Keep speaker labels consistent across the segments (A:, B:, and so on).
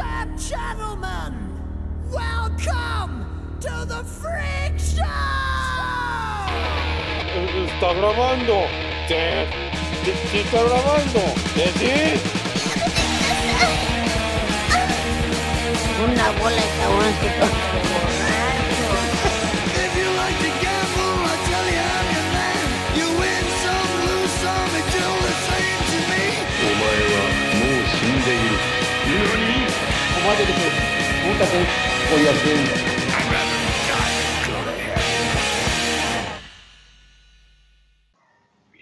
A: and gentlemen, welcome to the Freak Show!
B: Está grabando. Te, te- sí está grabando. Te sí.
C: Una bola de cabrón que borracho.
A: If you like to gamble, I tell you I'm your man. You win some, lose some, it's all the same to me.
D: お前はもう死んでいる。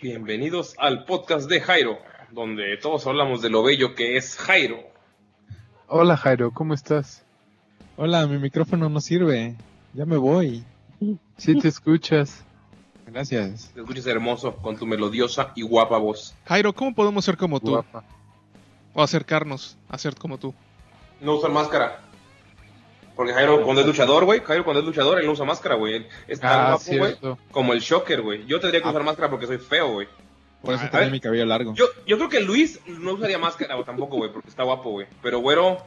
E: Bienvenidos al podcast de Jairo, donde todos hablamos de lo bello que es Jairo.
F: Hola Jairo, ¿cómo estás?
G: Hola, mi micrófono no sirve. Ya me voy.
F: ¿Sí te escuchas?
G: Gracias.
E: Te escuchas hermoso con tu melodiosa y guapa voz.
H: Jairo, ¿cómo podemos ser como tú?
F: Guapa.
H: O acercarnos a ser como tú.
E: No usa máscara. Porque Jairo cuando es luchador, güey, Jairo cuando es luchador, él no usa máscara, güey. Es tan
F: Ah,
E: guapo, güey,
F: cierto.
E: como el Shocker, güey. Yo tendría que usar máscara porque soy feo, güey.
G: Por eso
E: A
G: tenía
E: ver.
G: mi cabello largo.
E: Yo, yo creo que Luis no usaría máscara güey, tampoco, güey, porque está guapo, güey. Pero güero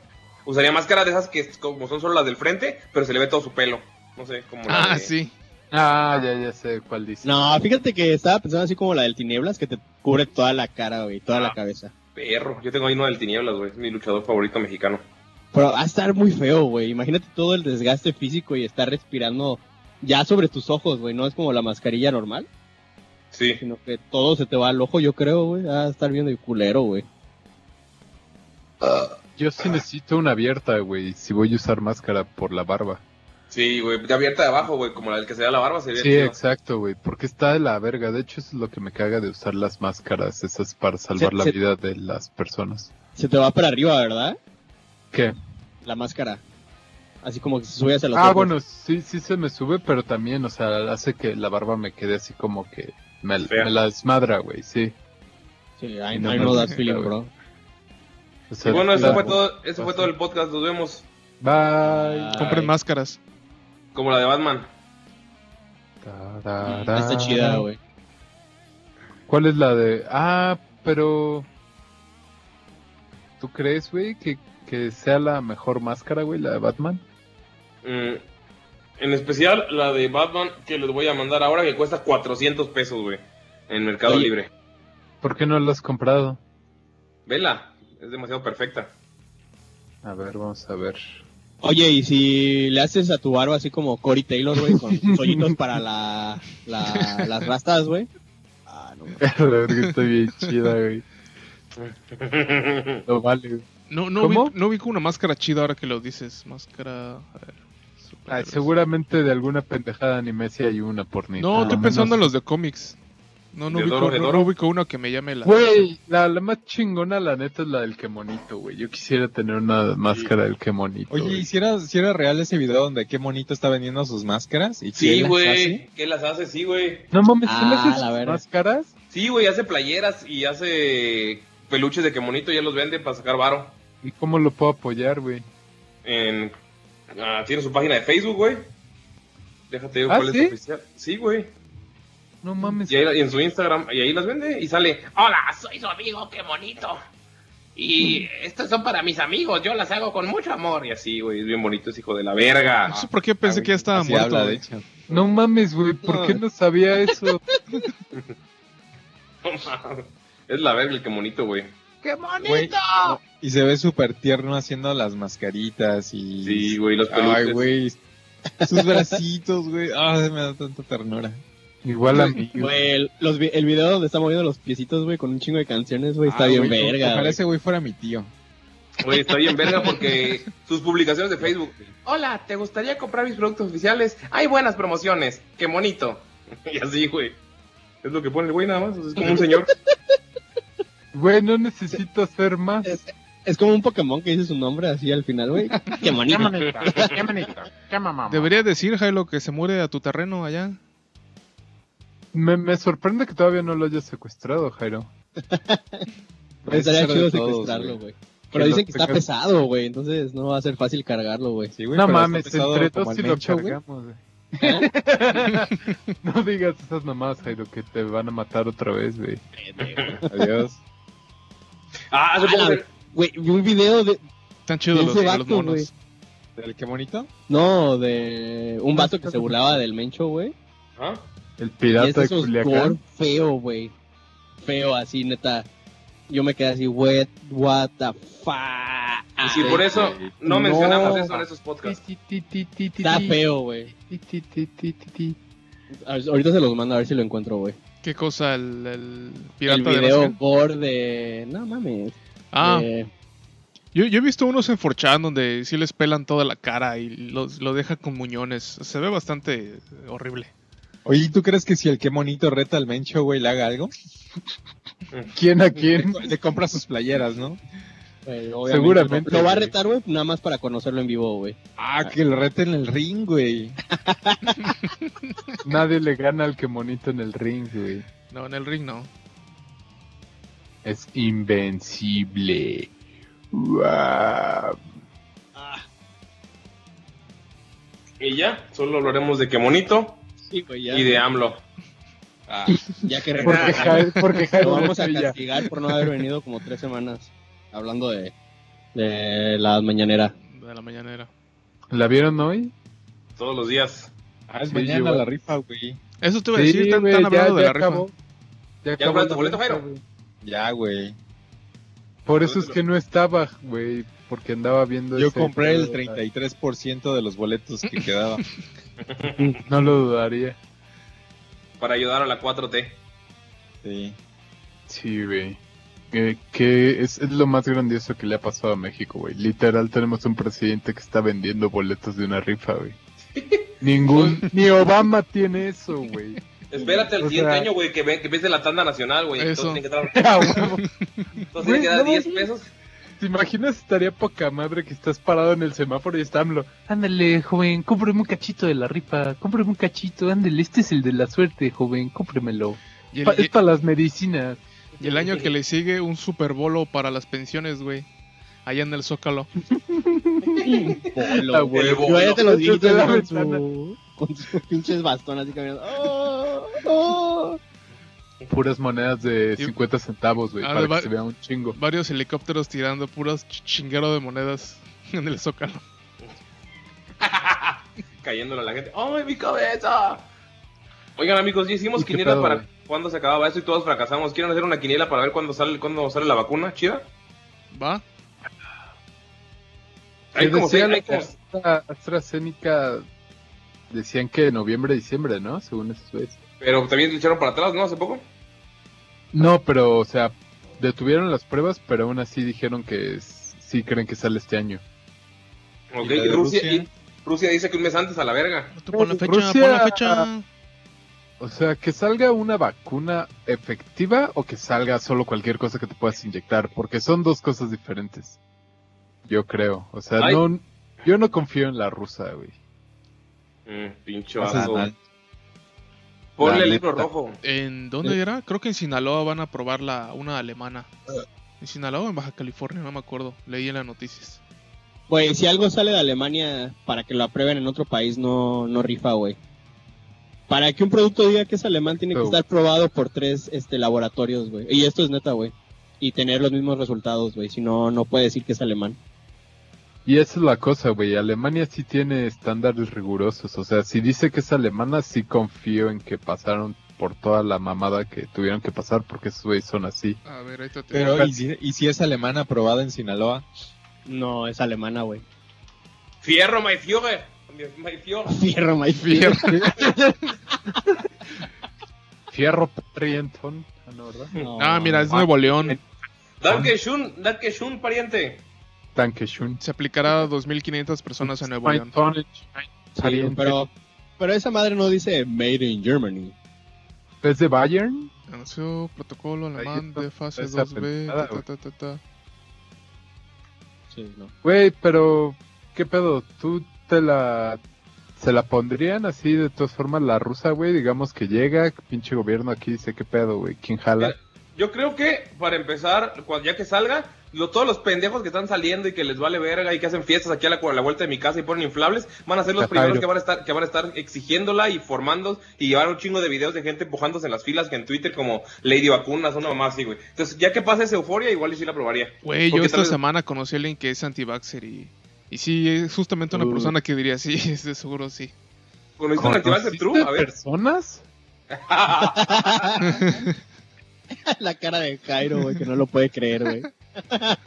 E: usaría máscara de esas que es como son solo las del frente, pero se le ve todo su pelo. No sé, como la
H: Ah,
E: de-
H: sí.
F: Ah, ya, ya sé cuál dice.
I: No, fíjate que estaba pensando así como la del tinieblas que te cubre toda la cara, güey, toda la
E: Ah.
I: cabeza.
E: Perro, yo tengo ahí uno del Tinieblas, güey. Es mi luchador favorito mexicano.
I: Pero va a estar muy feo, güey. Imagínate todo el desgaste físico y estar respirando ya sobre tus ojos, güey. No es como la mascarilla normal,
E: Sí.
I: sino que todo se te va al ojo, yo creo, güey. Va a estar viendo el culero, güey.
F: Yo sí necesito una abierta, güey, si voy a usar máscara por la barba.
E: Sí, güey, de abierta de abajo, güey, como la del que se da la barba, se ve
F: Sí,
E: chido.
F: exacto, güey, porque está de la verga. De hecho, eso es lo que me caga de usar las máscaras esas para salvar
I: Se-
F: la
I: se-
F: vida de las personas.
I: Se te va para arriba, ¿verdad?
F: ¿Qué?
I: La máscara. Así como que se sube hacia los
F: Ah,
I: ojos.
F: bueno, sí, sí se me sube, pero también, o sea, hace que la barba me quede así como que me,
E: Fea.
F: me la desmadra, güey, sí.
I: Sí, ahí
F: No
I: no, ahí
F: me
I: no das
F: gusta,
I: feeling,
F: güey.
I: bro.
F: O
E: Y
F: sea,
E: bueno, eso
F: la-
E: fue todo, eso fue todo el podcast, nos vemos
F: Bye.
H: Compren
I: Ay.
H: máscaras.
E: como la de Batman.
F: Tarará.
I: Está chida, güey.
F: ¿Cuál es la de.? Ah, pero. ¿Tú crees, güey, que, que sea la mejor máscara, güey, la de Batman?
E: Mm, En especial la de Batman que les voy a mandar ahora que cuesta 400 pesos, güey, en Mercado
I: Oye.
E: Libre.
F: ¿Por qué no la has comprado?
E: Vela, es demasiado perfecta.
F: A ver, vamos a ver.
I: Oye, y si le haces a tu barba así como Cory Taylor, güey, con sus hoyitos para la, la- las rastas, güey. Ah, no,
F: la verdad que está bien chida, güey. No vale, güey.
H: No, no,
F: ¿Cómo?
H: ubico- no ubico una máscara chida ahora que lo dices. Máscara. a ver,
F: Ay,
H: superhéroes.
F: seguramente de alguna pendejada anime sí hay una por ni.
H: No, estoy
F: lo
H: pensando en
F: menos-
H: los de cómics. No, no
E: ¿De
H: ubico,
E: Doro, de
H: no-
E: Doro?
H: no ubico una que me llame la.
F: Güey, la, la más chingona, la neta, es la del Kemonito, güey. Yo quisiera tener una máscara del Kemonito.
G: Oye,
F: güey.
G: ¿y si era, si era real ese video donde qué monito está vendiendo sus máscaras? ¿Y
E: Sí,
G: quién las
E: güey,
G: hace?
E: ¿qué las hace? Sí, güey.
F: No mames, ¿tú le
I: Ah,
F: haces
I: la
F: sus
I: verga.
F: máscaras?
E: Sí, güey, hace playeras y hace peluches de que monito ya los vende para sacar varo.
F: ¿Y cómo lo puedo apoyar, güey?
E: En, ah, tiene su página de Facebook, güey. Déjate digo
F: ¿Ah,
E: cuál
F: sí?
E: es oficial. Sí, güey.
F: No mames.
E: Y, ahí- y en su Instagram, y ahí las vende y sale, hola, soy su amigo, qué bonito. Y estos son para mis amigos, yo las hago con mucho amor. Y así, güey, es bien bonito, es hijo de la verga.
H: No sé por qué pensé que ya estaba
G: Así
H: muerto.
G: habla, de
H: güey.
G: hecho.
F: No mames, güey, ¿por
G: No.
F: qué no sabía eso?
E: es la verga el que bonito, güey.
A: ¡Qué
G: Güey, no, y se ve súper tierno haciendo las mascaritas y...
E: Sí, güey, los
G: Ay,
E: peluches.
G: güey. Sus bracitos, güey. Ah, me da tanta ternura.
F: Igual a mí.
I: Güey, el, los vi- el video donde está moviendo los piecitos, güey, con un chingo de canciones, güey, está
G: Ah,
I: bien
G: güey,
I: verga.
G: Ojalá
I: güey.
G: ese güey fuera mi tío.
E: Güey, está bien verga porque sus publicaciones de Facebook. Hola, ¿te gustaría comprar mis productos oficiales? Hay buenas promociones, qué bonito. Y así, güey. Es lo que pone el güey nada más, o sea, es como un señor.
F: Güey, no necesito hacer más.
I: Es, es como un Pokémon que dice su nombre así al final, güey. Qué bonito.
H: Debería decir, Jairo, que se muere a tu terreno allá.
F: Me, me sorprende que todavía no lo hayas secuestrado, Jairo.
I: Estaría
G: Ese
I: chido
G: de todos,
I: secuestrarlo,
G: güey.
I: güey. Pero
F: Que
I: dicen
F: lo
I: que está
F: tengas-
I: pesado, güey, entonces no va a ser fácil cargarlo, güey.
G: Sí, güey,
F: no
G: pero está
F: mames,
G: pesado
F: entre
G: como
F: dos y
G: el
F: lo
G: Mencho, güey.
F: cargamos. güey. no digas esas mamás, Jairo, que te van a matar otra vez, güey.
G: Adiós.
E: Ah, hace
I: Ah,
E: poco
I: la- Güey, vi un video de...
H: Están chidos los,
I: Ese
H: los
I: vato,
H: monos.
I: güey.
G: ¿El qué bonito?
I: No, de un vato que se burlaba del mencho, güey.
E: ¿Ah?
F: El
I: Y
F: pirata
I: ese
F: de
I: es gore
F: Culiacán.
I: feo, güey. Feo, así, neta. Yo me quedé así, güey, what the fuck.
E: Y si por eso no mencionamos
I: No.
E: eso en esos podcasts.
I: Está feo, güey. A ver, Ahorita se los mando a ver si lo encuentro, güey.
H: ¿Qué cosa? ¿El, el pirata
I: El
H: de
I: video
H: Nazca?
I: gore de... No mames.
H: Ah,
I: de-
H: yo, yo he visto unos en 4chan donde sí les pelan toda la cara y los, lo deja con muñones. Se ve bastante horrible.
G: Oye, ¿tú crees que si el qué bonito reta al mencho, güey, le haga algo?
F: ¿Quién a
G: Le,
F: quién?
G: le compra sus playeras, ¿no?
I: güey, obviamente,
F: Seguramente,
I: Lo va a
F: güey.
I: retar, güey, nada más para conocerlo en vivo, güey.
G: Ah, que lo reta en el ring, güey.
F: Nadie le gana al que monito en el ring, güey.
H: No, en el ring no.
F: Es invencible. Guau.
I: Ah,
E: Y ya, solo hablaremos de que monito
I: Sí, güey, ya.
E: y de AMLO. Ah,
I: Ya que
F: Porque Jair, porque Jair
I: Lo vamos a
F: Estrella.
I: castigar por no haber venido como tres semanas hablando de, de la mañanera.
H: De la mañanera.
F: ¿La vieron hoy?
E: Todos los días.
G: Ah, es
F: Sí,
G: mañana
F: güey.
G: la rifa, güey.
H: Eso te iba a decir, están,
F: güey,
H: están
F: ya-
H: hablando de
F: ya
H: la rifa.
F: acabó. Ya
E: Ya habló
F: acabó
E: tu boleto,
F: la rifa,
E: Jairo.
F: güey.
G: Ya, güey.
F: Por eso es que no estaba, güey, porque andaba viendo
G: Yo
F: ese
G: compré el
F: pedo.
G: 33% de los boletos que quedaban.
F: No lo dudaría.
E: Para ayudar a la 4T.
G: Sí.
F: Sí, güey. Que, que es, es lo más grandioso que le ha pasado a México, güey. Literal tenemos un presidente que está vendiendo boletos de una rifa, güey. Ningún, ni Obama tiene eso, güey.
E: Espérate el
F: O
E: siguiente
F: sea-
E: año, güey, que, ve- que ves de la tanda nacional, güey. Entonces
H: Eso.
E: tienen que dar,
F: A
H: Ah,
F: huevo.
E: entonces tienen que dar
F: Güey, no
E: 10
F: mames.
E: pesos.
F: ¿Te imaginas estaría poca madre que estás parado en el semáforo y está AMLO? Ándale, joven, cómprame un cachito de la rifa, cómprame un cachito, ándale, este es el de la suerte, joven, cómpremelo.
H: Y el,
F: Pa- es para las medicinas.
H: y el año que le sigue, un super bolo para las pensiones, güey. Allá en el Zócalo.
F: Ah, güey.
E: El
I: Yo ya
E: bolo.
I: te los
F: Desde
I: dije
F: la
I: con,
F: ventana.
I: su, con sus pinches bastones así caminando. ¡Oh! ¡Oh!
F: Puras monedas de
H: Y-
F: 50 centavos, güey,
H: Ah,
F: para
H: de va-
F: que se vea un chingo.
H: Varios helicópteros tirando puras ch- chinguero de monedas en el Zócalo.
E: Cayéndole a la gente. ¡Ay, mi cabeza! Oigan, amigos, ya hicimos
F: ¿Y qué
E: quiniela
F: pedo,
E: para
F: güey?
E: cuándo se acababa eso y todos fracasamos. ¿Quieren hacer una quiniela para ver cuándo sale, cuándo sale la vacuna? ¿Chida?
H: ¿Va?
E: Hay
F: Que
E: como seis,
F: decían
E: hay
F: que
E: como-
F: hasta AstraZeneca decían que noviembre, diciembre, ¿no? Según esos güeyes.
E: Pero también le echaron para atrás, ¿no? Hace poco.
F: No, pero, o sea, detuvieron las pruebas, pero aún así dijeron que s- sí creen que sale este año.
E: Ok,
G: la
E: y
G: de
E: Rusia,
G: Rusia?
E: y Rusia dice que un mes antes a la verga.
H: Tú pon la fecha,
F: Rusia-
H: pon la fecha.
F: O sea, que salga una vacuna efectiva o que salga solo cualquier cosa que te puedas inyectar, porque son dos cosas diferentes. Yo creo. O sea,
E: Ay.
F: no, yo no confío en la rusa, güey.
E: Mm, pinche
G: Haces
E: vago.
G: mal.
E: Ponle
G: La
E: el libro
G: neta.
E: rojo.
H: ¿En dónde era? Creo que en Sinaloa van a probar la, una alemana. ¿En Sinaloa o en Baja California? No me acuerdo. Leí en las noticias.
I: Güey, si algo sale de Alemania para que lo aprueben en otro país, no, no rifa, güey. Para que un producto diga que es alemán, tiene que
F: Oh.
I: estar probado por tres este, laboratorios, güey. Y esto es neta, güey. Y tener los mismos resultados, güey. Si no, no puede decir que es alemán.
F: Y esa es la cosa, güey. Alemania sí tiene estándares rigurosos. O sea, si dice que es alemana, sí confío en que pasaron por toda la mamada que tuvieron que pasar, porque esos güeyes son así.
H: A ver, ahorita te
G: Pero, ¿y si, y si es alemana aprobada en Sinaloa?
I: No, es alemana, güey.
E: Fierro, my Führer. My Führer.
I: Fierro, my
H: Fierro.
F: Fierro Patrienton. Ah, no, ¿verdad?
I: No.
H: Ah, mira, es Nuevo León.
E: Danke schön, danke schön, pariente.
F: Dankeschön.
H: Se aplicará a 2.500 personas en Nuevo León.
I: Sí, pero, pero esa madre no dice Made in Germany.
F: ¿Es de Bayern?
H: Anunció protocolo alemán
F: está,
H: de fase
F: esa
H: 2B.
F: pendejada,
H: ta, ta, ta, ta, ta.
I: Sí, no.
F: Güey, pero ¿qué pedo? ¿Tú te la se la pondrían así de todas formas la rusa, güey? Digamos que llega, pinche gobierno aquí dice, ¿qué pedo, güey? ¿Quién jala?
E: Yo creo que, para empezar, cuando, ya que salga, lo- todos los pendejos que están saliendo y que les vale verga y que hacen fiestas aquí a la, cu- a la vuelta de mi casa y ponen inflables, van a ser los
F: Ajá,
E: primeros
F: yo-
E: que van a estar que van a estar exigiéndola y formando y llevar un chingo de videos de gente empujándose en las filas que en Twitter como Lady Vacunas, una mamá así, güey. Entonces, ya que pase esa euforia, igual y sí la probaría.
H: Güey, yo
E: Porque
H: esta
E: tal vez-
H: semana conocí a alguien que es anti-vaxxer y, y sí, es justamente una
F: Uh.
H: persona que diría sí, es de seguro sí.
E: ¿Conociste un activante True? A ver.
F: personas?
I: La cara de Jairo, güey, que no lo puede creer, güey.
E: A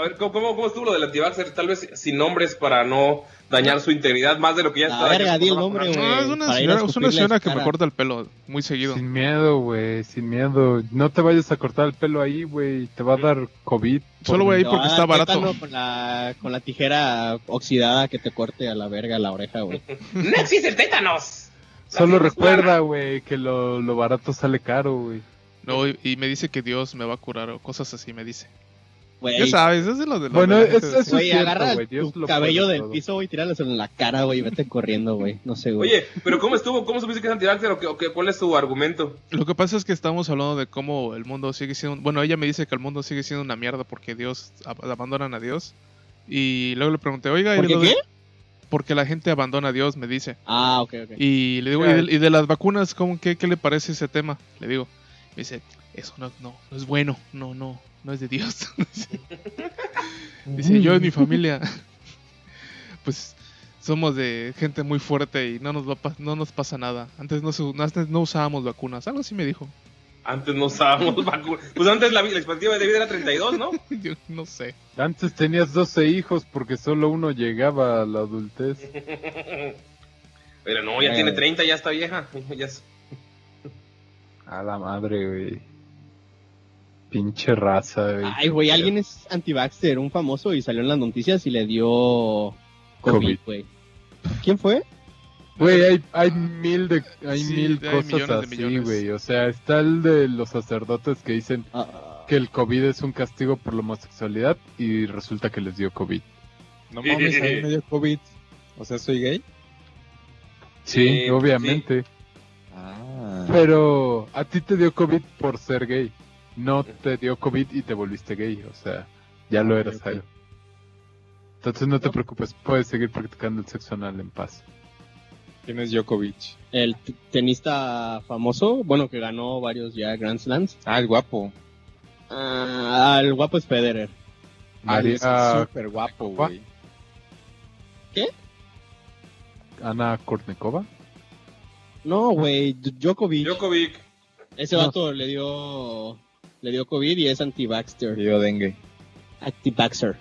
E: ver, ¿cómo, cómo, cómo estuvo lo del antivaxxer? Tal vez sin nombres para no dañar su integridad más de lo que ya
I: La
E: está.
I: verga,
E: dañando.
I: di el nombre, güey.
H: No, es una
I: para ir
H: señora,
I: a
H: es una
I: escupirle
H: señora
I: la
H: que me
I: cara.
H: corta el pelo muy seguido.
F: Sin miedo, güey, sin miedo. No te vayas a cortar el pelo ahí, güey. Te va a dar COVID.
H: Solo voy a ir
I: Te
H: porque
I: va a
H: está
I: dar
H: barato.
I: tétano Con la, con la tijera oxidada que te corte a la verga la oreja, güey.
E: ¡No existen tétanos!
F: Solo
E: Así es,
F: recuerda, güey, que lo, lo barato sale caro, güey.
H: No, y, y me dice que Dios me va a curar o cosas así me dice.
I: Güey,
H: Ya sabes, es de los de los
F: Bueno,
H: de la
F: es-
H: gente-
F: es- eso
I: Güey,
F: cierto,
I: agarra
F: güey, Dios
I: tu
F: lo
I: cabello
F: puede
I: del
F: todo.
I: piso, güey, tíralos en la cara, güey, y vete corriendo, güey. No sé, güey.
E: Oye, pero ¿cómo estuvo? ¿Cómo supiste que es antivaxxer o, qué- o qué- cuál es su argumento?
H: Lo que pasa es que estamos hablando de cómo el mundo sigue siendo... Bueno, ella me dice que el mundo sigue siendo una mierda porque Dios... ab- Abandonan a Dios. Y luego le pregunté, oiga...
I: ¿Por
H: ¿y
I: qué
H: lo de-
I: qué?
H: Porque la gente abandona a Dios, me dice.
I: Ah, ok, ok.
H: Y le digo, ¿y
F: Claro.
H: de, y de las vacunas, ¿cómo, qué, qué le parece ese tema? Le digo, me dice, eso no, no, no es bueno, no, no, no es de Dios. Dice, dice, yo en mi familia, pues somos de gente muy fuerte y no nos, va a pa- no nos pasa nada. Antes no, se u- antes no usábamos vacunas, algo así me dijo.
E: Antes no usábamos vacunas. Pues antes la, vi- la expectativa de vida era 32, ¿no?
H: Yo no sé.
F: Antes tenías 12 hijos porque solo uno llegaba a la adultez.
E: Pero no, ya
I: Eh.
E: tiene 30, ya está vieja. Ya es-
F: A la madre, güey. Pinche raza, güey.
I: Ay, güey, alguien es anti-vaxxer, un famoso, y salió en las noticias y le dio COVID,
F: COVID.
I: güey. ¿Quién fue?
F: Güey, hay, hay mil, de, hay
H: Sí,
F: mil
H: hay millones
F: cosas
H: de
F: así,
H: millones.
F: güey. O sea, está el de los sacerdotes que dicen
I: Ah,
F: que el COVID es un castigo por la homosexualidad y resulta que les dio COVID.
G: No mames, a mí me dio COVID. O sea, soy gay.
F: Sí,
E: Sí,
F: obviamente.
G: Ah.
F: Pero a ti te dio COVID por ser gay. No te dio COVID y te volviste gay. O sea, ya lo
G: Ok,
F: eras
G: ok.
F: Jairo. Entonces no te preocupes, puedes seguir practicando el sexo anal en paz.
G: ¿Quién es Djokovic?
I: El t- tenista famoso, bueno, que ganó varios ya Grand Slams.
G: Ah, el guapo.
I: Ah, al guapo es Federer.
G: Ah,
F: María
G: es súper guapo, güey.
F: Ana Kornikova.
I: No, güey, D- Djokovic.
E: Djokovic.
I: Ese vato le dio le dio COVID y es anti-vaxxer.
G: Le dio dengue.
I: Anti-vaxxer.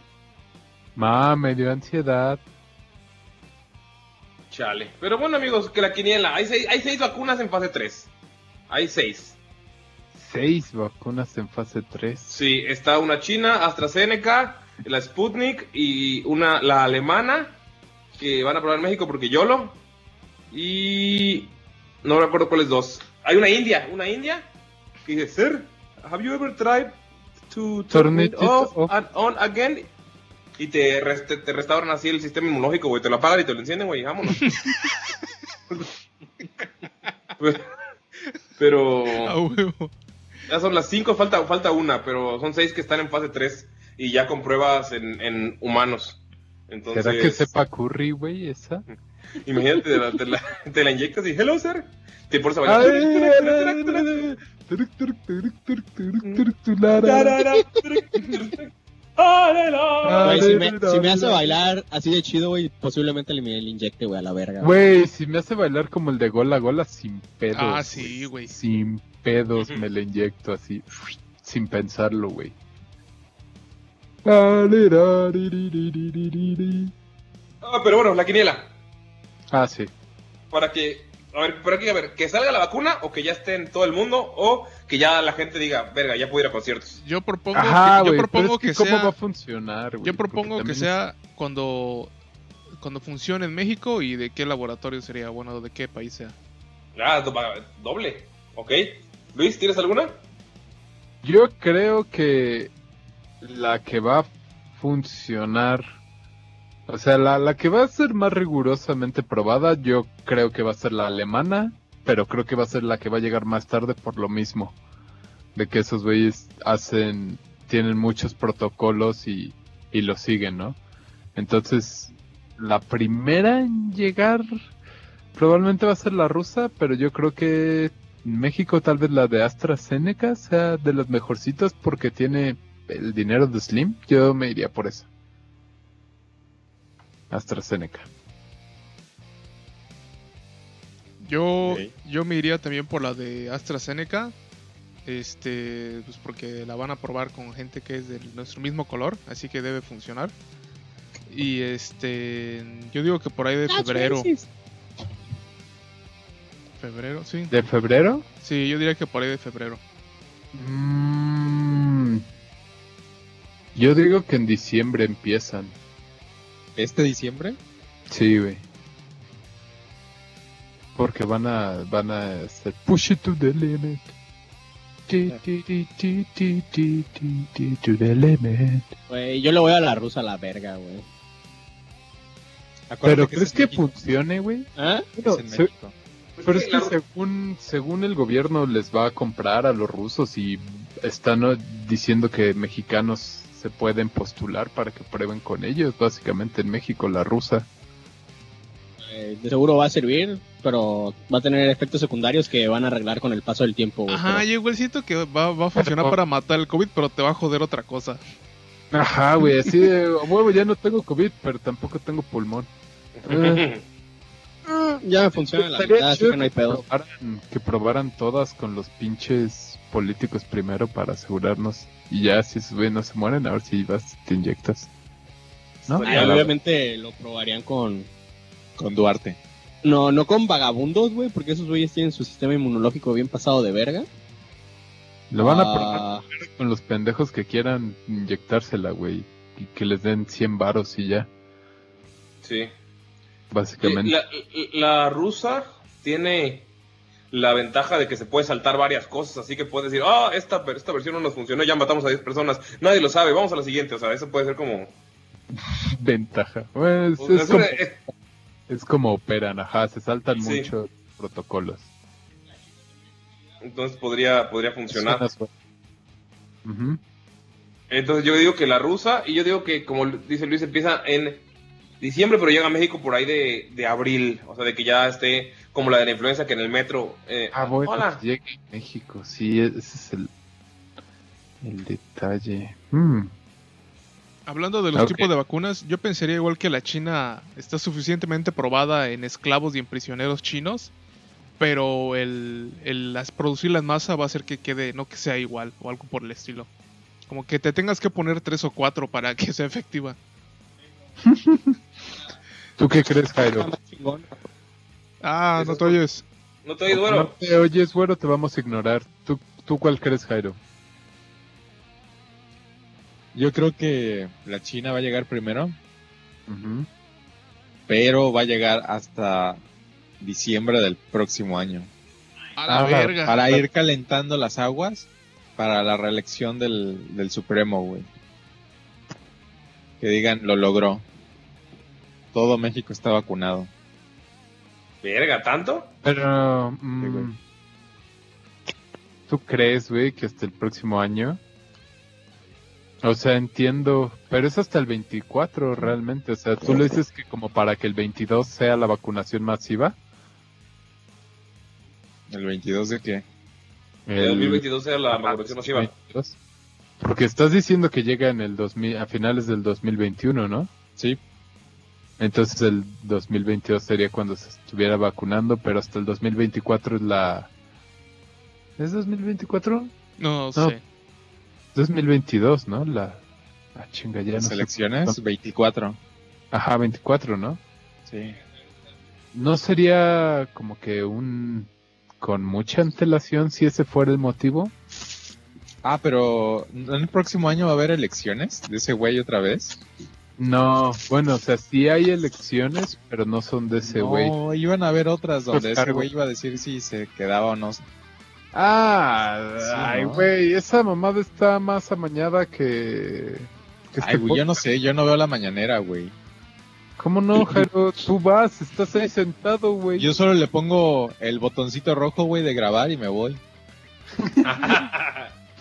F: Ma, me dio ansiedad.
E: Chale. Pero bueno, amigos, que la quiniela. Hay seis, hay seis vacunas en fase 3. Hay seis.
F: Seis vacunas en fase 3.
E: Sí, está una china, AstraZeneca, la Sputnik y una la alemana que van a probar en México porque YOLO. Y no recuerdo cuáles dos. Hay una india, una india que dice, "Sir, have you ever tried to turn it
F: Turn it
E: off,
F: off.
E: and on again?" Y te, rest- te restauran así el sistema inmunológico, güey, te lo apagan y te lo encienden, güey, y vámonos. Pero- Pero
H: A huevo.
E: ya son las cinco, falta, falta una, pero son seis que están en fase 3 y ya con pruebas en, en humanos. Entonces,
F: ¿Será que sepa curry, güey, esa?
E: imagínate, te la, te, la, te la inyectas y hello, sir. Te pones a bailar.
H: Mm.
F: Ay,
G: Ah,
F: Ah.
I: Güey, si, me,
F: Federer,
I: si me hace
F: la-
I: bailar así de chido, güey, posiblemente le me le inyecte, güey, a la verga. güey.
F: Güey, si me hace bailar como el de Gola Gola, sin pedos.
H: Ah, sí, güey.
F: Sin pedos
E: Ujú.
F: me lo inyecto así, sin pensarlo, güey. Ah,
E: Ah, pero bueno, la quiniela.
F: sí.
E: Para que, a ver, para que, a ver, que salga la vacuna o que ya esté en todo el mundo o que ya la gente diga, verga, ya puedo ir a conciertos.
H: Yo propongo,
F: Ajá,
H: que, yo
F: güey. pero
H: propongo
F: es que
H: que
F: ¿Cómo
H: sea...
F: va a funcionar, güey?
H: Yo
F: Porque
H: propongo que
F: también-
H: sea cuando, cuando funcione en México y de qué laboratorio sería, bueno, o de qué país sea.
E: Ah, do- va- doble. Ok. Luis, ¿tienes alguna?
F: Yo creo que la que va a funcionar, o sea, la, la que va a ser más rigurosamente probada, yo creo que va a ser la alemana, pero creo que va a ser la que va a llegar más tarde por lo mismo, de que esos güeyes hacen tienen muchos protocolos y, y los siguen, ¿no? Entonces, la primera en llegar probablemente va a ser la rusa, pero yo creo que México tal vez la de AstraZeneca sea de las mejorcitas porque tiene el dinero de Slim. Yo me iría por eso. AstraZeneca.
H: Yo,
G: Ok.
H: yo me iría también por la de AstraZeneca. Este, pues porque la van a probar con gente que es de nuestro mismo color, así que debe funcionar. Y este, yo digo que por ahí de febrero. Febrero, sí.
F: ¿De febrero?
H: Sí, yo diría que por ahí de febrero.
F: Mm, yo digo que en diciembre empiezan.
G: ¿Este diciembre?
F: Sí, güey. Porque van a, van a hacer push it to the limit. Ti, ti, ti, ti, ti, ti, ti, ti, to the limit.
I: Güey, yo le voy a la rusa a la verga, güey.
G: Acuérdate
F: Pero
G: es
F: ¿crees
G: en
F: que
G: México,
F: funcione, güey?
I: ¿Ah?
G: es
F: Bueno,
G: en
F: se-
G: México.
E: Pues
F: Pero es que según, según el gobierno les va a comprar a los rusos y están ¿no? diciendo que mexicanos se pueden postular para que prueben con ellos, básicamente en México, la rusa.
I: Eh, de seguro va a servir, pero va a tener efectos secundarios que van a arreglar con el paso del tiempo, güey.
H: Ajá,
I: pero-
H: yo igual siento que va, va a funcionar para matar el COVID, pero te va a joder otra cosa.
F: Ajá, güey, así de, "A huevo, ya no tengo COVID, pero tampoco tengo pulmón. Eh,
I: Ah, ya funciona la
F: estaría
I: mitad, así
F: chido
I: que no hay pedo.
F: probaran- que probaran todas con los pinches políticos primero para asegurarnos. Y ya, si esos güeyes no se mueren, a ver si vas, te inyectas. ¿No?
I: Ah, obviamente lo probarían con...
G: Con Duarte.
I: No, no con vagabundos, güey, porque esos güeyes tienen su sistema inmunológico bien pasado de verga.
F: Lo van a probar
I: Ah,
F: con los pendejos que quieran inyectársela, güey. Y que les den 100 varos y ya,
E: Sí.
F: básicamente.
E: La, la rusa tiene la ventaja de que se puede saltar varias cosas, así que puedes decir, ah, esta, per- esta versión no nos funcionó, ya matamos a 10 personas, nadie lo sabe, vamos a la siguiente, o sea, eso puede ser como...
F: Ventaja. Bueno, es, es
E: es
F: como,
E: una- eh,
F: es como operan, ajá, se saltan
E: Sí.
F: muchos protocolos.
E: entonces podría, podría funcionar.
F: Suena suave. Ujú.
E: Entonces yo digo que la rusa, y yo digo que, como dice Luis, empieza en diciembre, pero llega a México por ahí de, de abril, o sea, de que ya esté como la de la influenza, que en el metro... eh,
F: Ah, bueno,
E: Hola.
F: que llegue a México, sí, ese es el, el detalle. Mm,
H: Hablando de los
F: Ok.
H: tipos de vacunas, yo pensaría igual que la China está suficientemente probada en esclavos y en prisioneros chinos, pero el, el las producirlas en masa va a hacer que quede, no que sea igual o algo por el estilo. Como que te tengas que poner tres o cuatro para que sea efectiva.
F: ¿Tú qué crees, Jairo?
I: más chingón.
H: Ah,
E: Eso
H: no
E: es
H: te oyes.
E: no te digo,
F: No
E: bueno,
F: te oyes, güero, te vamos a ignorar. ¿Tú, tú cuál crees, Jairo?
G: Yo creo que la China va a llegar primero,
F: Ujú.
G: pero va a llegar hasta diciembre del próximo año.
H: A la
F: Ah,
H: verga.
G: Para ir calentando las aguas para la reelección del, del Supremo, güey. Que digan, lo logró. Todo México está vacunado.
E: verga, ¿tanto?
F: Pero, mm,
G: Sí, güey.
F: ¿tú crees, güey, que hasta el próximo año? O sea, entiendo, pero es hasta el 24 realmente. O sea, tú le dices que como para que el 22 sea la vacunación masiva.
G: ¿El 22 de qué?
E: El
F: el-
E: 2022 era la vacunación masiva.
F: 2022. Porque estás diciendo que llega en el 2000, a finales del 2021, ¿no?
G: Sí.
F: Entonces el 2022 sería cuando se estuviera vacunando, pero hasta el 2024 es la... ¿Es 2024?
H: No,
F: No.
H: sé.
F: 2022, ¿no? La... Ah, chinga, ya no
G: Las
F: sé.
G: elecciones, 24.
F: Ajá, 24, ¿no?
G: Sí.
F: ¿No sería como que un... con mucha antelación si ese fuera el motivo?
G: Ah, pero ¿en el próximo año va a haber elecciones de ese güey otra vez?
F: No, bueno, o sea, sí hay elecciones, pero no son de ese güey.
G: no, iban a haber otras donde ese
F: Claro.
G: güey iba a decir si se quedaba o no.
F: Ah,
G: Sí,
F: ay,
G: ¿no?
F: güey, esa mamada está más amañada que. que
G: Ay,
F: este
G: güey, yo no sé, yo no veo la mañanera, güey.
F: ¿Cómo no, Jairo? Tú vas, estás ahí sentado, güey.
G: Yo solo le pongo el botoncito rojo, güey, de grabar y me voy.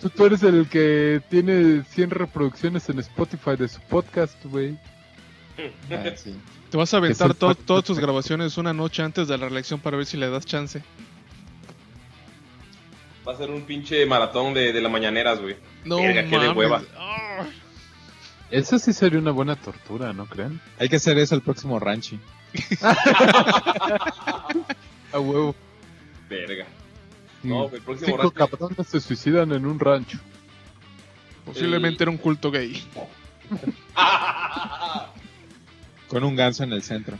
F: Tú, tú eres el que tiene 100 reproducciones en Spotify de su podcast, güey.
G: Ah, sí.
H: Te vas a aventar
F: el
H: to-
F: pacto
H: todas tus
F: perfecto.
H: grabaciones una noche antes de la reelección para ver si le das chance.
E: Va a ser un pinche maratón de, de las mañaneras, güey.
H: No,
E: Verga, qué de
H: mames.
E: hueva.
H: Ah.
F: Eso sí sería una buena tortura, ¿no creen?
G: Hay que hacer eso al próximo ranchi.
F: A huevo.
E: Verga.
F: pues,
E: No, güey, el próximo
F: Cinco
E: rancho-
F: cabrones se suicidan en un rancho.
H: Posiblemente era un culto gay.
G: Con un ganso en el centro.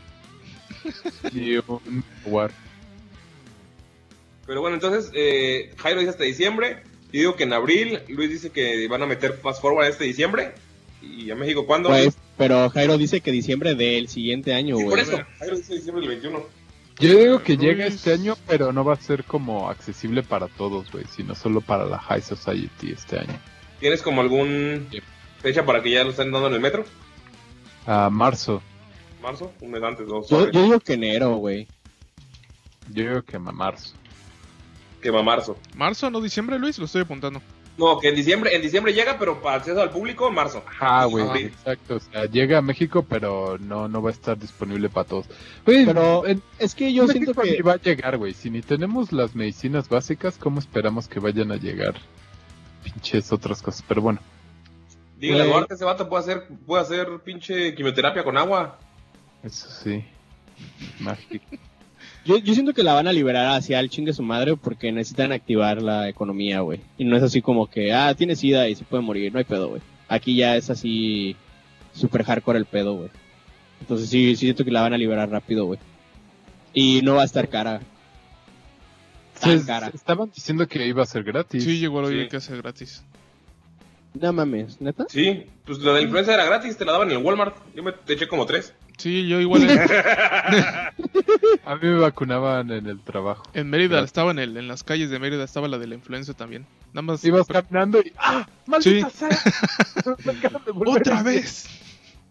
F: Y un jaguar.
E: Pero bueno, entonces, eh, Jairo dice hasta diciembre. Yo digo que en abril, Luis dice que van a meter Fast Forward este diciembre. Y a México, ¿cuándo?
I: Pues, pero Jairo dice que diciembre del siguiente año,
E: Sí,
I: güey.
E: por eso, Jairo dice diciembre del 21.
F: Yo digo que
H: Luis.
F: llega este año, pero no va a ser como accesible para todos, güey, sino solo para la High Society este año.
E: ¿Tienes como algún
F: Sí.
E: fecha para que ya lo estén dando en el metro?
F: A marzo,
E: ¿Marzo? Un mes antes, dos.
I: Yo,
E: suave.
I: yo digo que enero, güey.
F: yo digo que a marzo.
E: Que va marzo.
H: ¿Marzo, no diciembre, Luis? Lo estoy apuntando.
E: No, que en diciembre, en diciembre llega, pero para acceso al público, marzo.
F: Ajá, Ah, güey,
H: Ajá.
F: exacto. O sea, llega a México, pero no, no va a estar disponible para todos. Güey,
I: Pero
F: en-
I: Es que yo siento
F: México ni
I: que...
F: va a llegar, güey. Si ni tenemos las medicinas básicas, ¿cómo esperamos que vayan a llegar? Pinches otras cosas, pero bueno.
E: Dígale,
I: Güey.
E: Duarte, ese vato puede hacer, puede hacer pinche quimioterapia con agua.
F: Eso sí. Mágico.
I: Yo, yo siento que la van a liberar hacia el chingue su madre porque necesitan activar la economía, güey. Y no es así como que, ah, tiene sida y se puede morir, no hay pedo, güey. Aquí ya es así super hardcore el pedo, güey. Entonces sí, sí siento que la van a liberar rápido, güey. Y no va a estar cara. Tan
F: Pues,
I: cara.
F: estaban diciendo que iba a ser gratis.
H: Sí, llegó a lo
E: Sí.
H: que hace gratis.
I: No mames, ¿neta?
E: Sí, pues la de la influenza era gratis, te la daban en el Walmart. Yo me te eché como tres.
H: Sí, yo igual en,
F: A mí me vacunaban en el trabajo.
H: en Mérida estaba en, el, en las calles de Mérida, estaba la de la influenza también. Nada más.
F: Ibas caminando y ¡ah! ¡Maldita
H: Sí.
F: sea! Me acaban de volver
H: ¡Otra
F: a-
H: vez!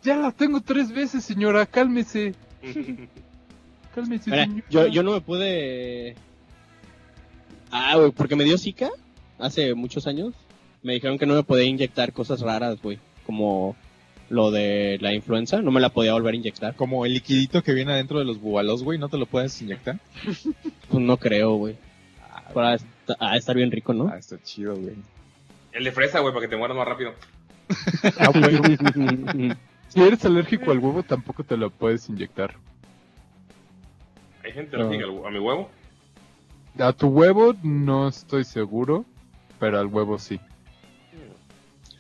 F: Ya la tengo tres veces, señora. Cálmese. Cálmese,
I: Mira,
F: señora.
I: yo, yo no me pude... Ah, güey, porque me dio zika hace muchos años. Me dijeron que no me podía inyectar cosas raras, güey. Como lo de la influenza, no me la podía volver a inyectar.
G: Como el liquidito que viene adentro de los bubalos, güey, no te lo puedes inyectar.
I: Pues no creo, güey. Para esta- ah, estar bien rico, ¿no?
G: Ah, está chido, güey.
E: El de fresa, güey, para que te mueras más rápido.
F: Ah, bueno. Si eres alérgico al huevo, tampoco te lo puedes inyectar.
E: Hay gente
F: No.
E: alérgica al hue- a mi huevo.
F: A tu huevo no estoy seguro, pero al huevo sí.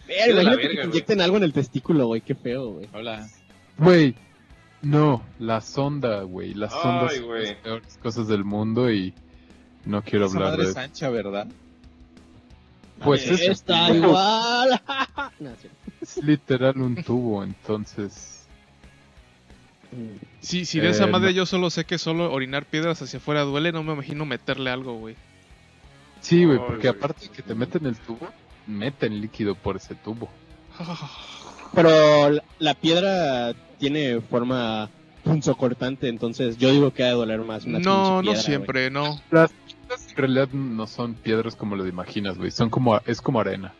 I: Verga, imagínate
E: verga,
I: que te
E: güey.
I: inyecten algo en el testículo, güey. Qué feo, güey.
G: Hola.
F: Güey, no, la sonda, güey. Las
E: Ay,
F: sondas son
E: güey.
F: las peores cosas del mundo y no quiero
G: Esa
F: hablar
G: madre
F: de
G: es ancha, ¿verdad?
F: Pues es,
I: Está igual. No, sí.
F: es literal un tubo, entonces.
H: Sí, sí, de
F: Eh,
H: esa madre
F: no.
H: yo solo sé que solo orinar piedras hacia afuera duele, no me imagino meterle algo, güey.
F: Sí, güey,
E: Ay,
F: porque
E: güey.
F: aparte de que te meten el tubo, meten líquido por ese tubo.
I: Pero la- la piedra tiene forma punzocortante, entonces yo digo que ha de doler más una
H: no,
I: pinche
H: no
I: piedra,
H: siempre, no.
F: En realidad no son piedras como lo imaginas, güey. Son como, es como arena,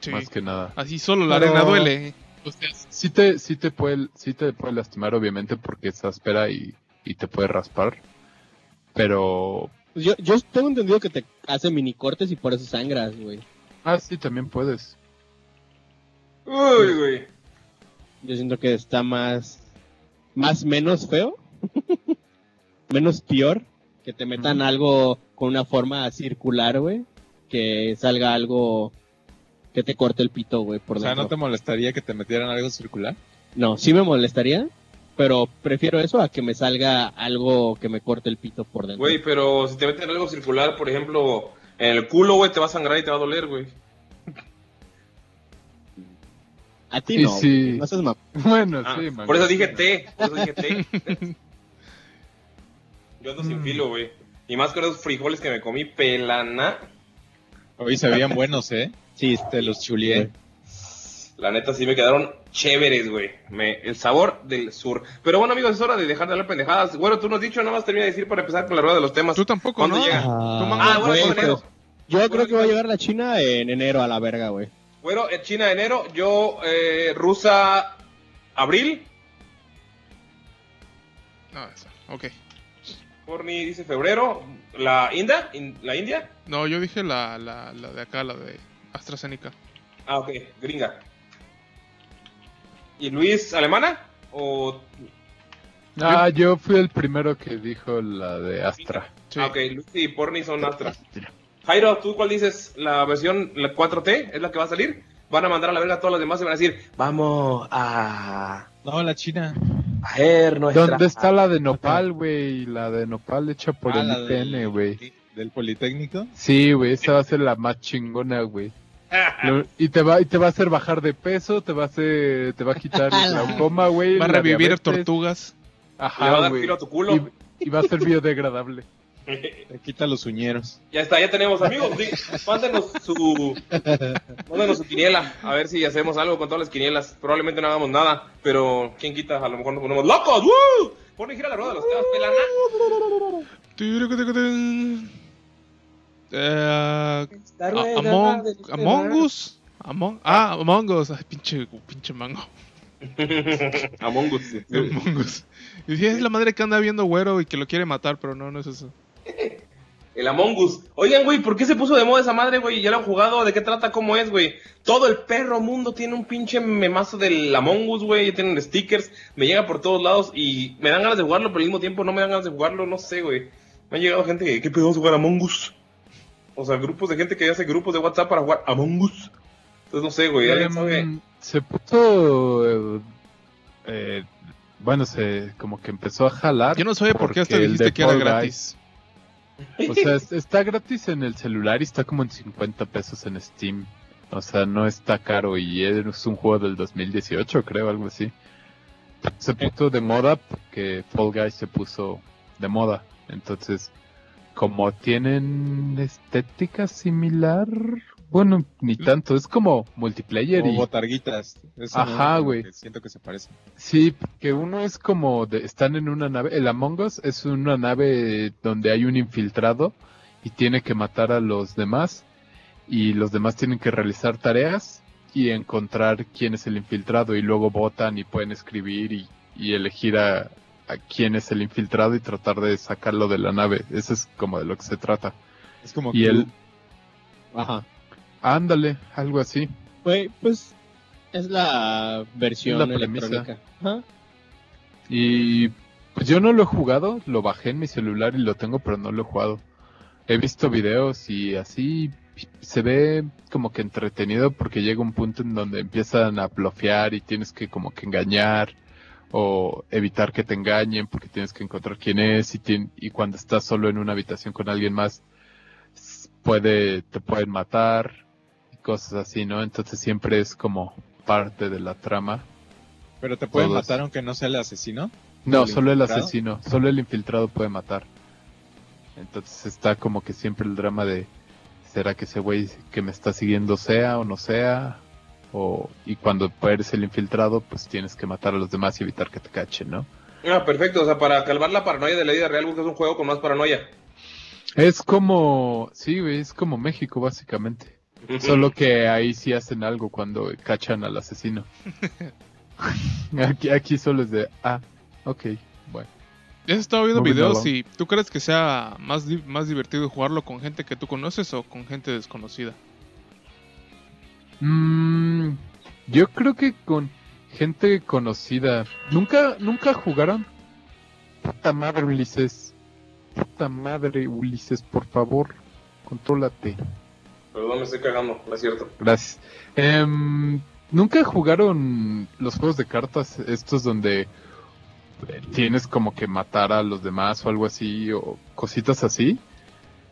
H: Sí.
F: más que nada.
H: Así solo la
F: Pero-
H: arena duele.
E: Ah, pues,
F: O sea, sí te, sí te puede, sí te puede lastimar, obviamente, porque es áspera y, y te puede raspar. Pero.
I: güey. Pues Yo, yo tengo entendido que te hace mini cortes y por eso sangras, güey.
F: Ah, sí, también puedes.
E: Uy, güey.
I: Yo siento que está más. Más menos feo. menos peor. Que te metan
F: Ujú.
I: algo con una forma circular, güey. Que salga algo que te corte el pito, güey, por
G: O sea,
I: dentro.
G: ¿no te molestaría que te metieran algo circular?
I: No, sí me molestaría. Pero prefiero eso a que me salga algo que me corte el pito por dentro.
E: Güey, pero si te meten algo circular, por ejemplo, en el culo, güey, te va a sangrar y te va a doler, güey.
I: a ti
F: y
I: no.
F: sí.
I: güey, no seas mam-
F: Bueno,
E: Ah,
F: sí, man.
E: por eso dije té, por eso dije té. Yo ando
F: Mm.
E: sin filo, güey. Y más con esos frijoles que me comí pelana.
G: Hoy se veían buenos, ¿eh?
I: Sí,
G: Te los chulié.
E: La neta sí me quedaron chéveres, güey. Me, el sabor del sur. Pero bueno, amigos, es hora de dejar de hablar pendejadas. Bueno, tú nos has dicho, nada más termina de decir para empezar con la rueda de los temas.
H: Tú tampoco,
E: ¿Cuándo
H: ¿no?
E: llega?
H: Tú, Mango,
E: Ah, bueno,
I: güey,
E: fue en enero.
I: pero Yo creo que va a llegar la China en enero a la verga, güey.
E: Bueno, en China enero, yo eh, rusa abril,
H: No, eso, ok.
E: Forni dice febrero, la India, in- la India,
H: No, yo dije la, la, la de acá, la de AstraZeneca.
E: ah ok, gringa. ¿Y Luis alemana? ¿O
F: Ah, yo fui el primero que dijo la de Astra.
H: Sí.
E: Ah, ok, Luis y Porni son astras. Jairo, ¿tú cuál dices? ¿La versión la 4T es la que va a salir? Van a mandar a la verga a todas las demás y van a decir, vamos a...
G: No, la China.
E: a ver nuestra...
F: ¿Dónde está la de Nopal, güey? La de Nopal hecha por
G: Ah,
F: el
G: la del-
F: IPN, güey.
G: Del Politécnico.
F: Sí, güey, esa va a ser la más chingona, güey. Lo- Y te va y te va a hacer bajar de peso, te va a hacer, te va a quitar el glaucoma, güey.
H: Va a
F: la
H: revivir
F: diabetes.
H: tortugas.
F: Ajá,
E: Le va a dar
F: güey.
E: filo a tu culo.
F: Y, y va a ser biodegradable.
G: Te quita los uñeros.
E: Ya está, ya tenemos amigos. sí. Mándenos su... Mándenos su quiniela. A ver si hacemos algo con todas las quinielas. Probablemente no hagamos nada, pero ¿quién quita? A lo mejor nos ponemos locos. ¡Woo! Porni, gira la rueda de los temas, pelana.
H: Eh, A- Among, Among Us. Among, ah, Among Us. Ay, pinche, pinche mango.
E: Among Us. sí.
H: Among Us. Y si es la madre que anda viendo güero y que lo quiere matar, pero no, no es eso.
E: El Among Us. Oigan, güey, ¿por qué se puso de moda esa madre, güey? ¿Ya lo han jugado? ¿De qué trata? ¿Cómo es, güey? Todo el perro mundo tiene un pinche memazo del Among Us, güey. Ya tienen stickers. Me llega por todos lados y me dan ganas de jugarlo, pero al mismo tiempo no me dan ganas de jugarlo. No sé, güey. Me han llegado gente que, ¿qué pedo vamos a jugar Among Us? O sea, grupos de gente que hace grupos de WhatsApp para jugar Among Us. Entonces, no sé, güey. ¿alguien sabe?
F: Mm, Se puso... eh, eh, bueno, se como que empezó a jalar.
H: Yo no sé por qué hasta
F: Porque el
H: dijiste
F: de
H: que era
F: Fall Guys-
H: gratis.
F: O sea, es- está gratis en el celular y está como en 50 pesos en Steam. O sea, no está caro y es un juego del 2018, creo, algo así. Se puso de moda porque Fall Guys se puso de moda. Entonces, como tienen estética similar, bueno, ni tanto, es como multiplayer
G: O
F: y
G: botarguitas. Eso no,
F: Ajá,
G: como
F: güey.
G: que Siento que se parecen.
F: Sí, que uno es como de- están en una nave, el Among Us es una nave donde hay un infiltrado y tiene que matar a los demás y los demás tienen que realizar tareas y encontrar quién es el infiltrado y luego votan y pueden escribir y, y elegir a, a quién es el infiltrado y tratar de sacarlo de la nave. Eso es como de lo que se trata.
G: Es como
F: Y
G: que-
F: el,
I: Ajá.
F: ándale, algo así.
I: Güey, pues es la versión
F: Es la premisa.
I: electrónica. Ajá.
F: Y pues yo no lo he jugado, lo bajé en mi celular y lo tengo, pero no lo he jugado. He visto videos y así se ve como que entretenido porque llega un punto en donde empiezan a plofear y tienes que como que engañar o evitar que te engañen porque tienes que encontrar quién es y, tien- y cuando estás solo en una habitación con alguien más s- puede te pueden matar y cosas así, ¿no? Entonces siempre es como parte de la trama.
G: Pero te pueden
F: Todos.
G: matar aunque no sea el asesino.
F: No,
G: ¿El
F: solo el
G: infiltrado?
F: asesino, solo el infiltrado puede matar. Entonces está como que siempre el drama de ¿será que ese güey que me está siguiendo sea o no sea? O, y cuando eres el infiltrado, pues tienes que matar a los demás y evitar que te cachen, ¿no?
E: Ah, perfecto. O sea, para calmar la paranoia de la vida real, buscas un juego con más paranoia.
F: Es como, sí, güey, es como México básicamente. Solo que ahí sí hacen algo cuando cachan al asesino. aquí, aquí solo es de, ah, ok, bueno.
H: Ya se estaba viendo
F: Moving
H: videos
F: along.
H: y ¿tú crees que sea más, di- más divertido jugarlo con gente que tú conoces o con gente desconocida?
F: Mm, yo creo que con gente conocida. Nunca, nunca jugaron. Puta madre, Ulises. Puta madre, Ulises, por favor, contrólate.
E: Perdón, me estoy cagando, no es cierto.
F: Gracias. Em, nunca jugaron los juegos de cartas, estos donde eh, tienes como que matar a los demás o algo así, o cositas así.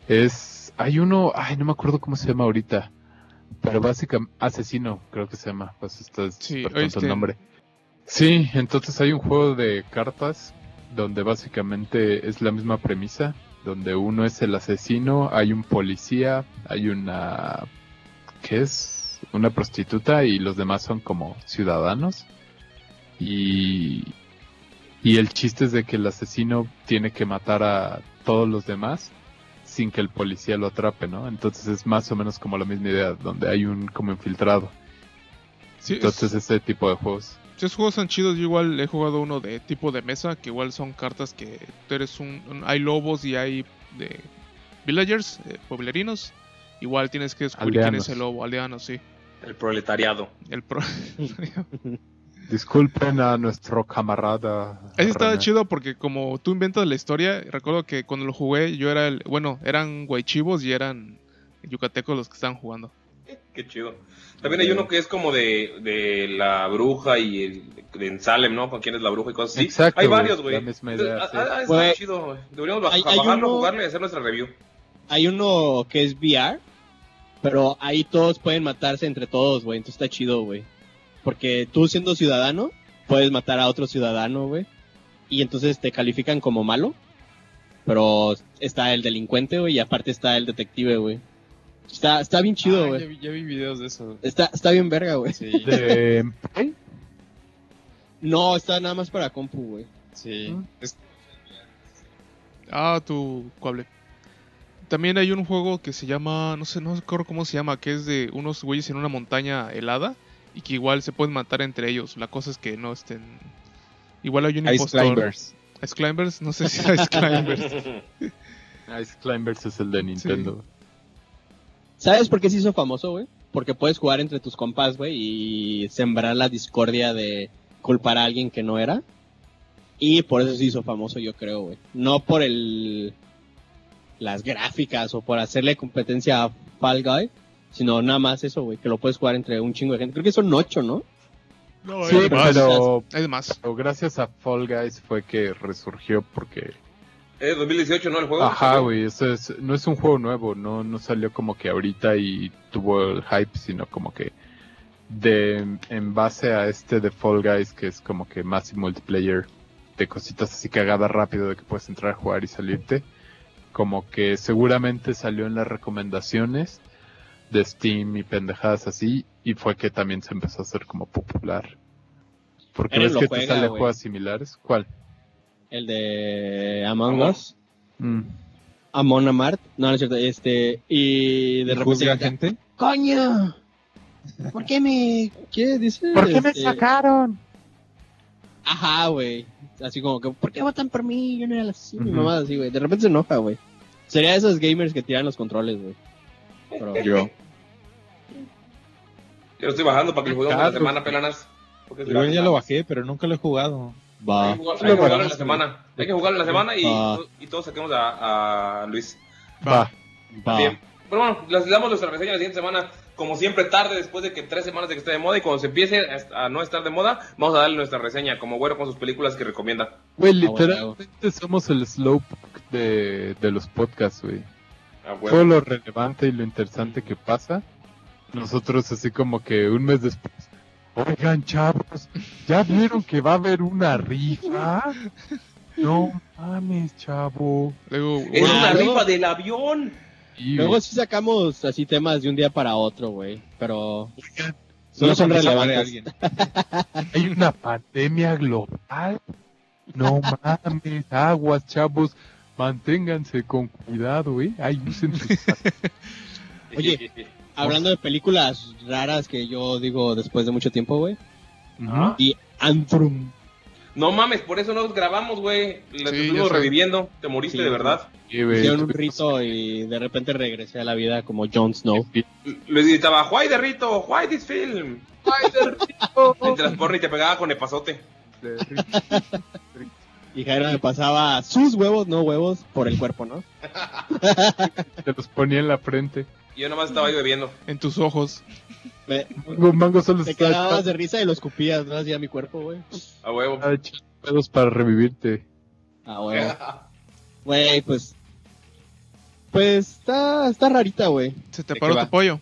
F: Es. Hay uno, ay, no me acuerdo cómo se llama ahorita. Pero básicamente, asesino, creo que se llama. Pues estás
H: Sí,
F: por tanto
H: oíste.
F: el nombre. Sí, entonces hay un juego de cartas donde básicamente es la misma premisa, donde uno es el asesino, hay un policía, hay una que es una prostituta y los demás son como ciudadanos. Y, y el chiste es de que el asesino tiene que matar a todos los demás sin que el policía lo atrape, ¿no? Entonces es más o menos como la misma idea, donde hay un como infiltrado.
H: Sí, es-
F: Entonces ese tipo de juegos.
H: Si esos juegos son chidos, yo igual he jugado uno de tipo de mesa, que igual son cartas que tú eres un, un- hay lobos y hay de villagers, eh, pueblerinos. Igual tienes que descubrir quién es
F: Aldeanos.
H: el lobo, aldeano, sí.
E: El proletariado.
H: El pro...
F: Disculpen a nuestro camarada.
H: Ese estaba
F: René.
H: chido porque como tú inventas la historia, recuerdo que cuando lo jugué yo era el, bueno, eran guaychivos y eran yucatecos los que estaban jugando.
E: Qué chido. También hay uno que es como de, de la bruja y el, de en Salem, ¿no? Con quién es la bruja y cosas así.
F: Exacto,
E: hay
F: güey,
E: varios, güey.
F: la misma
E: Entonces,
F: idea,
E: ah,
F: sí.
E: ah, está
I: Güey.
E: chido, güey. Deberíamos baj-
I: Hay- hay
E: bajarlo,
I: uno-
E: jugarlo y hacer nuestra review.
I: Hay uno que es VR, pero ahí todos pueden matarse entre todos, güey. Entonces está chido, güey. Porque tú siendo ciudadano, puedes matar a otro ciudadano, güey. Y entonces te califican como malo. Pero está el delincuente, güey, y aparte está el detective, güey. Está, está bien chido,
G: Ah,
I: güey.
G: ya, vi- ya vi videos de eso.
I: Está, está bien verga, güey.
G: Sí,
F: De- ¿eh?
I: No, está nada más para compu, güey.
G: sí. Es-
H: Ah, tu cable. También hay un juego que se llama, no sé, no recuerdo cómo se llama, que es de unos güeyes en una montaña helada y que igual se pueden matar entre ellos. La cosa es que no estén... Igual hay un
G: Ice
H: impostor.
G: Climbers.
H: Ice Climbers, no sé si Ice Climbers.
F: Ice Climbers es el de Nintendo.
I: ¿Sabes por qué se hizo famoso, güey? Porque puedes jugar entre tus compas, güey, y sembrar la discordia de culpar a alguien que no era. Y por eso se hizo famoso, yo creo, güey. No por el las gráficas o por hacerle competencia a Fall Guy, sino nada más eso, güey, que lo puedes jugar entre un chingo de gente. Creo que son ocho, ¿no?
H: No,
F: Sí,
H: hay más.
F: pero,
H: Hay más.
F: pero gracias a Fall Guys fue que resurgió porque...
E: Es 2018, ¿no? El
I: Oh,
E: juego.
F: Ajá, güey, eso es, no es un juego nuevo, no, no salió como que ahorita y tuvo el hype, sino como que de en base a este de Fall Guys que es como que más multiplayer de cositas así cagadas rápido de que puedes entrar a jugar y salirte, como que seguramente salió en las recomendaciones de Steam y pendejadas así y fue que también se empezó a hacer como popular. Porque
I: Eren
F: ves
I: lo
F: que te
I: juega,
F: salen
I: güey.
F: juegos similares, ¿cuál?
I: El de Among
E: Among.
I: Us,
F: Mm.
I: Among Amart, no, no es cierto, este, y de
G: ¿Y
I: repente...
G: juzga gente?
I: ¡Coño! ¿Por qué me... ¿Qué dices? Este,
F: sacaron?
I: Ajá, güey. Así como que, ¿por qué votan por mí? Yo no era la así,
F: Ujú.
I: mamá, así, güey. De repente se enoja, güey. Sería de esos gamers que tiran los controles, güey. Pero
G: Yo.
E: Yo lo estoy bajando para que lo juguemos en la
F: Claro.
E: semana, pelanas. Porque es
G: Yo
E: gratis.
G: ya lo bajé, pero nunca lo he jugado.
I: va.
E: Hay que jugar- hay que jugarlo en la semana. Hay que jugarlo en la semana y,
I: Ah.
E: y todos saquemos a, a Luis.
F: Va.
I: Va.
E: Bien. Pero bueno, les damos nuestra reseña la siguiente semana. Como siempre, tarde, después de que tres semanas de que esté de moda. Y cuando se empiece a a no estar de moda, vamos a darle nuestra reseña, como güero con sus películas que recomienda.
F: Güey,
I: bueno,
F: literalmente somos el slowpoke de, de los podcasts, güey.
E: A huevo.
F: Todo lo relevante y lo interesante que pasa, nosotros así como que un mes después, oigan chavos, ¿ya vieron que va a haber una rifa? No mames, chavo.
H: Luego,
E: Es
H: bueno,
E: una
I: luego-
E: rifa del avión.
F: Y,
I: Luego sí sacamos así temas de un día para otro, güey. Pero
F: oigan,
I: no son
G: para salvar a
I: relevantes.
G: alguien.
F: hay una pandemia global. No mames, aguas, chavos. Manténganse con cuidado, güey. Ay, usen sus
I: Oye. Hablando de películas raras que yo digo después de mucho tiempo, güey.
F: Ajá.
I: Y Antrum.
E: No mames, por eso nos grabamos, güey. Lo
H: Sí, ya
E: estuvimos
H: sé.
E: reviviendo. Te moriste
I: Sí,
E: de verdad.
F: Sí, güey,
I: Hicieron un rito y de repente regresé a la vida como Jon Snow.
E: Luis gritaba, Why de Rito, Why this film. Why the Rito. Mientras Porri te pegaba con epazote.
I: Y Jairo me pasaba sus huevos, no huevos, por el cuerpo, ¿no?
F: Te los ponía en la frente.
E: Y yo nomás estaba ahí bebiendo.
H: en tus ojos.
I: Me-
F: Mango, mango solo
I: Te
F: está
I: quedabas de risa y lo escupías, ¿no? Hacía mi cuerpo, güey.
E: A huevo.
F: echando pedos para revivirte.
I: Ah, güey. Güey, pues. Pues está, está rarita, güey.
H: Se te
G: ¿De
H: paró
G: qué
H: tu
G: va?
H: pollo.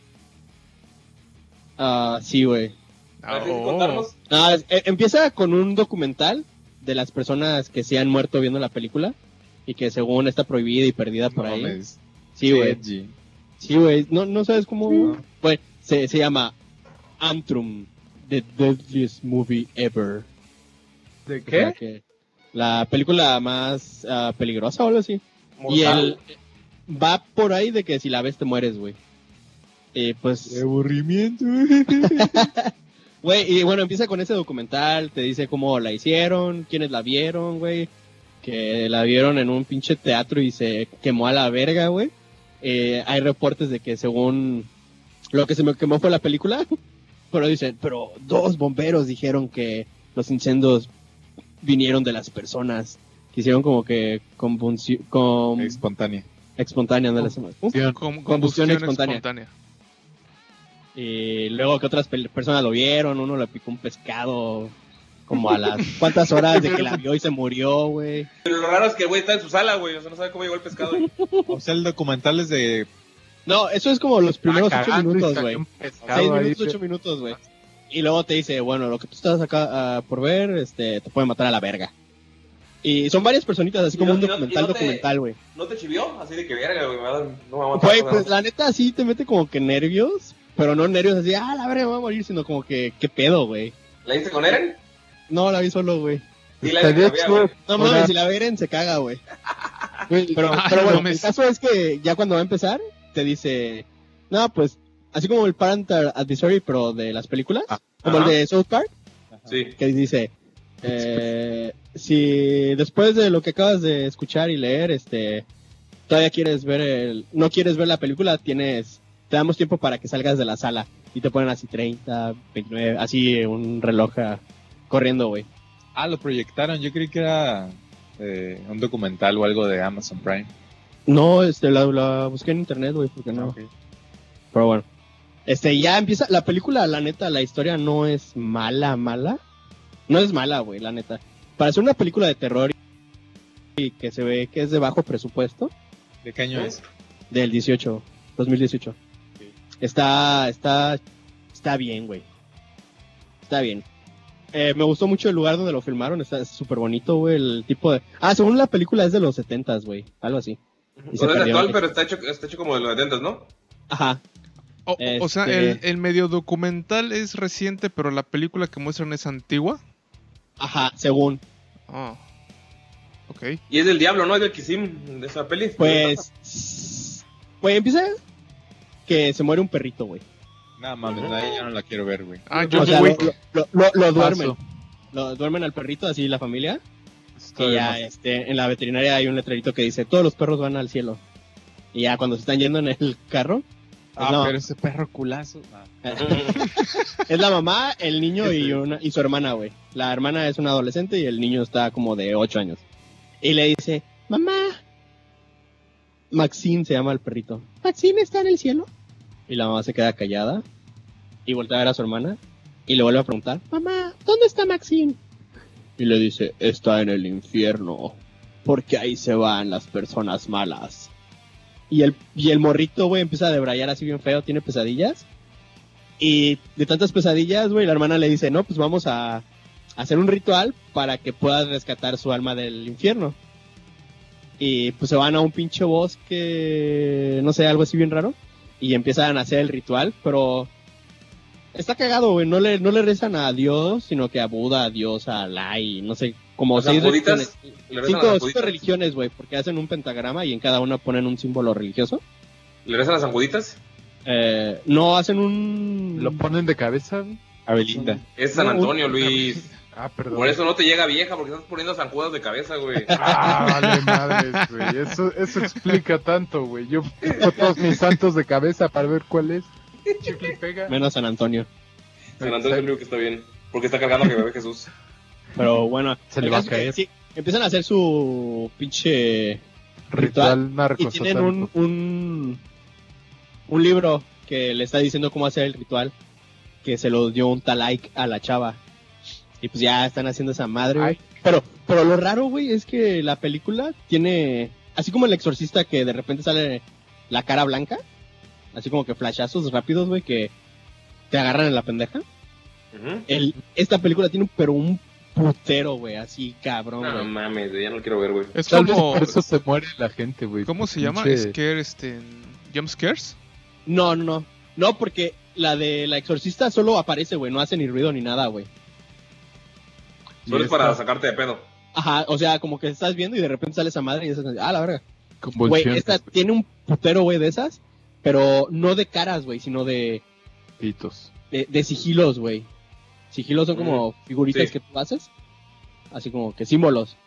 I: Ah, sí, güey.
E: A ver si
H: Ah, oh.
E: contarnos.
I: No, es- eh, empieza con un documental de las personas que se han muerto viendo la película y que según está prohibida y perdida por
G: No
I: ahí.
G: mames,
I: Sí,
G: qué
I: güey.
G: edgy.
I: Sí, güey. No, no sabes cómo. Güey, se, se llama Antrum, the deadliest movie ever.
F: ¿De
I: O sea que la película más ah, peligrosa o algo así. Y
E: Mortal.
I: el, va por ahí de que si la ves te mueres, güey. Eh, pues,
G: aburrimiento.
I: güey, y bueno, empieza con ese documental, te dice cómo la hicieron, quiénes la vieron, güey, que la vieron en un pinche teatro y se quemó a la verga, güey. Eh, hay reportes de que según lo que se me quemó fue la película, pero dicen, pero dos bomberos dijeron que los incendios vinieron de las personas, que hicieron como que convulsi- con
G: Espontánea.
I: espontánea de la semana.
H: Com-
I: Combustión
H: combustión
I: espontánea.
H: espontánea.
I: Y luego que otras pel- personas lo vieron, uno le picó un pescado como a las cuantas horas de que la vio y se murió, güey.
E: Pero lo raro es que el güey está en su sala, güey. O sea, no sabe cómo llegó el pescado. güey.
G: O sea, el documental es de.
I: No, eso es como los primeros
F: Ah,
I: ocho
F: cagando,
I: minutos,
F: está
I: güey.
F: bien
I: Seis
F: pescado ahí,
I: minutos, ocho minutos, güey. Y luego te dice, bueno, lo que tú estás acá ah, por ver, este, te puede matar a la verga. Y son varias personitas, así
E: Y
I: como
E: no-
I: un
E: y no- y
I: documental,
E: no te-
I: documental, güey.
E: ¿No te chivió? Así de que verga, güey. Me va a dar- No me va a matar.
I: Güey,
E: ¿no?
I: pues la neta sí te mete como que nervios, pero no nervios así, ah, la verga, me voy a morir, sino como que, qué pedo, güey.
E: ¿La viste con Eren?
I: No, la vi solo, güey.
E: Sí, la
F: Estaría
E: vi, la vi,
F: chido,
E: güey.
I: No
F: Ahora-
I: mames, si la ve Eren se caga, güey.
F: güey,
I: Pero,
H: Ah,
I: pero
H: no
I: bueno, el
H: mames.
I: caso es que ya cuando va a empezar, te dice, no, pues, así como el Parent Advisory, pero de las películas,
F: Ah,
I: como
E: ajá.
I: el de South Park,
E: Sí.
I: que dice, eh, si después de lo que acabas de escuchar y leer, este, todavía quieres ver el, no quieres ver la película, tienes, te damos tiempo para que salgas de la sala y te ponen así 30, 29, así un reloj ah, corriendo, güey.
G: Ah, lo proyectaron. Yo creí que era eh, un documental o algo de Amazon Prime.
I: No, este, la, la busqué en internet, güey, porque
E: Ah,
I: no. Pero bueno. Este, ya empieza. La película, la neta, la historia no es mala, mala. No es mala, güey, la neta. Para hacer una película de terror y que se ve que es de bajo presupuesto,
G: ¿De qué año
E: ¿Eh?
G: es?
I: del 18, 2018. Está, está, está bien, güey. Está bien. Eh, me gustó mucho el lugar donde lo filmaron, está súper bonito, güey, el tipo de... Ah, según la película es de los 70s, güey, algo así.
E: O
I: Y se
E: sea, es
I: perdió.
E: actual, pero está hecho, está hecho como de los 70, ¿no?
I: Ajá,
H: O, Oh, o- o sea,
I: Este-
H: el, el medio documental es reciente, pero la película que muestran es antigua.
I: ajá, según.
H: Ah. Ok.
E: Y es del diablo, ¿no? Es del Kisim de esa peli.
I: Pues. Güey, empieza que se muere un perrito, güey.
G: Nada mames, ahí ya no la quiero ver, güey.
H: Ah,
I: O
H: yo
I: sea, lo,
H: Wick.
I: lo- lo- lo duermen.
F: Paso.
I: Lo duermen al perrito, así la familia.
F: está
I: Que
F: de
I: ya
F: más.
I: este, en la veterinaria hay un letrerito que dice: Todos los perros van al cielo. Y ya cuando se están yendo en el carro,
G: Ah,
I: no.
G: pero ese perro culazo. Ah.
I: es la mamá, el niño y, una, y su hermana, güey. La hermana es una adolescente y el niño está como de 8 años. Y le dice: Mamá, Maxine se llama el perrito. ¿Maxine está en el cielo? Y la mamá se queda callada y voltea a ver a su hermana y le vuelve a preguntar, mamá, ¿dónde está Maxine? Y le dice, está en el infierno, porque ahí se van las personas malas. Y el, y el morrito, güey, empieza a debrayar así bien feo, tiene pesadillas. Y de tantas pesadillas, güey, la hermana le dice, no, pues vamos a hacer un ritual para que puedas rescatar su alma del infierno. Y pues se van a un pinche bosque, no sé, algo así bien raro. Y empiezan a hacer el ritual, pero está cagado, güey. No le, no le rezan a Dios, sino que a Buda, a Dios, a Alá y no sé, como
E: Los
I: seis religiones.
E: budistas le rezan a
I: Cinco,
E: las
I: cinco
E: budistas.
I: religiones, güey, porque hacen un pentagrama y en cada una ponen un símbolo religioso.
E: ¿Le rezan a las anguditas?
I: Eh, no hacen un...
F: ¿Lo ponen de cabeza? güey?
G: A Belinda.
E: Es San
I: No,
E: Antonio, Luis.
F: Ah, perdón.
E: Por eso no te llega vieja, porque estás poniendo zancudas de cabeza, güey.
F: Ah, vale madres, güey. Eso, eso explica tanto, güey. Yo pongo todos mis santos de cabeza para ver cuál es. Chicle y pega.
I: Menos San Antonio.
E: San Antonio es el único que está bien. Porque está cargando a que bebé Jesús.
I: Pero bueno,
F: Se le
I: el
F: va a
I: caso es que
F: caer.
I: sí, empiezan a hacer su pinche...
F: Ritual
I: Y
F: narco
I: tienen un, un... Un libro que le está diciendo cómo hacer el ritual. Que se lo dio un talaik a la chava. Y pues ya están haciendo esa madre, güey.
F: Ay.
I: Pero, pero lo raro, güey, es que la película tiene... Así como el exorcista que de repente sale la cara blanca. Así como que flashazos rápidos, güey, que te agarran en la pendeja.
E: Ujú.
I: El, esta película tiene un- pero un putero, güey, así cabrón,
E: No
I: güey.
E: mames, güey, ya no quiero ver, güey.
H: Es
F: Tal vez
H: como.
F: por eso se muere la gente, güey.
H: ¿Cómo se llama?
F: Pinche-
H: Scare, este. Jump Scares.
I: No, no, no. No, porque la de la exorcista solo aparece, güey, no hace ni ruido ni nada, güey.
E: Solo
F: y
E: es para
F: esta-
E: sacarte de pedo.
I: Ajá, o sea, como que estás viendo y de repente sale esa madre y dices, ah, la verga. Güey,
F: Convulsiones,
I: esta
F: güey,
I: tiene un putero, güey, de esas, pero no de caras, güey, sino de,
F: pitos.
I: de, de sigilos, güey. Sigilos son como figuritas
E: sí.
I: que tú haces, así como que símbolos.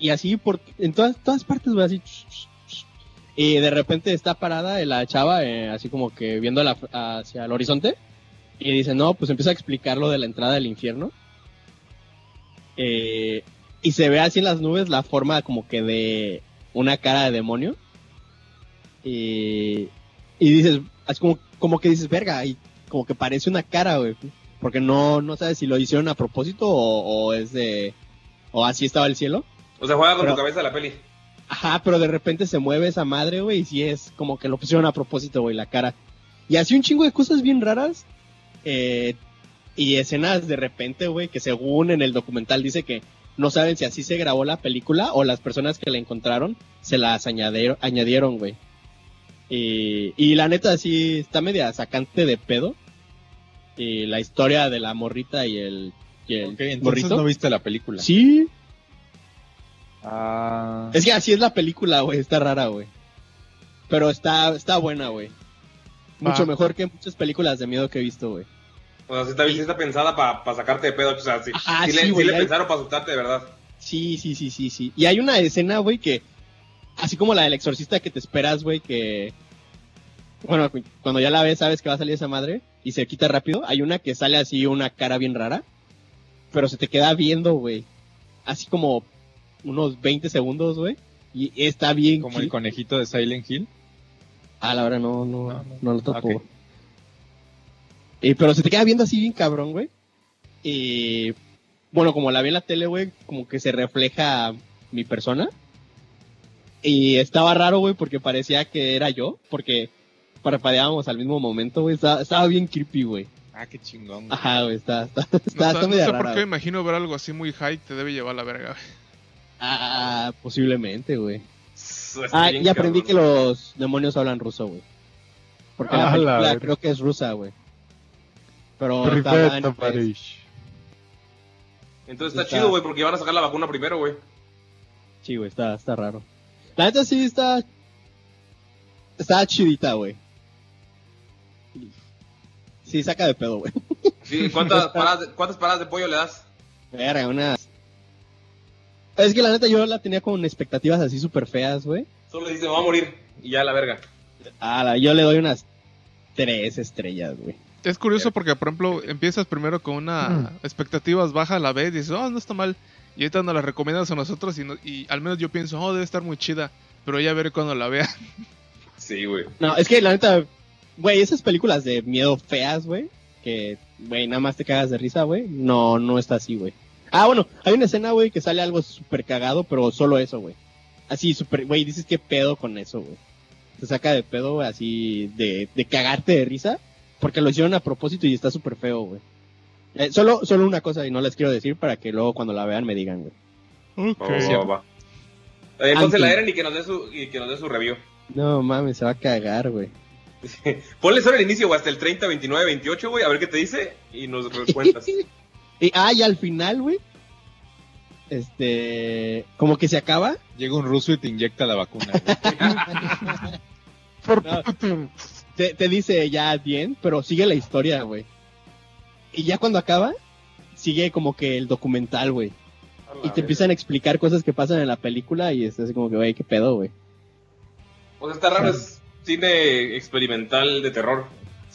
I: Y así por, en todas, todas partes, güey, así. ch, ch, ch. Y de repente está parada la chava, eh, así como que viendo a la fr- hacia el horizonte. Y dice, no, pues empieza a explicar lo de la entrada del infierno. Eh, y se ve así en las nubes la forma como que de una cara de demonio. Y, y dices, es como, como que dices, verga, y como que parece una cara, güey. Porque no, no sabes si lo hicieron a propósito o, o es de... o así estaba el cielo.
E: O sea, juega con
I: Pero-
E: tu cabeza la peli.
I: Ajá, pero de repente se mueve esa madre, güey, y sí es como que lo pusieron a propósito, güey, la cara. Y así un chingo de cosas bien raras. eh, y escenas de repente, güey, que según en el documental dice que no saben si así se grabó la película o las personas que la encontraron se las añadero- añadieron, güey. Y, y la neta sí está media sacante de pedo. Y la historia de la morrita y el, y el
G: Ok, entonces
I: morrito.
G: no viste la película.
I: sí,
G: Ah,
I: Es que así es la película, güey. Está rara, güey. Pero está, está buena, güey. Mucho
G: Ah.
H: Va.
I: mejor que muchas películas de miedo que he visto, güey.
E: O sea, sí está, sí está pensada para sacarte de pedo. O sea, sí,
I: Ajá,
E: sí
I: Ah, sí,
E: le, sí
I: güey,
E: le
I: hay-
E: pensaron para asustarte de verdad.
I: Sí, sí, sí, sí, sí. Y hay una escena, güey, que... Así como la del exorcista que te esperas, güey, que... Bueno, cu- cuando ya la ves, sabes que va a salir esa madre y se quita rápido. Hay una que sale así, una cara bien rara, pero se te queda viendo, güey. Así como unos 20 segundos, güey. Y está bien
G: como el
I: cli-
G: conejito de Silent Hill.
I: Ah, la verdad, no, no,
G: No,
I: no,
G: no.
I: lo topo.
G: Ok.
I: Eh, pero se te queda viendo así bien cabrón, güey. Y bueno, como la vi en la tele, güey, como que se refleja mi persona. Y estaba raro, güey, porque parecía que era yo, porque parpadeábamos al mismo momento, güey. Estaba, estaba bien creepy, güey.
G: Ah, qué chingón. güey.
I: Ajá, güey, está, está,
H: No,
I: está,
H: sé-
I: está
H: no
I: media
H: sé por
I: rara,
H: qué me
I: güey.
H: imagino ver algo así muy high te debe llevar la verga. güey.
I: Ah, posiblemente, güey.
E: Está
I: Ah,
E: bien
I: y aprendí que
E: cabrón.
I: los demonios hablan ruso, güey. Porque
F: Ah,
I: la
F: la
I: película
F: verga.
I: creo que es rusa, güey. Pero estaba en
F: Perfecto,
I: inglés.
F: Parish.
E: Entonces está
I: Está-
E: chido, güey, porque van a sacar la vacuna primero, güey.
I: Sí, güey, está, está raro. La neta sí está. Está chidita, güey. Sí, saca de pedo, güey.
E: Sí, ¿cuántas, paradas de, ¿Cuántas paradas de pollo le das?
I: Verga, unas. Es que la neta yo la tenía con expectativas así súper feas, güey.
E: Solo le dice, me va a morir. Y ya la verga.
I: Ah, la- yo le doy unas tres estrellas, güey.
H: Es curioso porque, por ejemplo, empiezas primero con una expectativas baja, la ves y dices, oh, no está mal. Y ahorita nos la recomiendas a nosotros y, no- y al menos yo pienso, oh, debe estar muy chida. Pero ya veré cuando la vea.
E: Sí, güey.
I: No, es que la neta, güey, esas películas de miedo feas, güey, que, güey, nada más te cagas de risa, güey, no, no está así, güey. Ah, bueno, hay una escena, güey, que sale algo súper cagado, pero solo eso, güey. Así, súper, güey, dices qué pedo con eso, güey. Te saca de pedo, güey, así, de, de cagarte de risa, porque lo hicieron a propósito y está súper feo, güey. Eh, solo, solo una cosa y no les quiero decir para que luego cuando la vean me digan, güey.
E: Va, va, va, va. Eh, Entonces la
I: Anti.
E: Eren y que nos dé su, y que nos dé su review.
I: No mames, se va a cagar, güey.
E: Ponle solo el inicio, güey, hasta el 30, 29, 28, güey, a ver qué te dice y nos cuentas.
I: Y, ah, y al final, güey. Este. Como que se acaba.
G: Llega un ruso y te inyecta la vacuna. güey.
I: Te, te dice ya bien, pero sigue la historia, güey. Y ya cuando acaba, sigue como que el documental, güey. Y te empiezan a explicar cosas que pasan en la película y es así como que, güey, qué pedo, güey.
E: O sea, está raro, es cine experimental de terror.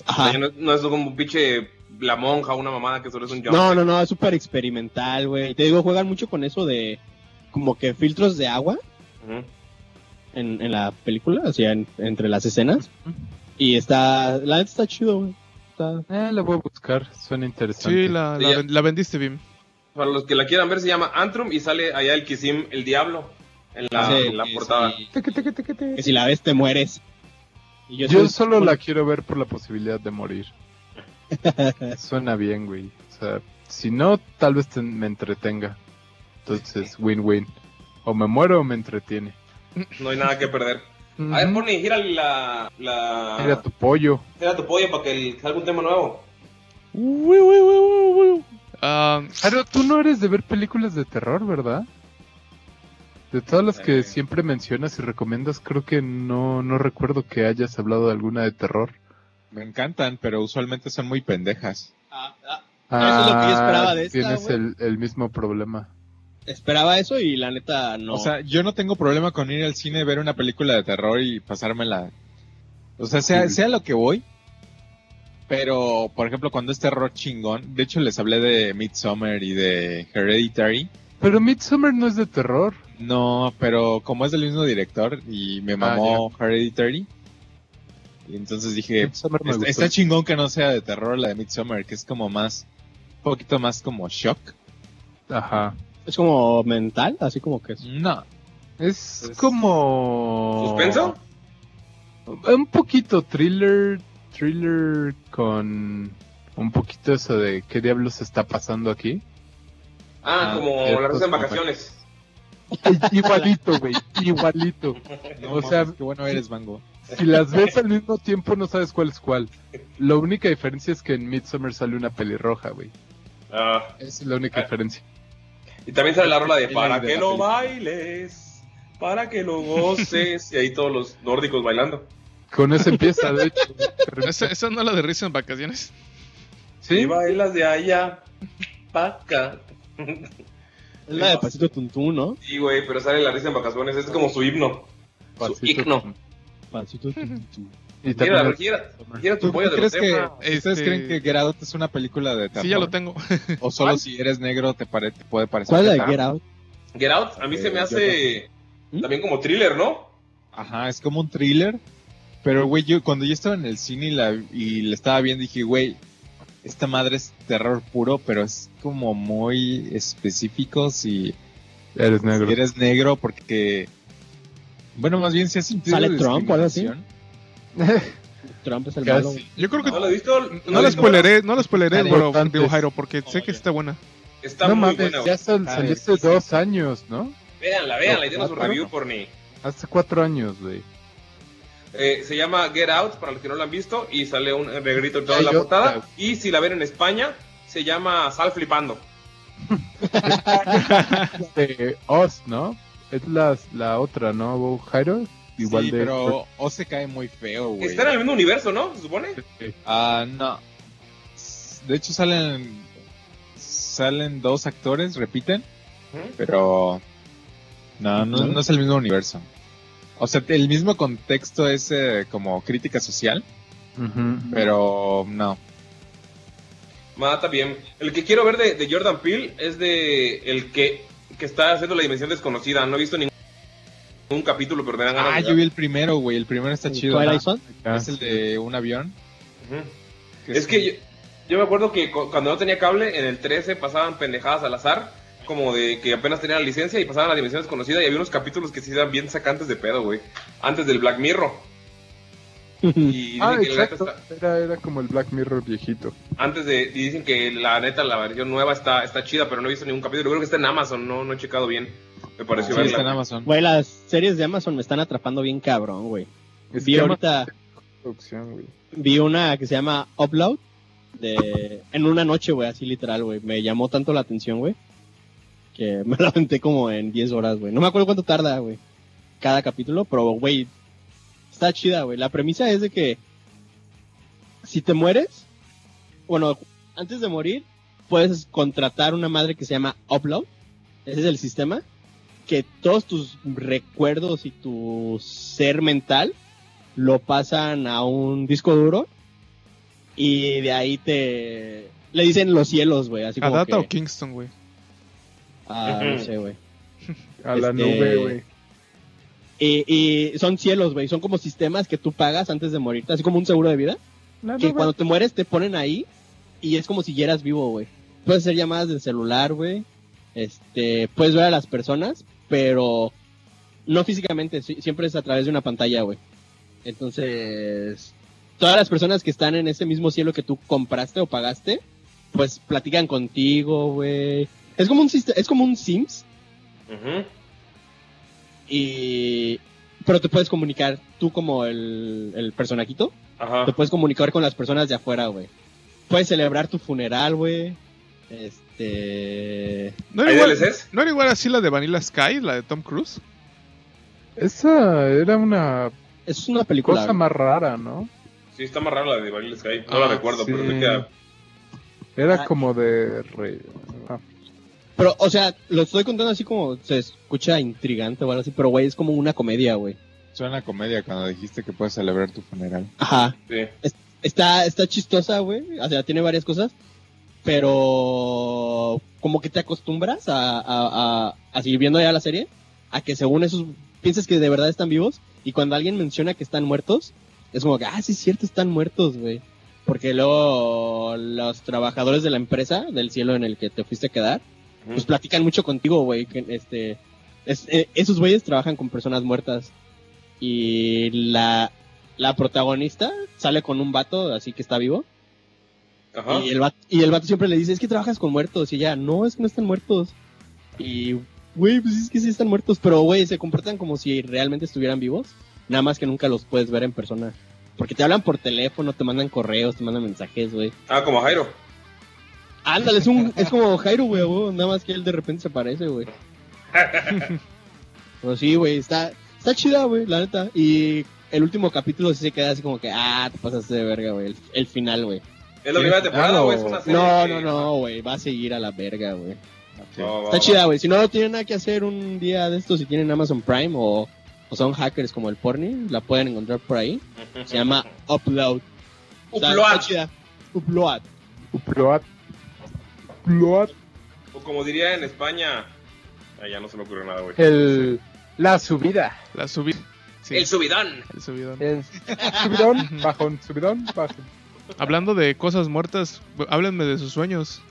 E: O sea,
I: Ajá.
E: no, no es como un pinche la monja, una mamada que solo es un jump.
I: No, no, no, es súper experimental, güey. Te digo, juegan mucho con eso de. Como que filtros de agua.
E: Ujú.
I: en, en la película, o sea, en- entre las escenas. Y está, la neta está chido, güey. Está-
F: Eh, la voy a buscar, suena interesante.
H: Sí, la,
E: Sí,
H: la
E: ya.
H: ven- la vendiste, Bim.
E: Para los que la quieran ver, se llama Antrum y sale allá el Kisim, el diablo, en la,
I: Sí,
E: en la
I: que
E: portada.
I: si- que si la ves te mueres. Y
F: Yo
I: soy-
F: solo la quiero ver por la posibilidad de morir. Suena bien, güey. O sea, si no, tal vez te- me entretenga. Entonces, win-win. O me muero o me entretiene.
E: No hay nada que perder. A ver, Pony, gira la. la...
F: Mira tu pollo.
E: gira tu pollo para que el- salga un tema nuevo.
H: Ah,
F: Pero tú no eres de ver películas de terror, ¿verdad? De todas las que
G: Eh.
F: siempre mencionas y recomiendas, creo que no, no recuerdo que hayas hablado de alguna de terror.
G: Me encantan, pero usualmente son muy pendejas.
I: Ah, ah, Eso es lo que yo esperaba de esta,
F: Ah, Tienes
I: güey.
F: el, el mismo problema.
I: esperaba eso y la neta no.
G: O sea, yo no tengo problema con ir al cine, ver una película de terror y pasármela. O sea, sea, sea lo que voy. Pero, por ejemplo, cuando es terror chingón, de hecho les hablé de Midsommar y de Hereditary.
F: Pero Midsommar no es de terror.
G: No, pero como es del mismo director y me mamó Hereditary. Y entonces
I: Eh,
G: dije,
F: Midsommar me
G: Está,
F: gustó.
G: está chingón que no sea de terror la de Midsommar, que es como más, un poquito más como shock.
F: Ajá.
I: es como mental, así como que es.
G: No,
F: Es
E: Es-
F: como...
E: ¿Suspenso?
F: Un poquito thriller, thriller con un poquito eso de qué diablos está pasando aquí.
E: Ah,
F: Ah,
E: como
F: cierto,
E: la rosa en
F: sí,
E: vacaciones.
F: Igualito, güey, igualito.
G: no,
F: O
G: o
F: sea-
G: sea, qué bueno eres, Mango.
F: Si las ves al mismo tiempo no sabes cuál es cuál. La única diferencia es que en Midsommar sale una pelirroja, güey.
E: Ah,
F: Esa es la única
E: Ah.
F: diferencia.
E: y también sale la rola de
G: El
E: Para
G: de
E: que
G: la
E: lo
G: película.
E: bailes, para que lo goces. y ahí todos los nórdicos bailando.
F: Con eso empieza, de hecho.
H: ¿Esa, esa no es la de risa en vacaciones?
E: Y
F: Sí,
E: bailas de allá, para acá.
I: Es la de Pasito Tuntún, ¿no?
E: Sí, güey, pero sale la risa en vacaciones. Es como su himno. Su
F: pasito.
E: himno.
I: Pasito Tuntún.
F: Y también
E: Gira,
F: es-
E: gira, gira tu
G: ¿Tú
E: polla de los
G: crees que,
E: temas.
G: ¿Ustedes
H: Este-
G: creen que Get Out es una película de terror?
H: Sí, ya lo tengo.
G: O solo si eres negro te, pare- te puede parecer.
I: ¿Cuál es la
G: terror?
I: de Get Out?
E: Get Out, a mí se me
G: Eh,
E: hace
I: ¿Mm?
E: también como thriller, ¿no?
G: Ajá, es como un thriller. Pero, güey, yo cuando yo estaba en el cine y la, y la estaba viendo, dije, güey, esta madre es terror puro, pero es como muy específico si
F: Eres negro.
G: Si eres negro porque... Bueno, más bien si has sentido
I: ¿Sale Trump o algo así?
G: discriminación.
I: Trump es el
F: Casi.
I: malo.
H: Yo creo que
E: ¿No lo has visto?
H: No la
E: lo
H: spoileré, no la spoileré,
F: Dale,
H: bro,
F: antes.
H: digo, Jairo, porque sé
I: Oh,
H: que
I: ya.
H: está buena.
E: Está
F: No
E: muy
F: mames,
E: buena.
F: ya
E: güey.
F: sal-
G: Ah,
F: salió
G: es-
F: hace dos años, ¿no?
E: Véanla, véanla y
F: No,
E: denos su
F: claro.
E: review por mí.
F: Hace cuatro años, güey.
E: Eh, se llama Get Out, para los que no la han visto, y sale un negrito en toda
F: Hay
E: la
F: otra.
E: portada. Y si la ven en España, se llama Sal Flipando.
F: de Oz, ¿no? Es la, la otra, ¿no, Jairo? Igual
G: sí,
F: de...
G: pero O se cae muy feo, güey.
E: Está en el mismo universo, ¿no? ¿Se supone?
G: Ah, no. De hecho salen... Salen dos actores, repiten,
E: Ujú.
G: pero... No, no, no es el mismo universo. O sea, el mismo contexto es eh, como crítica social,
F: Ujú.
G: pero no.
E: Mata bien. El que quiero ver de, de Jordan Peele es de el que, que está haciendo la dimensión desconocida. No he visto ningún, ningún capítulo, pero me dan ganas
G: Ah,
E: de
G: yo vi el primero, güey. El primero está chido.
I: ¿Twilight
G: ¿no?
I: Zone?
F: Ah,
G: Es el de un avión.
E: Ujú. Es que yo, yo me acuerdo que cu- cuando no tenía cable, en el 13 pasaban pendejadas al azar, como de que apenas tenían la licencia y pasaban a la dimensión desconocida y había unos capítulos que sí eran bien sacantes de pedo, güey. Antes del Black Mirror.
G: Mm.
E: Y dicen
F: Ah,
E: que el gato
F: exacto.
E: está-
F: Era, era como el Black Mirror viejito.
E: antes de, y dicen que la neta, la versión nueva está, está chida, pero no he visto ningún capítulo. Creo que está en Amazon, no, no he checado bien. Me pareció
G: Ah, Sí,
E: verla.
G: está en Amazon.
I: Güey, las series de Amazon me están atrapando bien cabrón, güey.
F: Es
I: Vi
F: que
I: ahorita,
F: producción, güey.
I: vi una que se llama Upload. De, en una noche, güey, así literal, güey. Me llamó tanto la atención, güey. Que me la aventé como en 10 horas, güey. No me acuerdo cuánto tarda, güey. Cada capítulo, pero, güey. Está chida, güey. La premisa es de que si te mueres, bueno, antes de morir, puedes contratar una madre que se llama Upload. Ese es el sistema. Que todos tus recuerdos y tu ser mental lo pasan a un disco duro. Y de ahí te. Le dicen los cielos, güey. Así
H: ¿A
I: como.
H: Data
I: que-
H: o Kingston, güey?
I: Ah, no sé, güey.
F: A la
I: Este-
F: nube, güey.
I: Y, y son cielos, güey. Son como sistemas que tú pagas antes de morirte. Así como un seguro de vida. que cuando te mueres te ponen ahí y es como si ya eras vivo, güey. Puedes hacer llamadas del celular, güey. Este, puedes ver a las personas, pero no físicamente, si- siempre es a través de una pantalla, güey. Entonces, todas las personas que están en ese mismo cielo que tú compraste o pagaste, pues platican contigo, güey. Es como un sist- es como un Sims
E: Ujú.
I: y pero te puedes comunicar tú como el, el personajito
E: Ajá.
I: te puedes comunicar con las personas de afuera, güey. Puedes celebrar tu funeral, güey. Este.
H: ¿No era,
E: ¿Hay
H: igual,
E: DLCs?
H: ¿No era igual así la de Vanilla Sky, la de Tom Cruise?
F: Esa era una
I: Es una película.
F: cosa más rara, ¿no?
E: Sí, está más raro la de Vanilla Sky. No
H: Ah,
E: la recuerdo,
F: sí.
E: pero me queda.
F: Era
I: Ah.
F: como de... re- ah,
I: Pero, o sea, lo estoy contando así como se escucha intrigante o algo así, pero güey, es como una comedia, güey.
G: Suena a comedia cuando dijiste que puedes celebrar tu funeral.
I: Ajá.
E: Sí.
I: Está, está chistosa, güey. O sea, tiene varias cosas. Pero como que te acostumbras a, a, a, a seguir viendo ya la serie. A que según esos piensas que de verdad están vivos. Y cuando alguien menciona que están muertos, es como que, ah, sí es cierto, están muertos, güey. Porque luego los trabajadores de la empresa, del cielo en el que te fuiste a quedar,
E: Ujú.
I: pues platican mucho contigo, güey. que, Este, es- eh, esos güeyes trabajan con personas muertas. Y la, la protagonista sale con un vato, así que está vivo.
E: Ajá.
I: Y, el vato, y el vato siempre le dice, es que trabajas con muertos. Y ella, no, es que no están muertos. Y, güey, pues es que sí están muertos. Pero, güey, se comportan como si realmente estuvieran vivos. Nada más que nunca los puedes ver en persona. Porque te hablan por teléfono, te mandan correos, te mandan mensajes, güey.
E: Ah, como Jairo.
I: Ándale, es, un, es como Jairo, güey, a huevo, nada más que él de repente se aparece, güey. Pero sí, güey, está, está chida, güey, la neta. Y el último capítulo sí se queda así como que, ah, te pasaste de verga, güey. El, el final, güey.
E: ¿Es la primera temporada
G: Claro.
E: o es una serie?
I: Ah, No,
E: que-
I: no, no, güey, va a seguir a la verga, güey.
E: No, va,
I: Está
E: va.
I: chida, güey. Si no tienen nada que hacer un día de estos, si tienen Amazon Prime o, o son hackers como el Porni, la pueden encontrar por ahí. Se llama Upload. Está- está
E: Upload.
I: chida. Upload.
F: Upload. Upload.
E: O como diría en España. Ah, ya no se me ocurre nada, güey.
F: El... La subida.
H: La subida. Sí,
E: El subidón.
H: el subidón.
F: El subidón, bajón, subidón, bajón.
H: Hablando de cosas muertas, háblenme de sus sueños.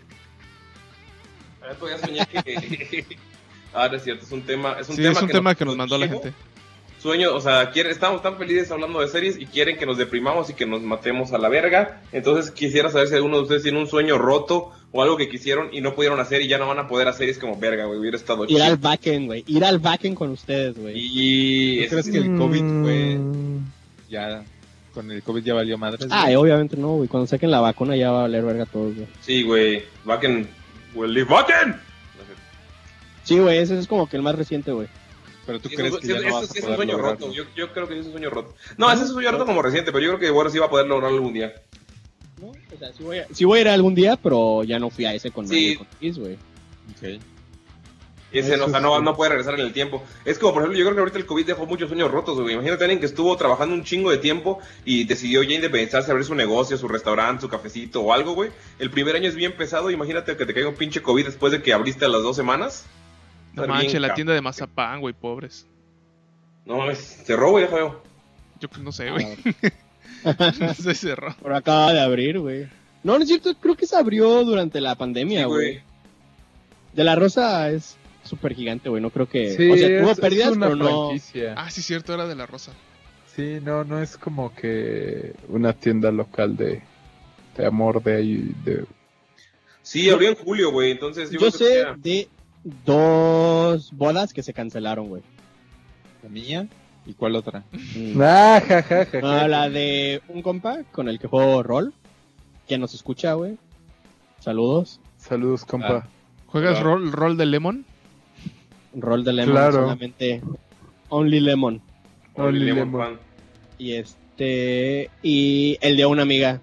E: A ver, pues ya soñé que. Ah, no es cierto, es un tema. Es un
H: sí,
E: tema
H: es un
E: que
H: tema que nos mandó la
E: llegó.
H: gente.
E: Sueño, o sea, quieren, estamos tan felices hablando de series y quieren que nos deprimamos y que nos matemos a la verga. Entonces quisiera saber si alguno de ustedes tiene un sueño roto o algo que quisieron y no pudieron hacer y ya no van a poder hacer y es como verga, güey, hubiera estado
I: Ir al
E: chido.
I: backend, güey. Ir al backend con ustedes, güey.
E: Y...
G: ¿Tú crees que el COVID fue ya... Con el COVID ya valió madres?
I: Mm. Ah,
G: güey?
I: obviamente no, güey. Cuando saquen la vacuna ya va a valer verga todos, güey.
E: Sí, güey. Backen. Well, leave Backen.
I: Sí, güey, ese es como que el más reciente, güey.
G: Pero tú
E: Sí,
G: crees
E: eso-
G: que ya
E: eso-
G: no
E: eso
G: vas
E: sí
G: a
E: es un
G: poder
E: sueño
G: lograrlo?
E: roto. Yo, yo creo que ese es un sueño roto. No, ese es un sueño roto como reciente, pero yo creo que bueno sí va a poder lograrlo algún día.
I: ¿No? O sea, sí voy, a, sí voy a ir algún día, pero ya no fui a ese con
E: Sí.
I: nadie, con Kiss, güey.
G: Ok.
E: Ese, no, o
F: Eso
E: sea, no,
F: sí.
E: no puede regresar en el tiempo. Es como, por ejemplo, yo creo que ahorita el COVID dejó muchos sueños rotos, güey. Imagínate a alguien que estuvo trabajando un chingo de tiempo y decidió ya independizarse, abrir su negocio, su restaurante, su cafecito o algo, güey. El primer año es bien pesado, imagínate que te caiga un pinche COVID después de que abriste a las dos semanas.
H: No
E: Estar
H: manches,
E: bien
H: la
E: cabrón.
H: tienda de mazapán, güey, pobres.
E: No mames, cerró, güey, ya veo.
H: Yo pues, no
I: Eh,
H: sé, güey. no sé, cerró.
I: Pero Ah, acaba de abrir, güey. No, no es cierto, creo que se abrió durante la pandemia,
E: Sí,
I: güey.
E: güey.
I: de la Rosa es súper gigante, güey. No creo que.
F: Sí,
I: Eh, o sea, tuvo
F: es- es
I: pérdidas,
F: una
I: pero no.
F: franquicia.
H: Ah, sí, cierto, era de la rosa.
F: Sí, no, no es como que una tienda local de, de amor de ahí. De...
E: Sí, abrió en julio, güey. Entonces, yo,
I: Yo,
E: creo que
I: sé
E: sea-
I: de dos bodas que se cancelaron, güey.
G: ¿La mía? ¿Y cuál otra?
I: Mm.
F: Ah, ja, ja, ja,
I: No,
F: ja.
I: la de un compa con el que juego rol. Que nos escucha, güey. Saludos.
F: Saludos, compa.
I: Ah.
H: ¿Juegas
G: Claro.
H: rol, rol de Lemon?
I: Rol de Lemon
F: Claro.
I: solamente. Only Lemon.
E: Only
F: Only
E: Lemon
F: Lemon.
E: Pan.
I: Y este. Y el de una amiga.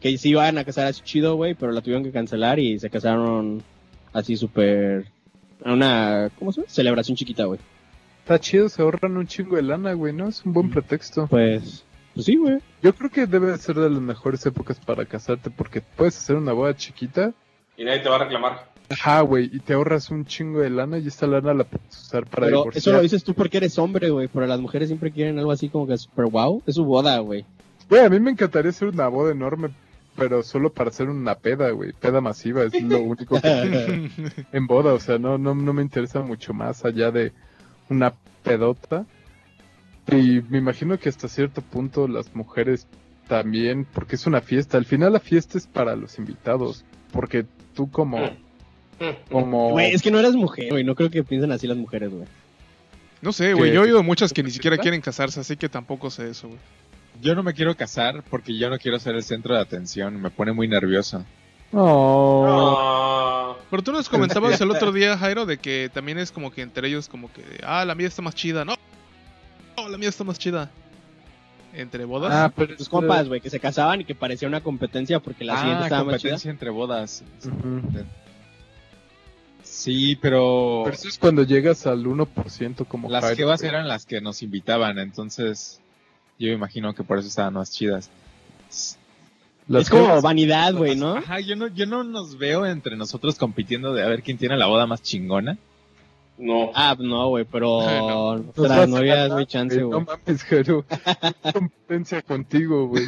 I: Que sí iban a casar así chido, güey. Pero la tuvieron que cancelar y se casaron así súper. A una. ¿Cómo se llama? Celebración chiquita, güey.
F: Está chido, se ahorran un chingo de lana, güey, ¿no? Es un
I: Mm.
F: buen pretexto.
I: Pues. Pues sí, güey.
F: Yo creo que debe ser de las mejores épocas para casarte porque puedes hacer una boda chiquita.
E: Y nadie te va a reclamar.
F: Ajá, güey, y te ahorras un chingo de lana y esta lana la puedes usar para
I: Pero
F: divorciar.
I: eso lo dices tú porque eres hombre, güey. Pero las mujeres siempre quieren algo así como que super wow. Es su boda, güey.
F: Güey, a mí me encantaría hacer una boda enorme, pero solo para hacer una peda, güey. Peda masiva es lo único que en boda, o sea, no, no, no me interesa mucho más allá de una pedota. Y me imagino que hasta cierto punto las mujeres también, porque es una fiesta. Al final la fiesta es para los invitados, porque tú como... como
I: Güey, es que no eres mujer, güey. No creo que piensen así las mujeres, güey.
H: No sé, güey.
F: ¿Qué?
H: Yo he oído muchas que ni siquiera quieren casarse, así que tampoco sé eso, güey.
G: Yo no me quiero casar porque yo no quiero ser el centro de atención. Me pone muy nervioso.
F: Oh,
E: Ah.
H: tú nos comentabas el otro día, Jairo, de que también es como que entre ellos como que, ah, la mía está más chida, no. No, la mía está más chida. Entre bodas.
F: Ah, pero
I: Sus Pues, compas, güey, que se casaban y que parecía una competencia porque la siguiente
G: ah,
I: estaba más chida.
G: competencia entre bodas.
F: Ujú.
G: Sí, pero,
F: Pero eso es cuando llegas al 1% como
G: las
F: Jairo,
G: jevas
F: güey.
G: eran las que nos invitaban, entonces yo imagino que por eso estaban más chidas.
F: Las
I: es como
F: jevas-
I: vanidad, güey, ¿no?
G: Ajá, yo no, yo no nos veo entre nosotros compitiendo de a ver quién tiene la boda más chingona.
E: No.
I: Ah, no, güey, pero
H: No,
F: Nos
I: tras
F: vas a
I: novias,
F: ganar,
I: güey, chance,
F: güey, No
I: güey.
F: mames, Jairo. competencia contigo, güey.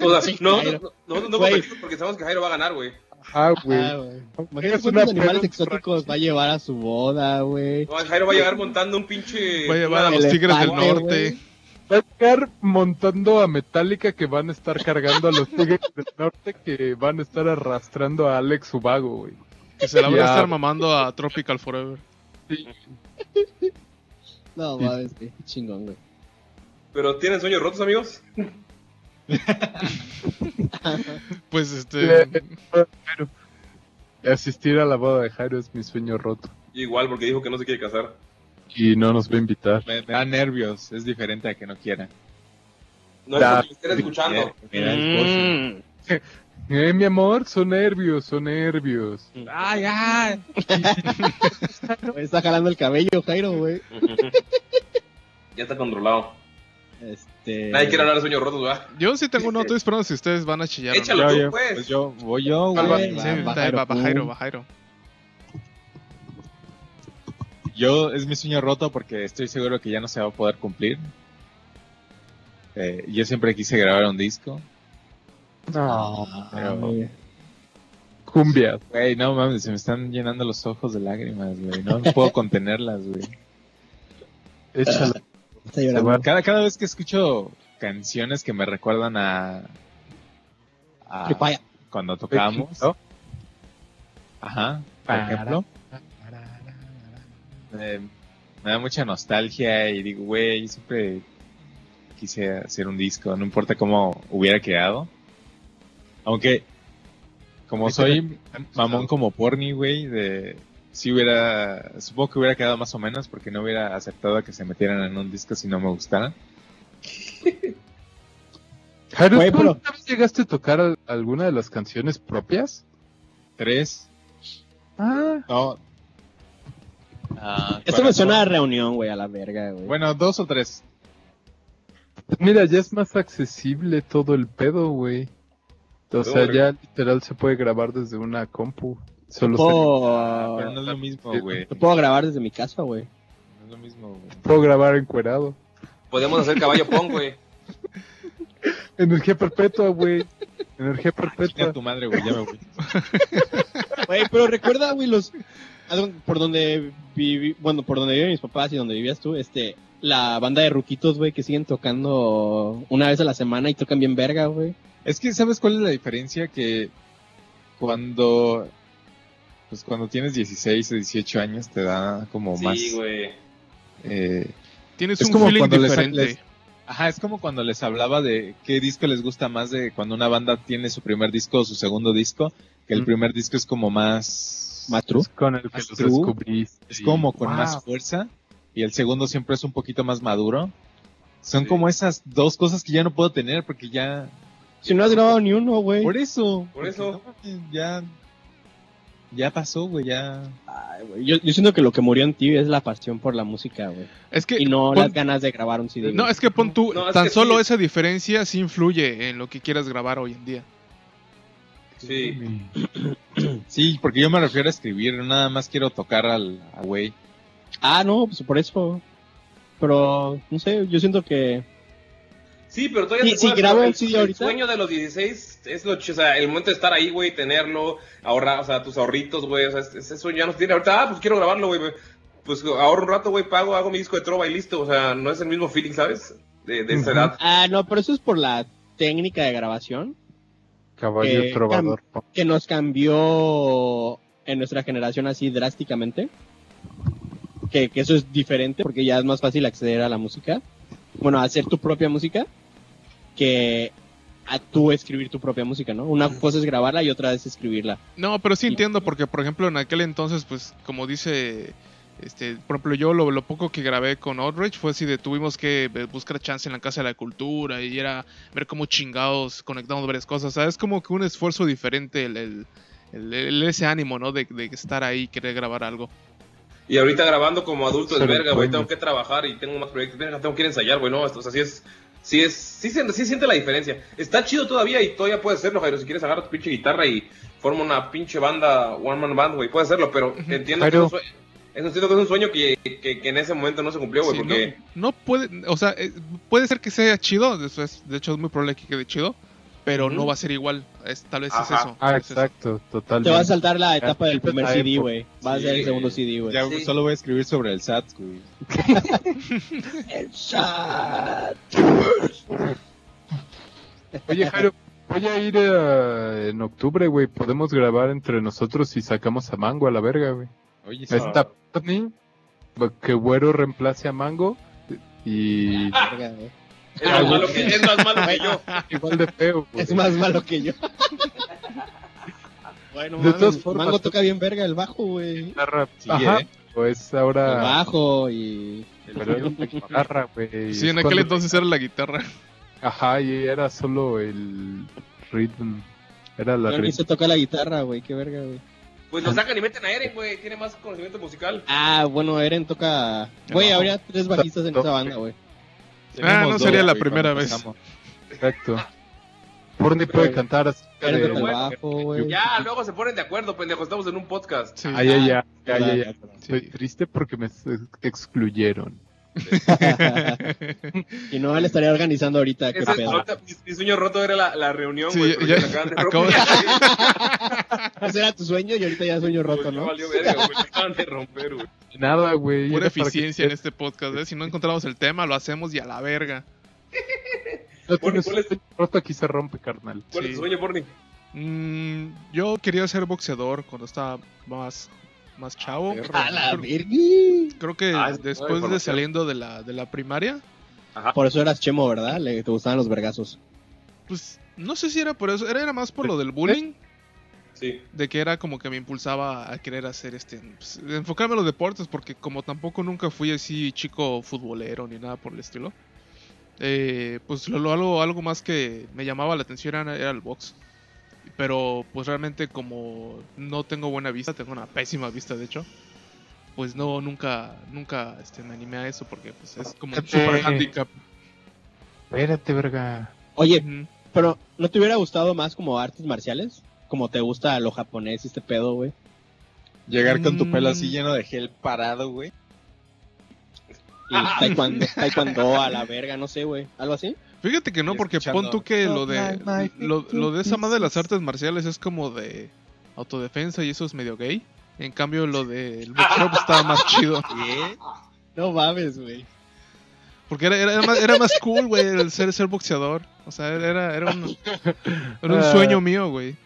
E: O sea, no, no, no, no, no
I: Güey.
E: competimos porque sabemos que Jairo va a ganar, güey.
F: Ajá,
I: Ah,
F: güey.
I: güey.
F: Es
I: Imagínate
F: una
I: cuántos animales
F: pregunta
I: exóticos va a llevar a su boda, güey.
E: No, Jairo va a llegar montando un pinche.
H: Va a llevar
E: una-
H: a los
I: El
H: tigres del
I: elefante,
H: norte.
F: Va a llegar montando a Metallica que van a estar cargando a los Tigres del Norte que van a estar arrastrando a Alex Ubago, güey.
H: Que se la van a
F: Ya.
H: estar mamando a Tropical Forever.
I: No,
F: Sí.
I: mames, qué chingón, güey.
E: Pero tienen sueños rotos, amigos.
H: Pues este.
F: Pero asistir a la boda de Jairo es mi sueño roto.
E: Igual, porque dijo que no se quiere casar.
F: Y no nos va a invitar.
G: Me, me da nervios, es diferente a que no quiera.
E: No es
F: Da-
E: porque lo estén escuchando.
G: Me da
I: Mm.
G: esposo.
B: Mm.
F: Eh, mi amor, son nervios, son nervios.
G: Ay, ay.
I: Güey, Está jalando el cabello, Jairo, güey.
E: Ya está controlado.
I: Este.
E: Nadie quiere hablar de sueños rotos, ¿verdad?
H: Yo sí
G: eh,
H: tengo uno, estoy esperando si ustedes van a chillar. o no.
E: Échalo
G: Yo,
E: tú,
G: yo,
E: pues.
G: pues yo, voy yo,
I: Ah,
G: güey.
I: va,
H: Sí,
I: va,
H: está- va, va,
I: Jairo,
H: Jairo,
I: pum.
H: va, Jairo.
G: Yo es mi sueño roto porque estoy seguro que ya no se va a poder cumplir. Eh, yo siempre quise grabar un disco.
I: Ah,
G: Pero-
I: güey.
F: Cumbia.
G: Güey, no mames, se me están llenando los ojos de lágrimas, güey. No puedo contenerlas, güey.
F: Échala.
I: Está llorando.
G: Cada, cada vez que escucho canciones que me recuerdan a...
H: Ah,
G: a
I: Qué paya.
G: cuando tocábamos.
F: ¿No?
G: Ajá, por ejemplo. Eh, me da mucha nostalgia y digo, güey, yo siempre quise hacer un disco, no importa cómo hubiera quedado. Aunque, como soy mamón como Porni, güey, de... Si hubiera, supongo que hubiera quedado más o menos porque no hubiera aceptado que se metieran en un disco si no me gustara.
F: Jairo,
I: Güey,
F: ¿tú
I: pero-
F: alguna vez llegaste a tocar al- alguna de las canciones propias?
G: Tres,
F: Ah,
G: no. Ah,
I: Esto me
G: cuatro.
I: suena a reunión, güey, a la verga, güey.
G: Bueno, dos o tres.
F: pues mira, ya es más accesible todo el pedo, güey. O sea,
E: Todo,
F: ya literal se puede grabar desde una compu. Solo
I: Oh,
F: se
I: puedo,
G: Pero no es lo mismo, güey.
I: te puedo grabar desde mi casa, güey.
G: No es lo mismo, güey.
F: puedo grabar encuerado.
E: Podemos hacer caballo pong, güey.
F: Energía perpetua, güey. Energía
G: Chinga
F: perpetua.
G: tu madre, güey, ya me voy.
I: Güey, pero recuerda, güey, los a don- por donde viví, bueno, por donde viven mis papás y donde vivías tú, este, la banda de ruquitos, güey, que siguen tocando una vez a la semana y tocan bien verga, güey.
G: Es que, ¿sabes cuál es la diferencia? Que cuando. Pues cuando tienes 16 o 18 años te da como más.
E: Sí, güey.
G: eh,
H: Tienes
G: Es
H: un
G: como
H: feeling
G: cuando les-
H: diferente.
G: les- Ajá, es como cuando les hablaba de qué disco les gusta más de cuando una banda tiene su primer disco o su segundo disco, que el
H: Mm.
G: primer disco es como más.
I: Más true.
F: Con el que
G: Más
F: los
G: true.
F: descubriste.
G: es como con
F: Wow.
G: más fuerza y el segundo siempre es un poquito más maduro. Son
E: Sí.
G: como esas dos cosas que ya no puedo tener porque ya
I: Si no has grabado ni uno, güey.
G: por eso,
E: Por eso.
G: porque no mames, ya ya pasó, güey, ya
I: Ay, güey, Yo, yo siento que lo que murió en ti es la pasión por la música, güey.
H: Es que.
I: Y no
H: pon-
I: las ganas de grabar un CD.
H: no,
I: güey.
H: es que pon tú.
E: No, es
H: tan
E: que sí.
H: solo esa diferencia sí influye en lo que quieras grabar hoy en día.
E: Sí.
G: sí, porque yo me refiero a escribir, nada más quiero tocar al a güey.
I: Ah, no, pues por eso. Pero, no sé, yo siento que...
E: Sí, pero todavía
I: Sí,
E: te
I: sí,
E: acuerdas,
I: grabo
E: el-
I: un CD
E: el
I: ahorita.
E: sueño de los 16 es lo ch- o sea, el momento de estar ahí, güey, tenerlo, ahorrar, o sea, tus ahorritos, güey, o sea, es- ese sueño ya no se tiene. Ahorita, ah, pues quiero grabarlo, güey, güey. pues ahorro un rato, güey, pago, hago mi disco de trova y listo, o sea, no es el mismo feeling, ¿sabes? De, de esa
F: Ujú.
E: edad.
I: Ah, no, pero eso es por la técnica de grabación.
F: Caballo
I: Eh,
F: trovador.
I: que nos cambió en nuestra generación así drásticamente. Que, que eso es diferente porque ya es más fácil acceder a la música. Bueno, a hacer tu propia música. Que a tú escribir tu propia música, ¿no? Una cosa es grabarla y otra es escribirla.
H: No, pero sí
I: Y-
H: entiendo, porque por ejemplo en aquel entonces, pues como dice, este, por ejemplo yo lo, lo poco que grabé con Outrage fue así de tuvimos que eh, buscar chance en la Casa de la Cultura y era ver cómo chingados conectamos varias cosas, o sea, es como que un esfuerzo diferente el, el- el- el- ese ánimo, ¿no? De, de estar ahí, querer grabar algo.
E: Y ahorita grabando como adulto es
F: Pero
E: verga, güey.
F: coño.
E: Tengo que trabajar y tengo más proyectos. Verga, tengo que ir a ensayar, güey. No, esto, o sea, sí es. Sí es. Sí, se, sí siente la diferencia. Está chido todavía y todavía puedes hacerlo, Jairo. Si quieres agarra tu pinche guitarra y forma una pinche banda, one man band, güey. Puedes hacerlo, pero entiendo
F: Jairo.
E: que es un sue- es un- siento que es un sueño que, que- que en ese momento no se cumplió, güey,
H: Sí, no,
E: porque
H: no puede, o sea, eh, puede ser que sea chido, eso es- de hecho es muy probable que quede chido, pero no
E: Ujú.
H: va a ser igual, es- tal vez
E: Ajá.
H: es eso.
F: Ah,
H: es eso.
F: exacto, total.
I: Te va a saltar la etapa del
F: Esta es
I: primer
F: la
I: CD,
F: época.
I: güey. Va a ser el
E: Sí.
I: segundo CD,
H: Pues
I: güey.
G: Ya
E: Sí.
G: solo voy a escribir sobre el SAT, güey.
F: Oye, Jairo, voy a ir eh, en octubre, güey. Podemos grabar entre nosotros y sacamos a Mango a la verga, güey.
G: Oye, sí.
F: Está Tony, que Güero reemplace a Mango y
I: Verga, güey.
E: es más malo que, es más malo que yo.
F: igual de feo, güey.
I: Es más malo que yo. bueno,
F: De todas
I: mames,
F: formas,
I: Mango
F: tú-
I: toca bien verga el bajo, güey.
F: Guitarra,
G: Sí,
F: Ajá,
H: Ah,
G: ¿eh?
F: pues
I: El
F: ahora...
I: bajo y...
F: Pero era una guitarra, güey.
H: Sí,
F: Es
H: en aquel
F: cuando-
H: entonces era la guitarra.
F: Ajá, y era solo el ritmo. Era la
I: Yo ni se
F: ritmo.
I: toca la guitarra, güey. Qué verga, güey.
E: Pues lo sacan y meten a Eren, güey. Tiene más conocimiento musical.
I: Ah, bueno, Eren toca...
H: El
I: Güey,
H: bajo.
I: habría tres bajistas en
F: Toca.
I: esa banda, güey.
H: Ah, no
G: Tenemos
H: sería
G: dos,
H: la
G: güey,
H: primera
G: cuando
H: vez.
G: pasamos.
F: Exacto. Porni puede cantar acerca
I: Eren
F: de...
I: toca el bajo, güey.
E: Ya, luego se ponen de acuerdo, pendejo. Estamos en un podcast.
H: Sí.
F: Ay, ay, ay, ay, ay, ay.
H: Ah, Sí.
F: Estoy triste porque me ex- excluyeron.
I: Y no, él estaría organizando ahorita, qué
E: Ese-
I: pedo.
E: ahorita mi, mi sueño roto era la, la reunión,
H: Sí,
E: güey.
H: ya-
E: pero
H: ya-
E: me acaban de
H: acabo de-
E: romper.
I: Ese era tu sueño y ahorita ya sueño roto,
E: Ya
I: ¿no?
E: valió verga, güey. Me acaban de romper, güey.
F: Nada, güey.
H: Pura
F: era para que-
H: eficiencia en este podcast, ¿eh? Si no encontramos el tema, lo hacemos y a la verga.
F: No
E: Porni,
F: tienes
E: ¿cuál es-
F: un roto aquí se rompe, carnal.
E: ¿Cuál es
H: Sí.
E: tu sueño, Borny?
H: Mm, yo quería ser boxeador cuando estaba más, más chavo.
I: A la
H: Creo,
I: verga.
H: creo que
E: Ah, es buena
H: después de
E: información.
H: saliendo de la, de la primaria,
I: Por eso eras chemo, ¿verdad? Le, te gustaban los vergazos.
H: pues no sé si era por eso, era, era más por lo del bullying,
E: Sí.
H: de que era como que me impulsaba a querer hacer este, pues, enfocarme en los deportes, porque como tampoco nunca fui así chico futbolero ni nada por el estilo, eh, pues lo, lo- algo, algo más que me llamaba la atención era, era el box. Pero pues realmente como no tengo buena vista, tengo una pésima vista de hecho, pues no, nunca, nunca este, me animé a eso porque pues es como un
F: Sí.
H: super handicap.
F: Espérate, verga.
I: Oye,
H: Ujú.
I: pero ¿no te hubiera gustado más como artes marciales? Como te gusta lo japonés y este pedo, güey.
G: Llegar con tu pelo así
H: Mm.
G: lleno de gel parado, güey.
I: Y taekwondo, taekwondo a la verga, no sé, güey. ¿Algo así?
H: Fíjate que no,
G: Y
H: porque
G: escuchando-
H: pon tú que lo de
G: Not my
H: lo,
G: fucking
H: lo de esa madre de las artes marciales es como de autodefensa y eso es medio gay. En cambio lo del boxeo pues, estaba más chido.
I: No mames, güey.
H: Porque era, era, era más, era más cool, güey, el ser, ser boxeador. O sea, era, era, un, era
F: Ah.
H: un sueño mío, güey.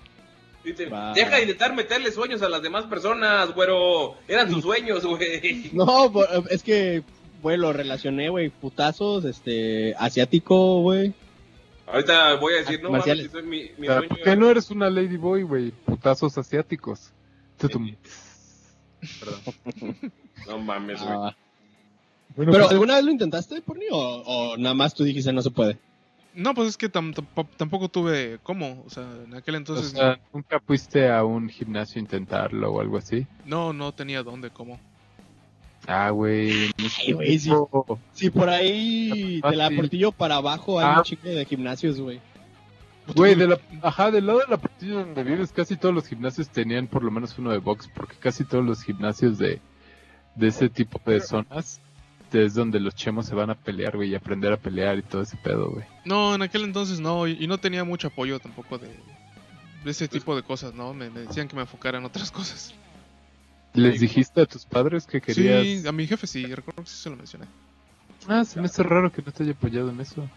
E: Dice,
I: Va.
E: Deja de intentar meterle sueños a las demás personas, güero. Eran tus sueños, güey.
I: No, bo- es que, güey, lo relacioné, güey. Putazos, este, asiático, güey.
E: Ahorita voy a decir, no, mames,
I: Marciales.
E: eso es mi, mi
F: Porque
E: sueño.
F: ¿Por qué no eres una ladyboy, güey? Putazos asiáticos. Tutum.
E: No mames, Pues, güey.
I: Ah.
F: Bueno,
I: Pero,
F: pues,
I: ¿alguna vez lo intentaste, por mí? O, o nada más tú dijiste no se puede?
H: No, pues es que tam- tampo- tampoco tuve cómo. O sea, en aquel
F: o
H: entonces
F: sea, ¿nunca fuiste a un gimnasio a intentarlo o algo así?
H: no, no tenía dónde, cómo.
F: Ah, güey.
I: Ay, güey, sí.
F: Oh,
I: Sí, por ahí de la portillo para abajo hay
F: Ah.
I: un chico de gimnasios, güey.
H: Pues
F: Güey, de la, ajá, del lado de la partida donde vives, casi todos los gimnasios tenían por lo menos uno de box, porque casi todos los gimnasios de, de ese tipo de zonas es donde los chemos se van a pelear, güey, y aprender a pelear y todo ese pedo, güey.
H: No, en aquel entonces no, y, y no tenía mucho apoyo tampoco de, de ese tipo de cosas, ¿no? Me, me decían que me enfocara en otras cosas.
F: ¿Les dijiste a tus padres que querías?
H: Sí, a mi jefe sí, recuerdo que sí se lo mencioné.
F: Ah, se me hace raro que no te haya apoyado en eso.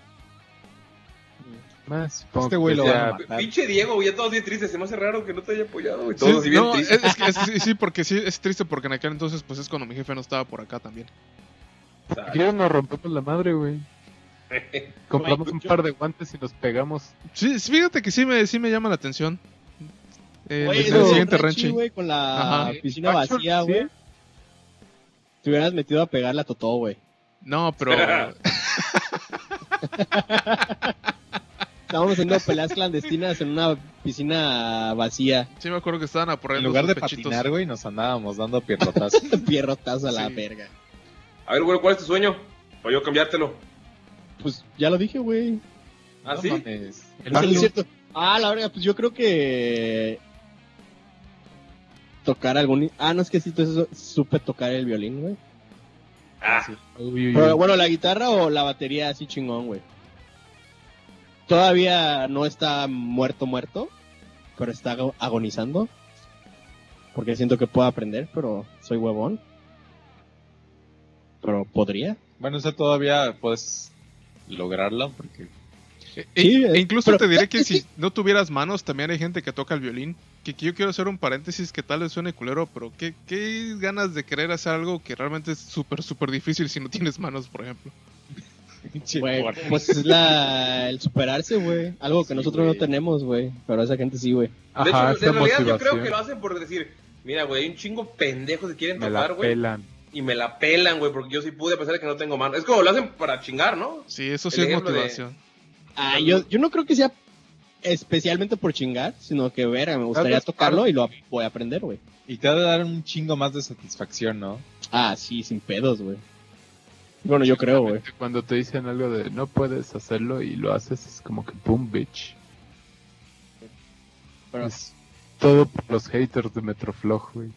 F: Más, supongo
G: Este güey
F: que
G: lo
F: sea-
G: van a matar.
E: Pinche Diego, güey, ya todos bien tristes. Se me hace raro que no te haya apoyado, güey. Todos
H: Sí,
E: así bien
H: no, es,
E: tristes.
H: es que- es- sí, sí, porque sí es triste porque en aquel entonces pues es cuando mi jefe no estaba por acá también.
E: O sea,
F: Si quieres nos rompemos la madre, güey. Compramos un par de guantes y nos pegamos.
H: Sí, sí, fíjate que sí me, sí me llama la atención. Eh,
I: Güey,
H: el-
I: no,
H: el siguiente
I: Ranchi,
H: ranchi.
I: güey, con la
H: Ajá.
I: piscina
F: Actual,
I: vacía,
F: sí.
I: güey. Te hubieras metido a pegar la Totó, güey.
H: No, pero
I: Estábamos haciendo peleas clandestinas en una piscina vacía.
H: sí me acuerdo que estaban
G: En
H: aporreando
G: lugar de
H: sus pechitos. E,
G: patinar, güey, nos andábamos dando pierrotazos.
I: Pierrotazo a la
H: Sí.
I: verga.
E: A ver, güey, ¿cuál es tu sueño? Para yo cambiártelo.
I: Pues ya lo dije, güey.
E: ¿Ah,
G: No
E: sí?
G: mames.
I: Eso no es cierto. Ah, la verga, pues yo creo que. Tocar algún. Ah, no es que sí, entonces supe tocar el violín, güey.
E: Ah,
F: Uy, uy,
I: Pero
F: uy.
I: bueno, la guitarra o la batería así chingón, güey. Todavía no está muerto, muerto, pero está ago- agonizando. Porque siento que puedo aprender, pero soy huevón. Pero podría.
G: Bueno, eso todavía puedes lograrlo porque
H: E,
I: Sí,
H: e
I: eh,
H: incluso
I: pero-
H: te diré que si no tuvieras manos, también hay gente que toca el violín. Que, que yo quiero hacer un paréntesis que tal vez suene culero, pero qué, qué ganas de querer hacer algo que realmente es súper, súper difícil si no tienes manos, por ejemplo.
I: Güey, pues es la, el superarse, güey. Algo que
G: Sí,
I: nosotros no
G: güey.
I: tenemos, güey. Pero esa gente sí, güey.
E: De
F: Ajá,
E: hecho,
F: esa
E: en realidad yo creo
F: motivación.
E: que lo hacen por decir, mira, güey, hay un chingo pendejos que quieren
F: Me
E: tocar,
F: la
E: güey,
F: pelan.
E: y me la pelan, güey, porque yo sí pude, a pesar de que no tengo mano. Es como lo hacen para chingar, ¿no?
H: Sí, eso
E: El
H: sí es
E: ejemplo de-
H: motivación.
I: Ah, yo, yo no creo que sea especialmente por chingar, sino que verga, me gustaría
E: Algo-
I: tocarlo y lo ap- voy a aprender, güey.
G: y te ha de dar un chingo más de satisfacción, ¿no?
I: Ah, sí, sin pedos, güey. Bueno, yo creo, güey.
F: Cuando te dicen algo de no puedes hacerlo y lo haces, es como que boom, bitch.
I: Pero-
F: Es todo por los haters de Metroflog, güey.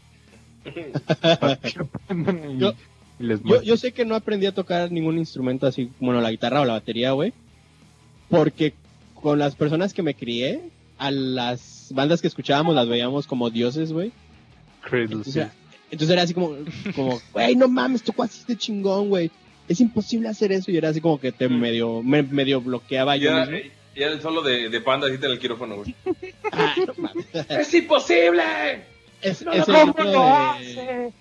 F: Para que aprendan y,
I: Yo-
F: y les
I: Yo,
F: muestren.
I: yo sé que no aprendí a tocar ningún instrumento así, bueno, la guitarra o la batería, güey. Porque con las personas que me crié, a las bandas que escuchábamos las veíamos como dioses, güey.
F: Cradle,
I: O sea, Entonces era así como, como, güey, no mames, tocó así de chingón, güey. Es imposible hacer eso. Y era así como que te medio, me, medio bloqueaba Ah, yo
E: Ya,
I: mismo.
E: ya el solo de, de panda así en el quirófano, güey.
I: Ah, no mames.
E: ¡Es imposible!
I: Es,
E: No,
I: es
E: no,
I: el
E: ¿cómo
I: tipo
E: lo
I: de-
E: hace?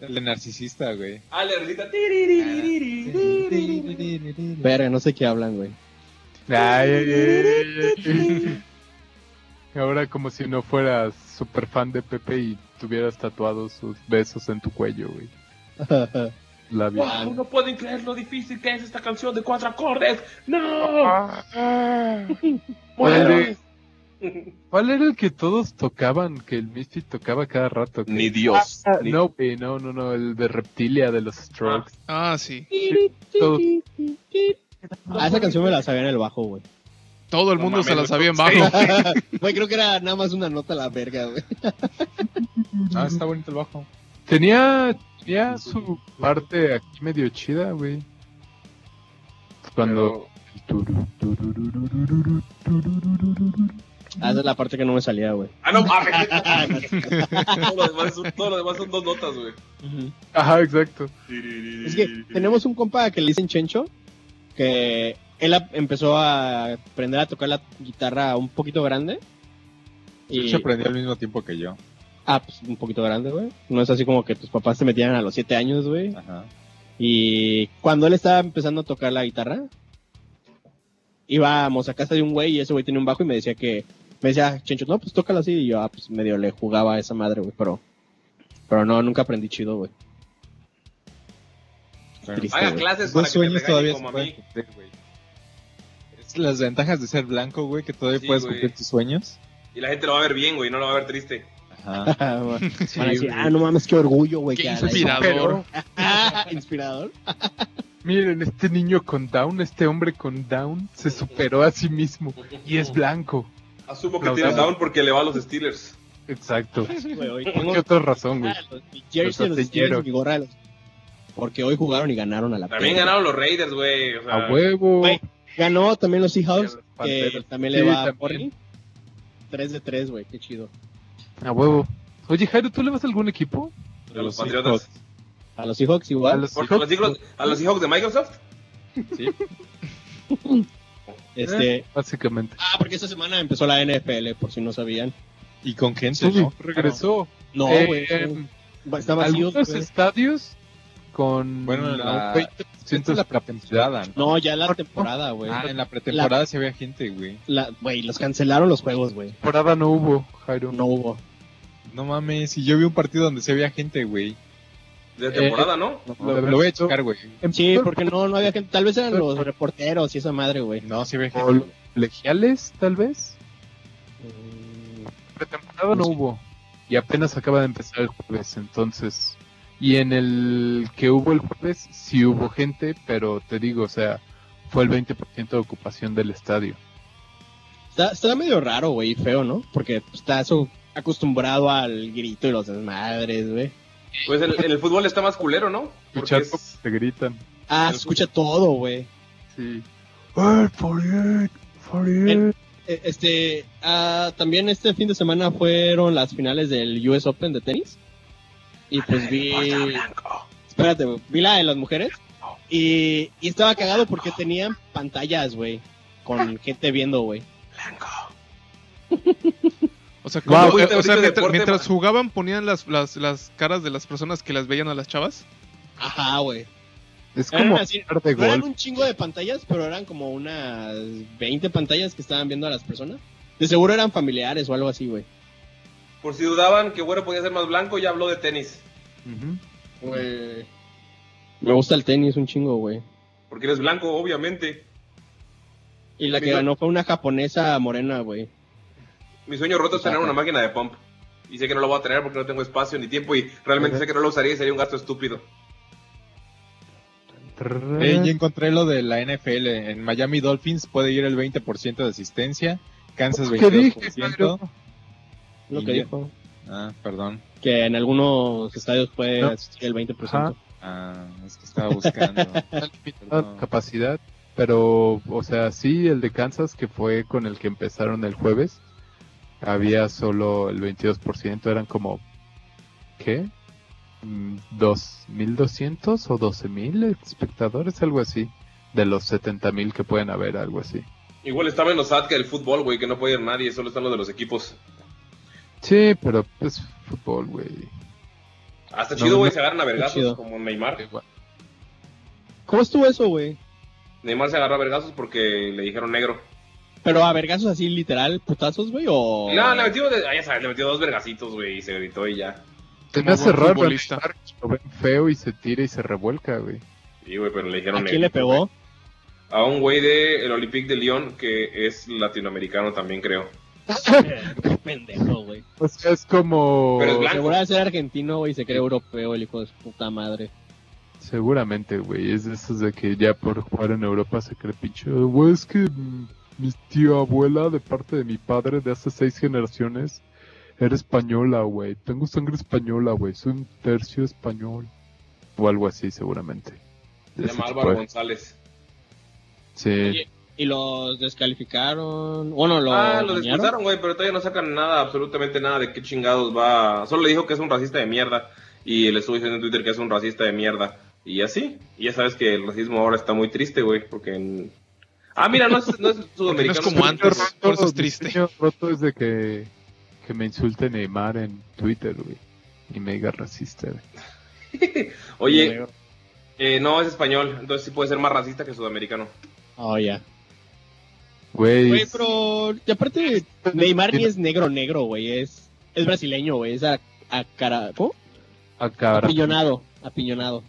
G: El de narcisista, güey.
E: Ah, la risita. tiriririririri.
I: Verga, no sé qué hablan, güey.
F: Ay, ay, ay, ay, ay. Ahora como si no fueras super fan de Pepe y tuvieras tatuados sus besos en tu cuello, güey. Labios.
E: ¡Wow! No pueden creer lo difícil que es esta canción de cuatro acordes. ¡No!
F: ¿Cuál, de- cuál era el que todos tocaban? Que el Misfit tocaba cada rato. que-
E: Ni Dios.
F: Ah,
E: Ni-
F: No, güey, no, no, no, el de Reptilia de los Strokes.
H: Ah, sí.
F: Todos-
I: Ah, esa canción me la sabía en el bajo, güey.
H: Todo el
E: No
H: mundo se la
E: mames,
H: sabía en
E: no-
H: bajo.
I: Güey, creo que era nada más una nota a la verga, güey.
G: Ah, está bonito el bajo.
F: Tenía, tenía su parte aquí medio chida, güey. Cuando...
I: Ah, esa es la parte que no me salía, güey.
E: Ah, no mames. todo, lo demás son, todo lo demás son dos notas, güey.
F: Ajá, exacto.
I: Es que tenemos un compa que le dicen Chencho, que él a- empezó a aprender a tocar la guitarra un poquito grande.
G: De
I: Y,
G: hecho, aprendió al mismo tiempo que yo.
I: ah, pues un poquito grande, güey. No es así como que tus papás te metían a los siete años, güey.
G: Ajá.
I: Y cuando él estaba empezando a tocar la guitarra, íbamos a casa de un güey y ese güey tenía un bajo y me decía que, me decía, Chencho, no, pues tócala así. Y yo, ah, pues medio le jugaba a esa madre, güey, pero, pero no, nunca aprendí chido, güey.
G: Claro.
I: Triste,
E: Haga
I: güey.
E: clases para
G: Dos
E: que te
G: sueños
E: regañen
G: todavía
E: como
G: se
E: a
G: pueden
E: mí.
G: cumplir, güey. Es las ventajas de ser blanco, güey, que todavía
E: Sí,
G: puedes
E: güey.
G: cumplir tus sueños.
E: Y la gente lo va a ver bien, güey, no lo va a ver triste.
G: Ajá.
I: Van a decir, ah, no mames, qué orgullo, güey.
H: Qué
I: que a la-
H: inspirador.
I: Ah, inspirador.
F: Miren, este niño con Down, este hombre con Down, se superó a sí mismo y es blanco.
E: Asumo que
F: No,
E: tiene
F: claro.
E: down porque le va a los Steelers.
F: Exacto.
I: Pues, Güey, hoy
F: ¿Por
I: tengo
F: qué otra razón,
I: mi
F: güey?
I: gorra de los- mi jersey de los
F: Los
I: Steelers y
F: astilleros.
I: mi gorra de los- Porque hoy jugaron y ganaron a la
E: También
I: verga.
E: ganaron los Raiders, güey. O sea,
F: A huevo.
I: Güey, Ganó también los Seahawks,
F: Los
I: que
F: Panteras.
I: también le
F: Sí,
I: va a
F: también.
I: Portland. 3 de 3, güey, qué chido.
F: A huevo. Oye, Jairo, ¿tú le vas a algún equipo?
E: a los, Patriotas.
I: A los Seahawks
F: A
I: igual.
F: los
E: Por- a los
F: Seahawks,
E: Seahawks- a los Seahawks de Microsoft.
I: Este,
F: Básicamente.
I: ah, porque esta semana empezó la NFL, por si no sabían.
G: Y con gente,
F: Sí,
G: ¿no?
F: regresó.
I: No,
F: Eh,
I: güey,
F: em,
I: está vacío.
F: algunos
I: güey.
F: estadios con
G: Bueno, en la,
F: fue
G: esta es la pretemporada, ¿no?
I: No, ya la temporada, güey.
G: Ah, en la pretemporada sí había gente, güey.
I: La- Güey, los cancelaron los juegos, güey.
F: temporada no hubo, Jairo.
I: No hubo.
G: No mames, y yo vi un partido donde sí había gente, güey.
E: De temporada, ¿no?
G: Lo, lo voy a checar, güey.
I: Sí, porque no, no había gente. Tal vez eran los reporteros y esa madre, güey.
G: No, sí había
F: O
G: gente.
F: los colegiales, tal vez. Pretemporada no hubo. Y apenas acaba de empezar el jueves, entonces. Y en el que hubo el jueves, sí hubo gente, pero te digo, o sea, fue el 20% de ocupación del estadio.
I: Está, está medio raro, güey, y feo, ¿no? Porque pues, estás uh, acostumbrado al grito y los desmadres, güey.
E: Pues en, en el fútbol está más culero, ¿no? Porque
F: Escuchar cómo
E: es,
F: te gritan.
I: Ah,
E: El
I: se escucha todo, güey.
F: Sí. ¡Ay, por él! ¡Por él!
I: Eh, Este, ah, también este fin de semana fueron las finales del US Open de tenis. Y pues vi... Espérate, güey. Vi la de las mujeres. Y, y estaba cagado porque tenían pantallas, güey. Con gente viendo, güey.
H: O sea,
E: Guau,
H: como- eh,
E: ahorita-
H: o sea,
E: ahorita
H: mientras,
E: deporte,
H: mientras
E: man.
H: jugaban ponían las, las, las caras de las personas que las veían a las chavas.
I: Ajá, güey.
F: Es
I: Eran
F: como
I: así-
F: jugar de
I: Eh, No eran
F: golf.
I: un chingo de pantallas, pero eran como unas 20 pantallas que estaban viendo a las personas. De seguro eran familiares o algo así, güey.
E: por si dudaban que Güero podía ser más blanco, ya habló de tenis.
F: Ujú.
I: Güey. Me gusta el tenis un chingo, güey.
E: Porque eres blanco, obviamente.
I: Y la que
E: Mira.
I: ganó fue una japonesa morena, güey.
E: Mi sueño roto es tener una máquina de pump. Y sé que no lo voy a tener porque no tengo espacio ni tiempo y realmente sé que no lo usaría y sería un gasto estúpido.
G: Eh, ya encontré lo de la NFL. En Miami Dolphins puede ir el 20% de asistencia. Kansas
F: ¿Qué dije,
G: 22%.
F: Jairo?
I: Lo
G: Y
I: que
G: ya.
I: dijo.
G: Ah, perdón.
I: Que en algunos estadios puede
F: No.
I: asistir el 20%.
G: Ah, es que estaba buscando.
F: Ah,
G: Perdón.
F: capacidad, pero, o sea, sí, el de Kansas, que fue con el que empezaron el jueves, había solo el 22%, eran como, ¿qué? Mm, ¿Dos mil doscientos o doce mil espectadores? Algo así, de los setenta mil que pueden haber, algo así.
E: Igual está menos sad que el fútbol, güey, que no puede ir nadie, solo están los de los equipos.
F: Sí, pero pues fútbol, güey.
E: Hasta
F: No,
E: chido, güey,
F: no.
E: se agarran a vergazos,
I: chido.
E: como Neymar.
F: Igual.
I: ¿Cómo estuvo eso, güey?
E: Neymar se agarró a vergazos porque le dijeron negro.
I: Pero a vergazos así, literal, putazos, güey, o...
E: No, le metió, de- ah, ya sabes, le metió dos vergacitos, güey, y se gritó y ya.
F: Se
H: Como
F: me hace
H: buen
F: raro,
H: futbolista.
F: Neymar, lo ven feo y se tira y se revuelca, güey.
E: Sí, güey, pero le dijeron
I: ¿A
E: negro.
I: quién le pegó?
E: A un güey del Olympique de Lyon que es latinoamericano también, creo.
I: Pendejo, güey.
F: O sea, es como...
E: Pero es blanco.
I: Seguro de ser argentino, güey, y se cree europeo el hijo de su puta madre.
F: Seguramente, güey. Es de esos de que ya por jugar en Europa se cree pinche. Güey, es que mm, mi tío abuela, de parte de mi padre, de hace seis generaciones, era española, güey. Tengo sangre española, güey. Soy un tercio español. O algo así, seguramente.
E: Se
F: De ese
E: llama
F: tipo
E: Álvaro
F: de-
E: González.
F: Sí.
I: Oye, Y los descalificaron. Bueno, lo.
E: ah, lo
I: banearon.
E: expulsaron, güey, pero todavía no sacan nada, absolutamente nada de qué chingados va. Solo le dijo que es un racista de mierda. Y le estuvo diciendo en Twitter que es un racista de mierda. Y así. Y ya sabes que el racismo ahora está muy triste, güey, porque... en- Ah, mira, no es, no es sudamericano.
H: No es como antes.
E: peruano.
H: por eso es
F: Mi
H: triste.
F: sueño roto es de que, que me insulte Neymar en Twitter, güey. Y me diga racista, güey.
E: Oye, eh, no, es español, entonces sí puede ser más racista que sudamericano.
I: Oh, ya.
F: Güey.
I: Güey,
F: es-
I: pero. Y aparte, Neymar ni es negro, negro, güey. Es, es brasileño, güey. Es a, a cara. ¿Cómo?
F: Ah, cabrón.
I: Apiñonado. Apiñonado.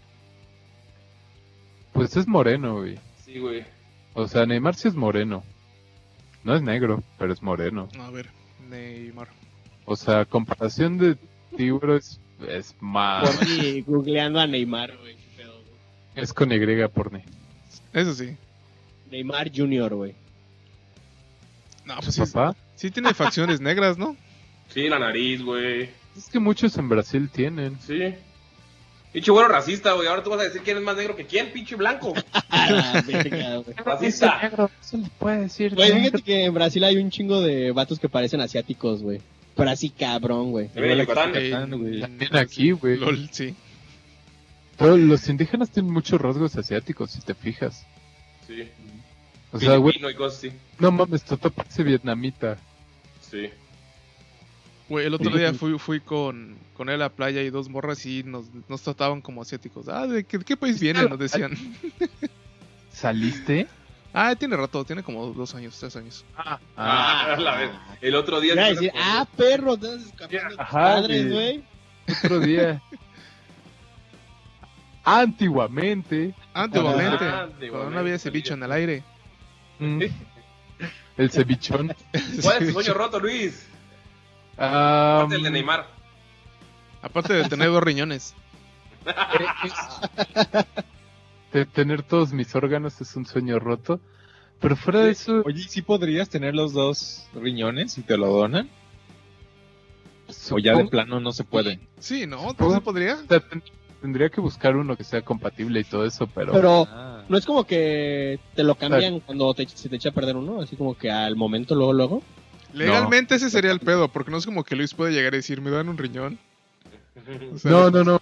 F: Pues es moreno, güey.
E: Sí, güey.
F: O sea, Neymar sí es moreno. No es negro, pero es moreno.
H: A ver, Neymar.
F: O sea, comparación de Tibro es, es más.
I: Por ahí, googleando a Neymar, güey. qué pedo, güey.
F: Es con Y por ni.
H: Eso sí.
I: Neymar Junior, güey.
H: No, pues sí,
F: Papá.
H: sí tiene facciones negras, ¿no?
E: Sí, la nariz, güey.
F: Es que muchos en Brasil tienen.
E: Sí. Pinche güero racista, güey. Ahora tú vas a decir quién es más negro que quién, pinche blanco.
I: A la verga, güey.
E: Racista.
F: negro, se le puede decir.
I: Güey, fíjate que en Brasil hay un chingo de vatos que parecen asiáticos, güey. Pero así cabrón, güey.
E: Mira, Yucatán.
H: En-
F: También aquí, güey.
H: LOL, Eh, sí.
F: Pero los indígenas tienen muchos rasgos asiáticos, si te fijas.
E: Sí.
F: O sea, güey,
E: Filipino y cosas así.
F: no mames, Toto parece vietnamita.
E: Sí.
H: Güey, el otro día fui, fui con, con él a la playa y dos morras y nos, nos trataban como asiáticos. Ah, ¿de qué, qué país viene? Nos decían.
F: ¿Saliste?
H: Ah, tiene rato, tiene como dos años, tres años.
E: Ah, la vez. El otro día.
I: Iba a decir, ah, perro, entonces cambiando tus
F: Ajá,
I: padres,
F: sí.
I: güey.
F: Otro día. Antiguamente.
H: Antiguamente,
E: Ah,
H: pues, cuando
E: antiguamente,
H: no había ceviche en el aire.
F: mm, El cevichón.
E: ¿Cuál es tu sueño roto, Luis?
F: Ah,
E: Aparte del de Neymar.
H: Aparte de tener dos riñones.
F: de tener todos mis órganos es un sueño roto. Pero fuera de eso,
G: Oye, ¿sí podrías tener los dos riñones y te lo donan? O ya de
F: supongo-
G: plano no se puede.
H: Sí, ¿no? ¿Tú se podría?
F: o sea, ten- tendría que buscar uno que sea compatible y todo eso, pero,
I: Pero
G: Ah.
I: no es como que te lo cambian cuando te, se te echa a perder uno, así como que al momento, luego, luego.
H: Legalmente ese sería el pedo, porque no es como que Luis puede llegar y decir, me dan un riñón. O sea,
F: no, no, no.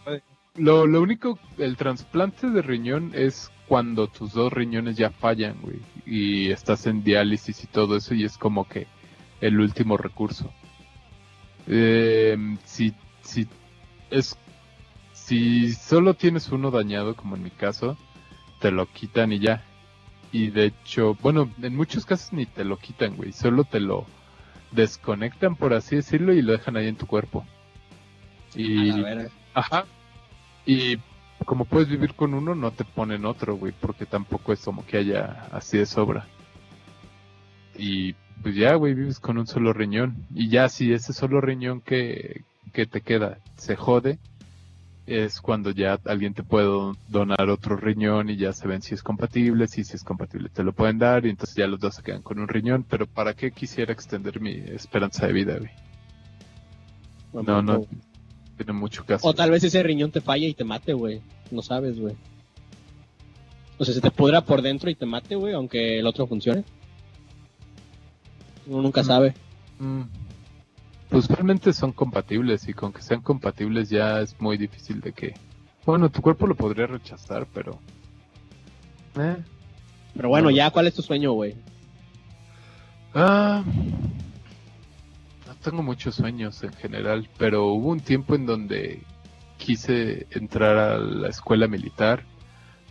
F: Lo, lo único, el trasplante de riñón es cuando tus dos riñones ya fallan, güey, y estás en diálisis y todo eso, y es como que el último recurso. Eh, si, si, es, si solo tienes uno dañado, como en mi caso, te lo quitan y ya. Y de hecho, bueno, en muchos casos ni te lo quitan, güey, solo te lo desconectan, por así decirlo, y lo dejan ahí en tu cuerpo. Y
I: A la verga.
F: Ajá. Y como puedes vivir con uno, no te ponen otro, güey, porque tampoco es como que haya así de sobra. Y pues ya, güey, vives con un solo riñón. Y ya si ese solo riñón que, que te queda se jode, es cuando ya alguien te puede don- donar otro riñón y ya se ven si es compatible, si, si es compatible te lo pueden dar y entonces ya los dos se quedan con un riñón. Pero ¿para qué quisiera extender mi esperanza de vida, güey? No, no, tiene mucho caso.
I: O tal vez ese riñón te falla y te mate, güey. No sabes, güey. O sea, se te pudra por dentro y te mate, güey, aunque el otro funcione. Uno nunca sabe.
F: Mm. Pues realmente son compatibles y con que sean compatibles ya es muy difícil de que... Bueno, tu cuerpo lo podría rechazar, pero... Eh.
I: Pero bueno, ya, ¿cuál es tu sueño, güey?
F: Ah, no tengo muchos sueños en general, pero hubo un tiempo en donde quise entrar a la escuela militar,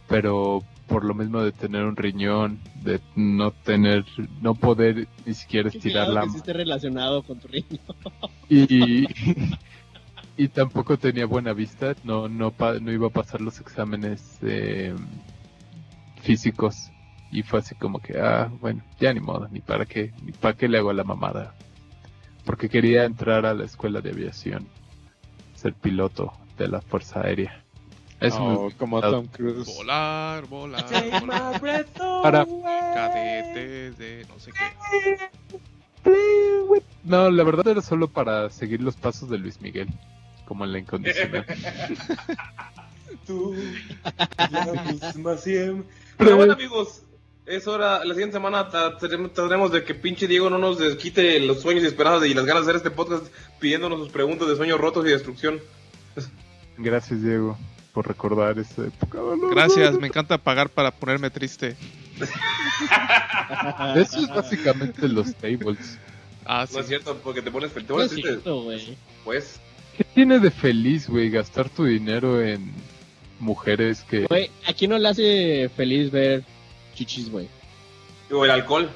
F: pero por lo mismo de tener un riñón, de no tener, no poder ni siquiera estirar la
I: Que sí esté relacionado con tu riñón.
F: y, y tampoco tenía buena vista, no, no, pa- no iba a pasar los exámenes eh, físicos. Y fue así como que, ah, bueno, ya ni modo, ni para qué, ni para qué le hago a la mamada. Porque quería entrar a la escuela de aviación, ser piloto de la Fuerza Aérea. Eso me-
G: Oh, como Tom Cruise.
H: pues, Volar, volar, volar.
F: para,
H: Cadetes de no sé qué.
F: no, la verdad era solo para seguir los pasos de Luis Miguel, como en la incondicional.
E: Tú, la misma siempre. Pero bueno, amigos, es hora. La siguiente semana ta- tra- trataremos de que pinche Diego no nos desquite los sueños y esperanzas y las ganas de hacer este podcast pidiéndonos sus preguntas de sueños rotos y destrucción.
F: Gracias, Diego, por recordar esa época. dolorosa.
H: Gracias, me encanta pagar para ponerme triste.
F: Eso es básicamente los tables.
H: Ah, sí.
E: No es cierto, porque te pones, te
I: No
E: pones
I: es
E: triste
I: cierto, güey.
E: pues.
F: ¿Qué tiene de feliz, güey, gastar tu dinero en mujeres que...
I: Güey, ¿a quién no le hace feliz ver chichis, güey?
E: O el alcohol.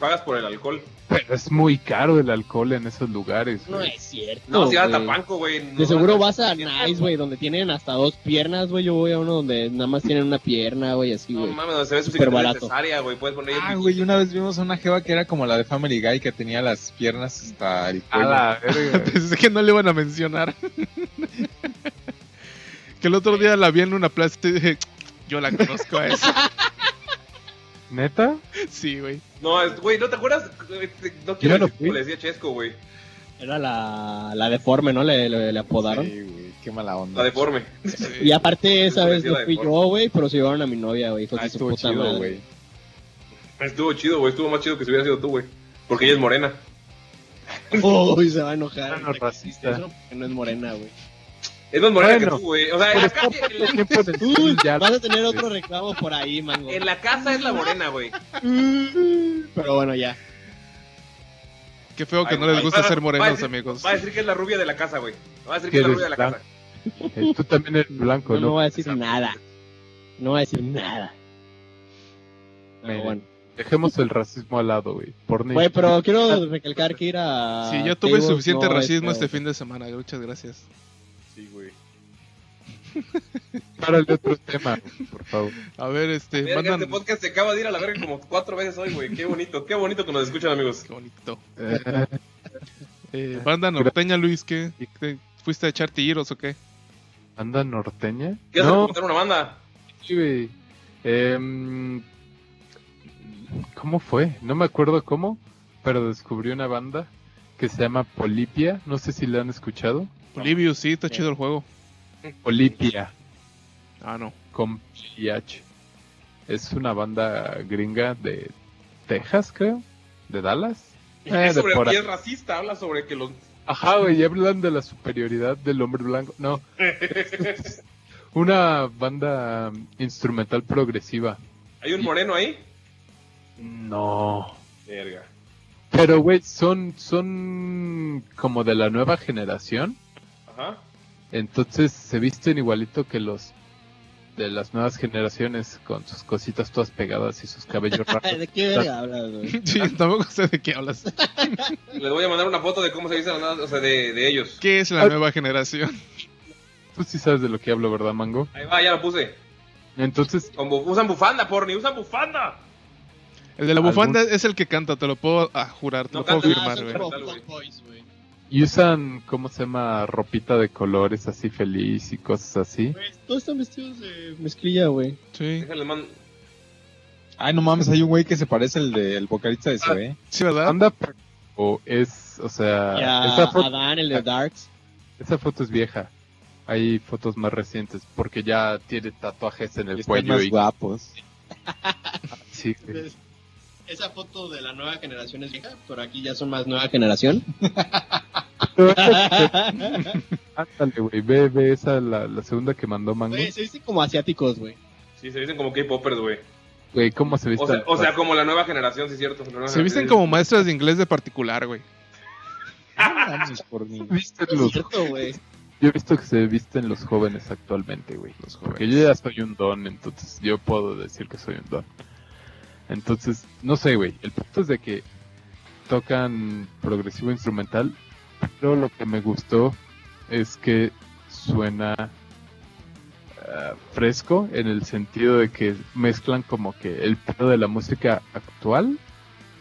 E: Pagas por el alcohol.
F: Pero es muy caro el alcohol en esos lugares,
I: No
F: güey.
I: es cierto.
E: No, si vas a
I: güey.
E: Tapanco, güey. no
I: De seguro
E: vas
I: vas a Nice, güey, donde tienen hasta dos piernas, güey. Yo voy a uno donde nada más tienen una pierna, güey, así,
E: No
I: güey.
E: mames, donde se ve su
I: Súper
E: cicatriz
I: barato.
E: cesárea, güey. Puedes poner ahí.
G: Ah, güey, una vez vimos una jeva que era como la de Family Guy que tenía las piernas hasta el
F: A
G: cuello.
F: la verga.
H: Pensé que no le iban a mencionar. que el otro día la vi en una plaza y dije, yo la conozco a esa.
F: ¿Neta?
H: Sí, güey.
E: No, es- güey, ¿no te acuerdas? Este, No quiero
F: Yo no
E: decir
F: fui.
E: como le decía Chesco, güey.
I: Era la, la deforme, ¿no? Le, le- le apodaron.
G: Sí, güey, qué mala onda.
E: La deforme.
I: Y aparte, esa
E: Sí,
I: vez
E: sí,
I: no
E: la
I: fui
E: deforme.
I: yo, güey, pero se llevaron a mi novia, güey. Hijos
G: Ah,
I: de su
G: estuvo
I: puta
G: chido,
I: madre.
G: güey.
E: Estuvo chido, güey. Estuvo más chido que si hubiera sido tú, güey. Porque ella es morena.
I: Uy, se va a enojar.
F: Bueno, racista.
I: Eso porque no es morena, güey.
E: Es más morena que
F: Bueno.
E: tú, güey. O sea, en la, ca- en la-
F: Tiempo del
I: Uy,
F: sur, ya-
I: vas a tener otro reclamo por ahí, mango.
E: en la casa es la morena, güey.
I: Pero bueno, ya.
H: Qué feo que
E: Ay,
H: no les
E: ay,
H: gusta
E: va-
H: ser
E: va a
H: morenos,
E: decir-
H: amigos.
E: Va a decir que es la rubia de la casa, güey. Va a decir que es la
F: ¿Quieres
E: rubia de la
F: plan?
E: casa.
F: Eh, Tú también eres blanco,
I: No,
F: ¿no?
I: no voy a decir nada. No voy a decir nada. Pero
F: Miren.
I: bueno.
F: Dejemos el racismo al lado, güey. Por
I: Güey, pero quiero recalcar que ir a.
H: Sí, ya tuve
I: Tables
H: suficiente
I: Ah, no es
H: racismo
I: pedo.
H: este fin de semana. Muchas gracias.
F: Sí, güey. Para el otro tema, por favor.
H: A ver, este,
E: Verga,
H: mandan...
E: Este podcast se acaba de ir a la verga como cuatro veces hoy, güey. Qué bonito, qué bonito que nos escuchan, amigos.
H: Qué bonito.
F: Eh,
H: Eh, banda norteña, Luis, ¿qué? ¿Te- ¿Fuiste a echar tiros o qué?
F: ¿Anda norteña?
E: ¿Qué hacer
F: No,
E: contar una banda?
F: sí, güey. Em, ¿Cómo fue? No me acuerdo cómo, pero descubrí una banda que se llama Polipia. No sé si la han escuchado.
H: Olivius, sí, está chido el juego.
F: Polipia.
H: Ah, no.
F: con PH. Es una banda gringa de Texas, creo. De Dallas. Eh,
E: Es
F: de
E: sobre
F: por
E: que
F: ahí.
E: es racista, habla sobre que los.
F: Ajá, güey, ya hablan de la superioridad del hombre blanco. No. una banda um, instrumental progresiva.
E: Hay un moreno ahí.
F: No.
E: Verga.
F: Pero, güey, son, son como de la nueva generación.
E: Ajá.
F: Entonces se visten igualito que los de las nuevas generaciones con sus cositas todas pegadas y sus cabellos raros.
I: Ay, ¿De qué verga hablas, güey?
H: Sí, tampoco sé de qué hablas.
E: Les voy a mandar una foto de cómo se dice la nada, o sea, de, de ellos.
H: ¿Qué es la
F: Ah.
H: nueva generación?
F: Tú sí sabes de lo que hablo, ¿verdad, Mango?
E: Ahí va, ya lo puse.
F: Entonces,
E: Con bu- usan bufanda, porni, usan bufanda.
H: El de la
F: Algún-
H: bufanda es el que canta, te lo puedo ah, jurar, te
E: No
H: lo puedo
E: canta,
H: firmar,
E: no,
H: güey.
E: no,
I: como
E: güey.
I: Black Boys, güey.
F: y usan, ¿cómo se llama? Ropita de colores así feliz y cosas así.
I: Güey, Todos están vestidos de mezclilla, güey.
H: Sí.
E: Déjenles man-
G: Ay, no mames, hay un güey que se parece al del vocalista de CB.
H: Sí, ¿verdad?
F: Anda, pero es, o sea,
I: Y a
F: Ah, esa, Ah. foto,
I: Adán, el de Darks.
F: esa foto es vieja. Hay fotos más recientes porque ya tiene tatuajes en el
G: Están
F: Ah, cuello
G: más
F: y
G: guapos.
F: sí, güey.
I: Esa foto de la nueva generación es vieja, pero aquí ya son más nueva generación.
F: Ándale, güey, ve, ve esa la, la segunda que mandó Mango.
E: Pues,
I: Güey, se visten como asiáticos, güey.
E: Sí, se dicen como K-popers, güey.
F: Güey, ¿cómo se viste?
E: O sea, o sea, como la nueva generación, Ah, sí, es cierto. la nueva
H: Se visten
E: generación.
H: como maestras de inglés de particular, güey.
G: No mames, por mí.
F: ¿Viste
I: Es
F: los-
I: cierto, güey.
F: yo he visto que se visten los jóvenes actualmente, güey.
H: Los
F: Porque
H: jóvenes.
F: yo ya soy un don, entonces yo puedo decir que soy un don. Entonces, no sé, güey. El punto es de que tocan progresivo instrumental, pero lo que me gustó es que suena ah, fresco en el sentido de que mezclan como que el pedo de la música actual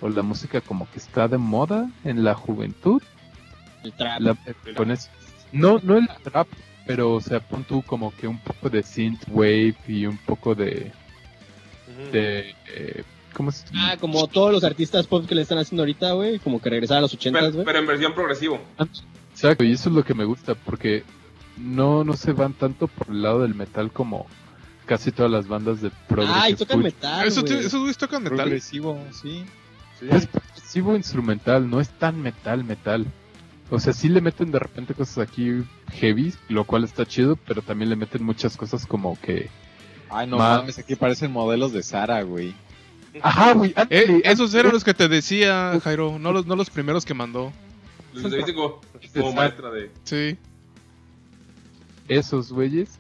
F: o la música como que está de moda en la juventud
I: El trap.
F: la- con eso. No, no el trap, pero o sea, pon tú como que un poco de synthwave y un poco de,
E: Ujú.
F: de eh, ¿cómo se
I: Ah, como todos los artistas pop que le están haciendo ahorita, güey. Como que regresar a los ochentas,
E: pero,
I: güey.
E: pero en versión progresivo.
F: Exacto, y eso es lo que me gusta porque no no se van tanto por el lado del metal como casi todas las bandas de progresivo.
I: Ay, tocan metal,
H: ¿Eso,
I: Ah, güey.
H: te- ¿Esos güeyes tocan metal?
G: Progresivo, sí.
F: Es progresivo instrumental, no es tan metal metal. O sea, sí le meten de repente cosas aquí heavy, lo cual está chido, pero también le meten muchas cosas como que...
G: Ay, no
F: Más-
G: mames, aquí parecen modelos de Sara, güey.
F: Ajá, güey, ándale,
H: Eh,
F: ándale.
H: esos eran los que te decía, Jairo, no los, no los primeros que mandó.
E: Se visten como, como maestra de.
H: Sí.
F: esos güeyes,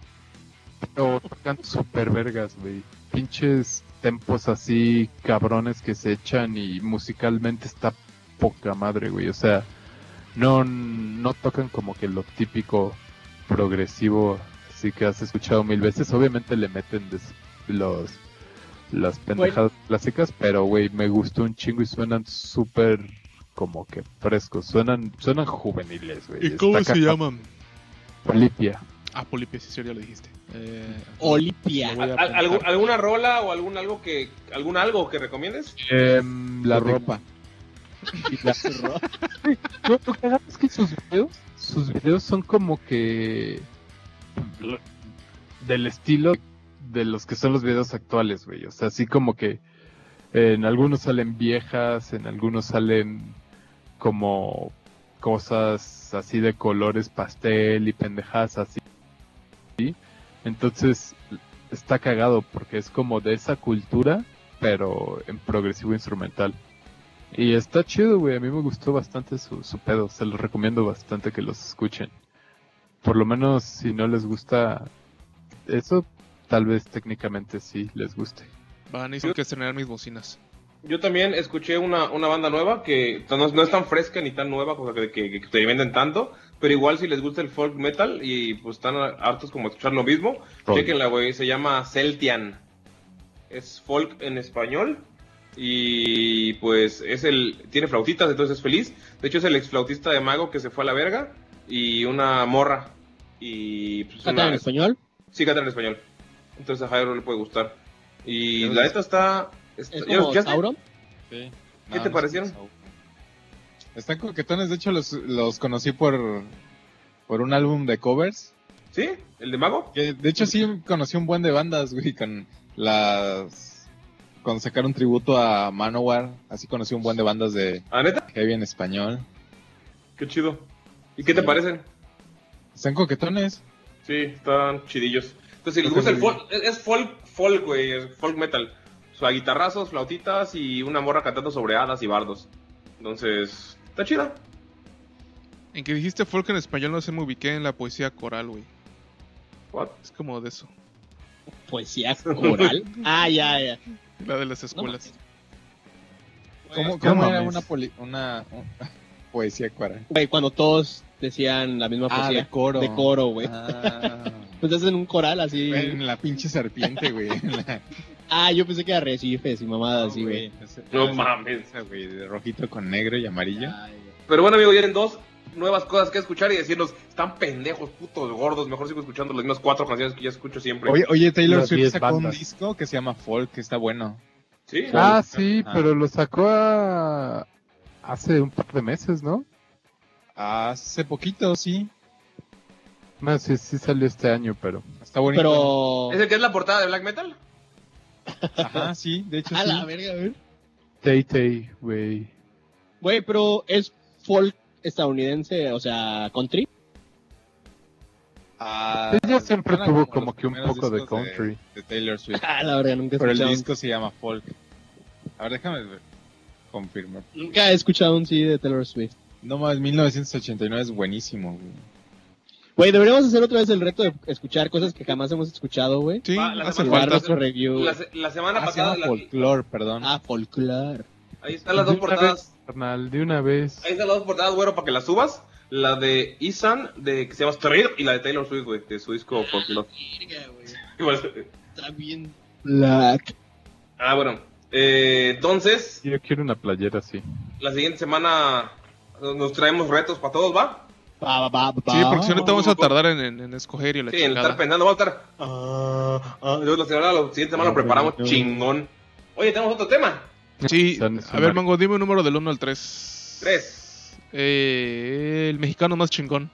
F: pero tocan super vergas, güey. Pinches tempos así cabrones que se echan y musicalmente está poca madre, güey. O sea, no, no tocan como que lo típico progresivo, así que has escuchado mil veces. Obviamente le meten des- los las pendejadas clásicas, pero güey, me gustó un chingo y suenan súper como que frescos, suenan suenan juveniles, güey.
H: ¿Y cómo
F: Está
H: se
F: caja-
H: llaman?
F: Polipia.
H: Ah, Polipia, sí, sí, ya lo dijiste. Eh,
I: Olipia.
H: lo voy a
E: Al-
H: apuntar.
E: algún- ¿Alguna rola o algún algo que algún algo que recomiendes?
F: Em, la
G: La
F: de-
G: ropa.
F: y la- No, lo que hagan es que sus videos, sus videos son como que lo- del estilo de los que son los videos actuales, güey. O sea, así como que en algunos salen viejas, en algunos salen como cosas así de colores pastel y pendejadas así. ¿sí? Entonces está cagado porque es como de esa cultura, pero en progresivo instrumental. Y está chido, güey. A mí me gustó bastante su, su pedo. Se los recomiendo bastante que los escuchen. Por lo menos si no les gusta eso, tal vez técnicamente sí les guste.
H: Van a que estrenar mis bocinas.
E: Yo también escuché una, una banda nueva que no, es- no es tan fresca ni tan nueva, cosa que, que, que experimenten tanto, pero igual si les gusta el folk metal y pues están hartos como de escuchar lo mismo,
F: Roll.
E: chequenla, güey, se llama Celtian. Es folk en español y pues es el tiene flautitas, entonces es feliz. De hecho es el exflautista de Mago que se fue a la verga y una morra y pues,
I: ¿Cantan en
E: una-
I: español?
E: Sí, canta en español. Entonces a Jairo le puede gustar. Y
G: Pero
E: la
G: es-
E: neta está. está-
I: ¿Es
E: yo-
I: como
E: yo-
I: Sauron?
G: Sí.
E: ¿Qué
G: No,
E: te
G: no
E: parecieron?
G: sé. Están coquetones, de hecho los, los conocí por, por un álbum de covers.
E: ¿Sí? ¿El de Mago?
G: Que, de hecho sí conocí un buen de bandas, güey, con las... Con sacar un tributo a Manowar, así conocí un buen de bandas de
E: ¿A ¿Ah, neta?
G: heavy en español.
E: Qué chido. ¿Y qué
G: Sí.
E: te parecen?
G: Están coquetones.
E: Sí, están chidillos. Entonces, si les gusta el folk, es es folk, folk, güey, es folk metal. O sea, guitarrazos, flautitas y una morra cantando sobre hadas y bardos. Entonces, está chida.
H: En que dijiste folk en español no se me ubiqué en la poesía coral, güey.
E: What?
H: Es como de eso.
I: ¿Poesía coral? Ah, ya, ya.
H: La de las escuelas.
G: ¿Cómo,
F: No
G: cómo era
F: mames.
G: una, poli- una, un- poesía cuara?
I: Güey, cuando todos decían la misma
G: Ah,
I: poesía.
G: de coro.
I: De coro, güey.
G: Ah.
I: Pues hacen un coral así.
G: Güey, en la pinche serpiente, güey. en la-
I: Ah, yo pensé que era recifes y mamadas así, güey.
G: Ese-
E: No
G: ese-
E: mames.
G: ese, güey, de rojito con negro y amarillo.
I: Ah.
E: Pero bueno, amigo, ya tienen dos nuevas cosas que escuchar y decirnos, están pendejos, putos, gordos. Mejor sigo escuchando las mismas cuatro canciones que ya escucho siempre.
G: Oye, oye, Taylor
F: Las
G: Swift
F: diez
G: sacó
F: bandas.
G: un disco que se llama Folk, que está bueno.
E: ¿Sí?
F: Ah, sí,
G: Ah.
F: pero lo sacó a- hace un par de meses, ¿no?
G: Hace poquito, sí.
F: No, sí, sí salió este año, pero...
G: Está bonito.
I: Pero.
E: ¿Es el que es la portada de Black Metal?
G: Ajá, sí, de hecho
I: A
G: sí.
I: la verga, a ver.
F: Tay Tay, güey.
I: Güey, pero es folk estadounidense, o sea, country.
G: Ah,
F: Ella siempre
G: suena
F: tuvo
G: los
F: como que un
G: primeros
F: poco de
G: discos
F: country.
G: De, Taylor Swift.
I: Ah, la verga, nunca he
G: Pero el
I: escuchado. un-
G: disco se llama Folk. A ver, déjame ver. confirmar.
I: Nunca he escuchado un CD de Taylor Swift.
G: No más, 1989 es buenísimo, güey.
I: Güey, deberíamos hacer otra vez el reto de escuchar cosas que jamás hemos escuchado, güey.
H: Sí,
E: Ah, la
H: hace
E: semana
I: Jugar
H: falta.
I: nuestro review.
E: La, se- la semana
G: Ah, se
E: pasada,
G: llama
E: la-
G: Folklore, perdón.
I: Ah, folclore.
E: ahí están las
F: De
E: dos
F: una
E: portadas.
F: vez, carnal, de una vez.
E: Ahí están las dos portadas, güero, para que las subas. La de Isan, de, que se llama Strip, y la de Taylor Swift, güey, de su disco Folklore.
I: Verga, güey.
E: Igual-
I: Está bien. Black.
E: pues, eh, Ah, bueno. Eh, entonces,
F: Yo quiero una playera así.
E: la siguiente semana nos traemos retos para todos, ¿va?
I: Ba, ba, ba, ba.
H: Sí, porque si ahorita vamos a tardar en, en- en escoger y la
E: Sí, en estar
H: chingada.
E: pensando, vamos a estar. Ah, ah, yo la, semana, la siguiente semana lo preparamos chingón. Oye, tenemos otro tema.
H: Sí,
F: San-
H: a
F: San
H: ver,
F: Marco.
H: Mango, dime un número del 1 al 3.
E: Tres.
H: Eh, el mexicano más chingón.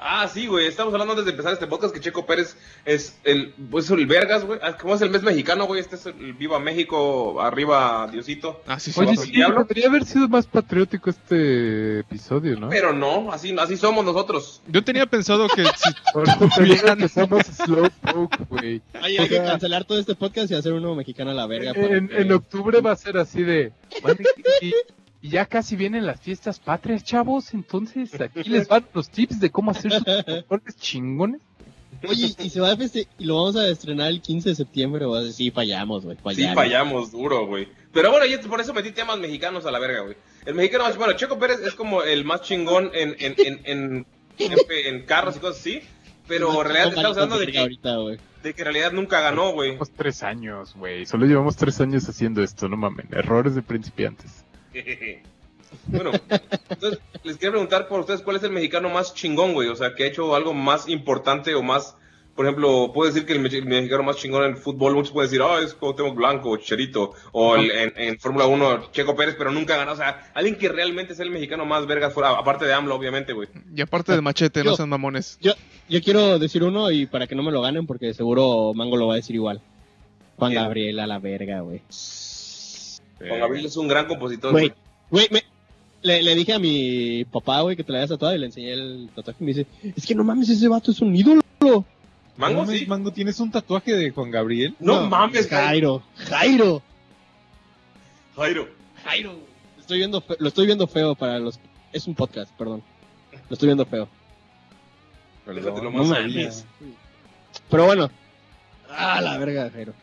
E: Ah, sí, güey. Estamos hablando antes de empezar este podcast que Checo Pérez es el, es el vergas, güey. Ah, ¿Cómo es el mes mexicano, güey? Este es el Viva México, arriba Diosito.
H: Ah, sí, sí.
F: Oye,
E: ¿Vamos
F: sí,
E: al diablo?
F: podría haber sido más patriótico este episodio, ¿no?
E: Pero no, así, así somos nosotros.
H: Yo tenía pensado que si-
F: Por eso te digo que somos slowpoke, güey.
I: Oye, hay que cancelar todo este podcast y hacer uno mexicano a la verga. para
F: En,
I: que-
F: en octubre va a ser así de... "Vale, y- y ya casi vienen las fiestas patrias, chavos. Entonces aquí les van los tips de cómo hacer sus mejores chingones.
I: Oye, y se va a feste- y lo vamos a estrenar el 15 de septiembre. O sea, sí, fallamos, güey.
E: Sí,
I: Fallamos.
E: fallamos duro, güey. Pero bueno, yo por eso metí temas mexicanos a la verga, güey. El mexicano más bueno, Checo Pérez es como el más chingón en, en, en, en, en- en carros y cosas así. Pero en realidad estamos hablando de que,
I: Ahorita, güey.
E: de que en realidad nunca ganó, güey.
F: Llevamos tres años, güey. Solo llevamos tres años haciendo esto, no mamen. Errores de principiantes.
E: Bueno, entonces les quería preguntar por ustedes cuál es el mexicano más chingón, güey. O sea, que ha hecho algo más importante o más. Por ejemplo, puedo decir que el, me- el mexicano más chingón en el fútbol, muchos pueden decir, ah, es Cuauhtémoc Blanco, o Chicharito, o el- en, en Fórmula 1, Checo Pérez, pero nunca ganó. O sea, alguien que realmente es el mexicano más vergas fuera, aparte de AMLO, obviamente, güey.
H: Y aparte de machete,
I: Yo.
H: no sean mamones.
I: Yo, yo quiero decir uno y para que no me lo ganen, porque seguro Mango lo va a decir igual. Juan
E: ¿Quién?
I: Gabriel a la verga, güey.
G: Eh,
E: Juan Gabriel es un gran compositor.
I: Güey,
E: güey.
I: güey, me- le, le dije a mi papá, güey, que te la habías tatuado y le enseñé el tatuaje y me dice, es que no mames, ese vato es un ídolo.
E: Mango,
G: Mames,
E: sí.
G: Mango, ¿tienes un tatuaje de Juan Gabriel?
E: No mames, Jairo.
I: Jairo. Jairo.
E: Jairo.
I: Jairo. estoy viendo fe- lo estoy viendo feo para los... Es un podcast, perdón. Lo estoy viendo feo.
E: Déjatelo
G: Perdón,
E: más
G: no
E: antes.
G: sabía.
I: Pero bueno. Ah, la verga, Jairo.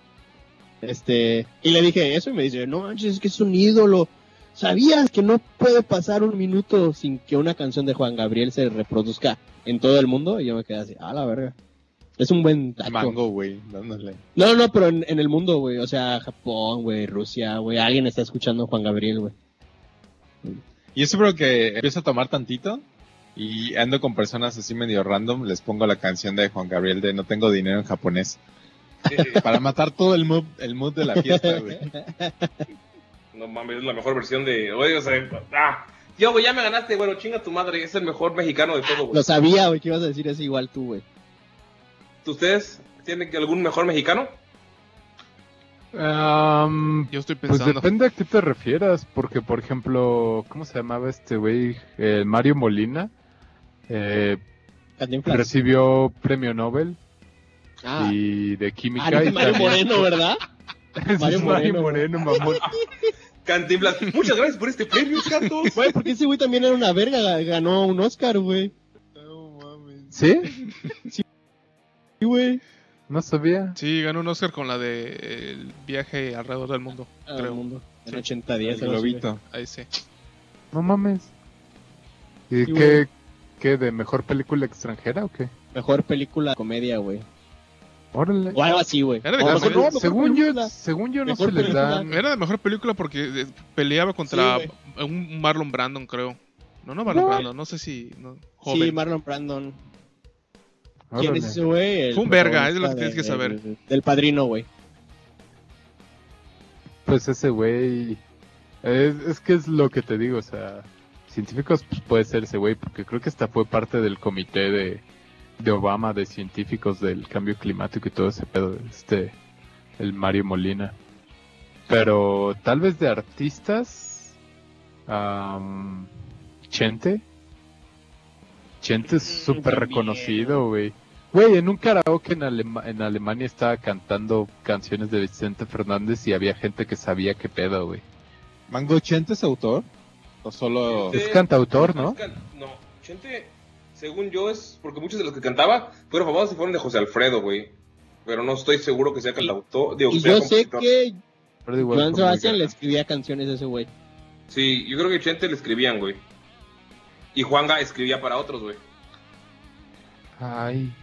I: Este, y le dije eso y me dice, no manches, es que es un ídolo. ¿Sabías que no puede pasar un minuto sin que una canción de Juan Gabriel se reproduzca en todo el mundo? Y yo me quedé así, ah, la verga. Es un buen dato.
G: Mango, güey, dándole.
I: No, no, pero en, en el mundo, güey. O sea, Japón, güey, Rusia, güey. Alguien está escuchando a Juan Gabriel, güey.
G: Y eso creo que empiezo a tomar tantito y ando con personas así medio random, les pongo la canción de Juan Gabriel de No tengo dinero en japonés. Para matar todo el mood, el mood de la fiesta, güey.
E: No mames, es la mejor versión de. Oye, o sea, ah, yo, güey, ya me ganaste, güey, chinga tu madre, es el mejor mexicano de todo, güey.
I: Lo sabía, güey, que ibas a decir eso igual tú, güey.
E: ¿Ustedes tienen que algún mejor mexicano?
F: Am,
H: Yo estoy
F: pues
H: pensando.
F: depende a qué te refieras, porque por ejemplo, ¿cómo se llamaba este güey? Eh, Mario Molina. eh,
I: Cantinflas.
F: recibió premio Nobel
I: Ah,
F: y de química
I: Mario,
F: y
I: Mario
F: también-
I: Moreno, ¿verdad?
F: Sí,
I: Mario
F: Mario
I: Moreno.
F: Moreno, mamón.
E: Cantinflas, muchas gracias por este premio, gatos.
I: Güey, porque ese güey también era una verga, ganó un Oscar, güey.
F: ¿Sí?
I: Sí, güey.
F: No sabía.
H: Sí, ganó un Oscar con la de eh, El viaje alrededor del Ah, mundo.
I: Todo el
H: creo.
I: mundo. En 80 días,
G: El
I: algo así,
G: globito.
H: Ahí sí.
F: No mames. ¿Y
I: Sí, güey.
F: qué, qué? ¿De mejor película extranjera o qué?
I: güey. Mejor película de comedia, güey.
F: Órale. Ah,
I: O algo así, güey.
H: Era de
I: O
H: comedia.
I: mejor- no, mejor
F: según yo,
I: película.
F: según yo no
I: Mejor
F: se les dan.
H: Era la mejor película porque eh, peleaba contra
I: Sí,
H: un Marlon Brandon, creo. No, no Marlon
F: No.
H: Brandon, no sé si. no,
I: Sí,
H: joven.
I: Marlon Brandon. ¿Quién
F: Órale.
I: es ese güey? El
H: Fue un verga, es de los que
I: protagonista
H: tienes que
I: de- Del padrino, güey.
F: Pues ese güey. Es, es que es lo que te digo, o sea. Científicos pues, puede ser ese güey, porque creo que esta fue parte del comité de, de Obama de científicos del cambio climático y todo ese pedo. Este. El Mario Molina. Pero tal vez de artistas. am, Chente. Chente es súper
I: también.
F: reconocido, güey. Güey, en un karaoke en, Alema- en Alemania estaba cantando canciones de Vicente Fernández y había gente que sabía qué pedo, güey.
G: ¿Mango Chente es autor? ¿O solo.?
E: Sí.
F: Es cantautor, ¿no?
E: Es can- No, gente, según yo es. Porque muchos de los que cantaba fueron famosos y fueron de José Alfredo, güey. Pero no estoy seguro que sea cantautor. digo,
I: Y
E: sea
I: yo sé
E: compositor.
I: que
F: Pero igual
I: Joan
F: fue muy
I: Sebastián
F: gran-
I: le escribía canciones a ese güey.
E: Sí, yo creo que Chente le escribían, güey. Y Juanga escribía para otros, güey.
F: Ay.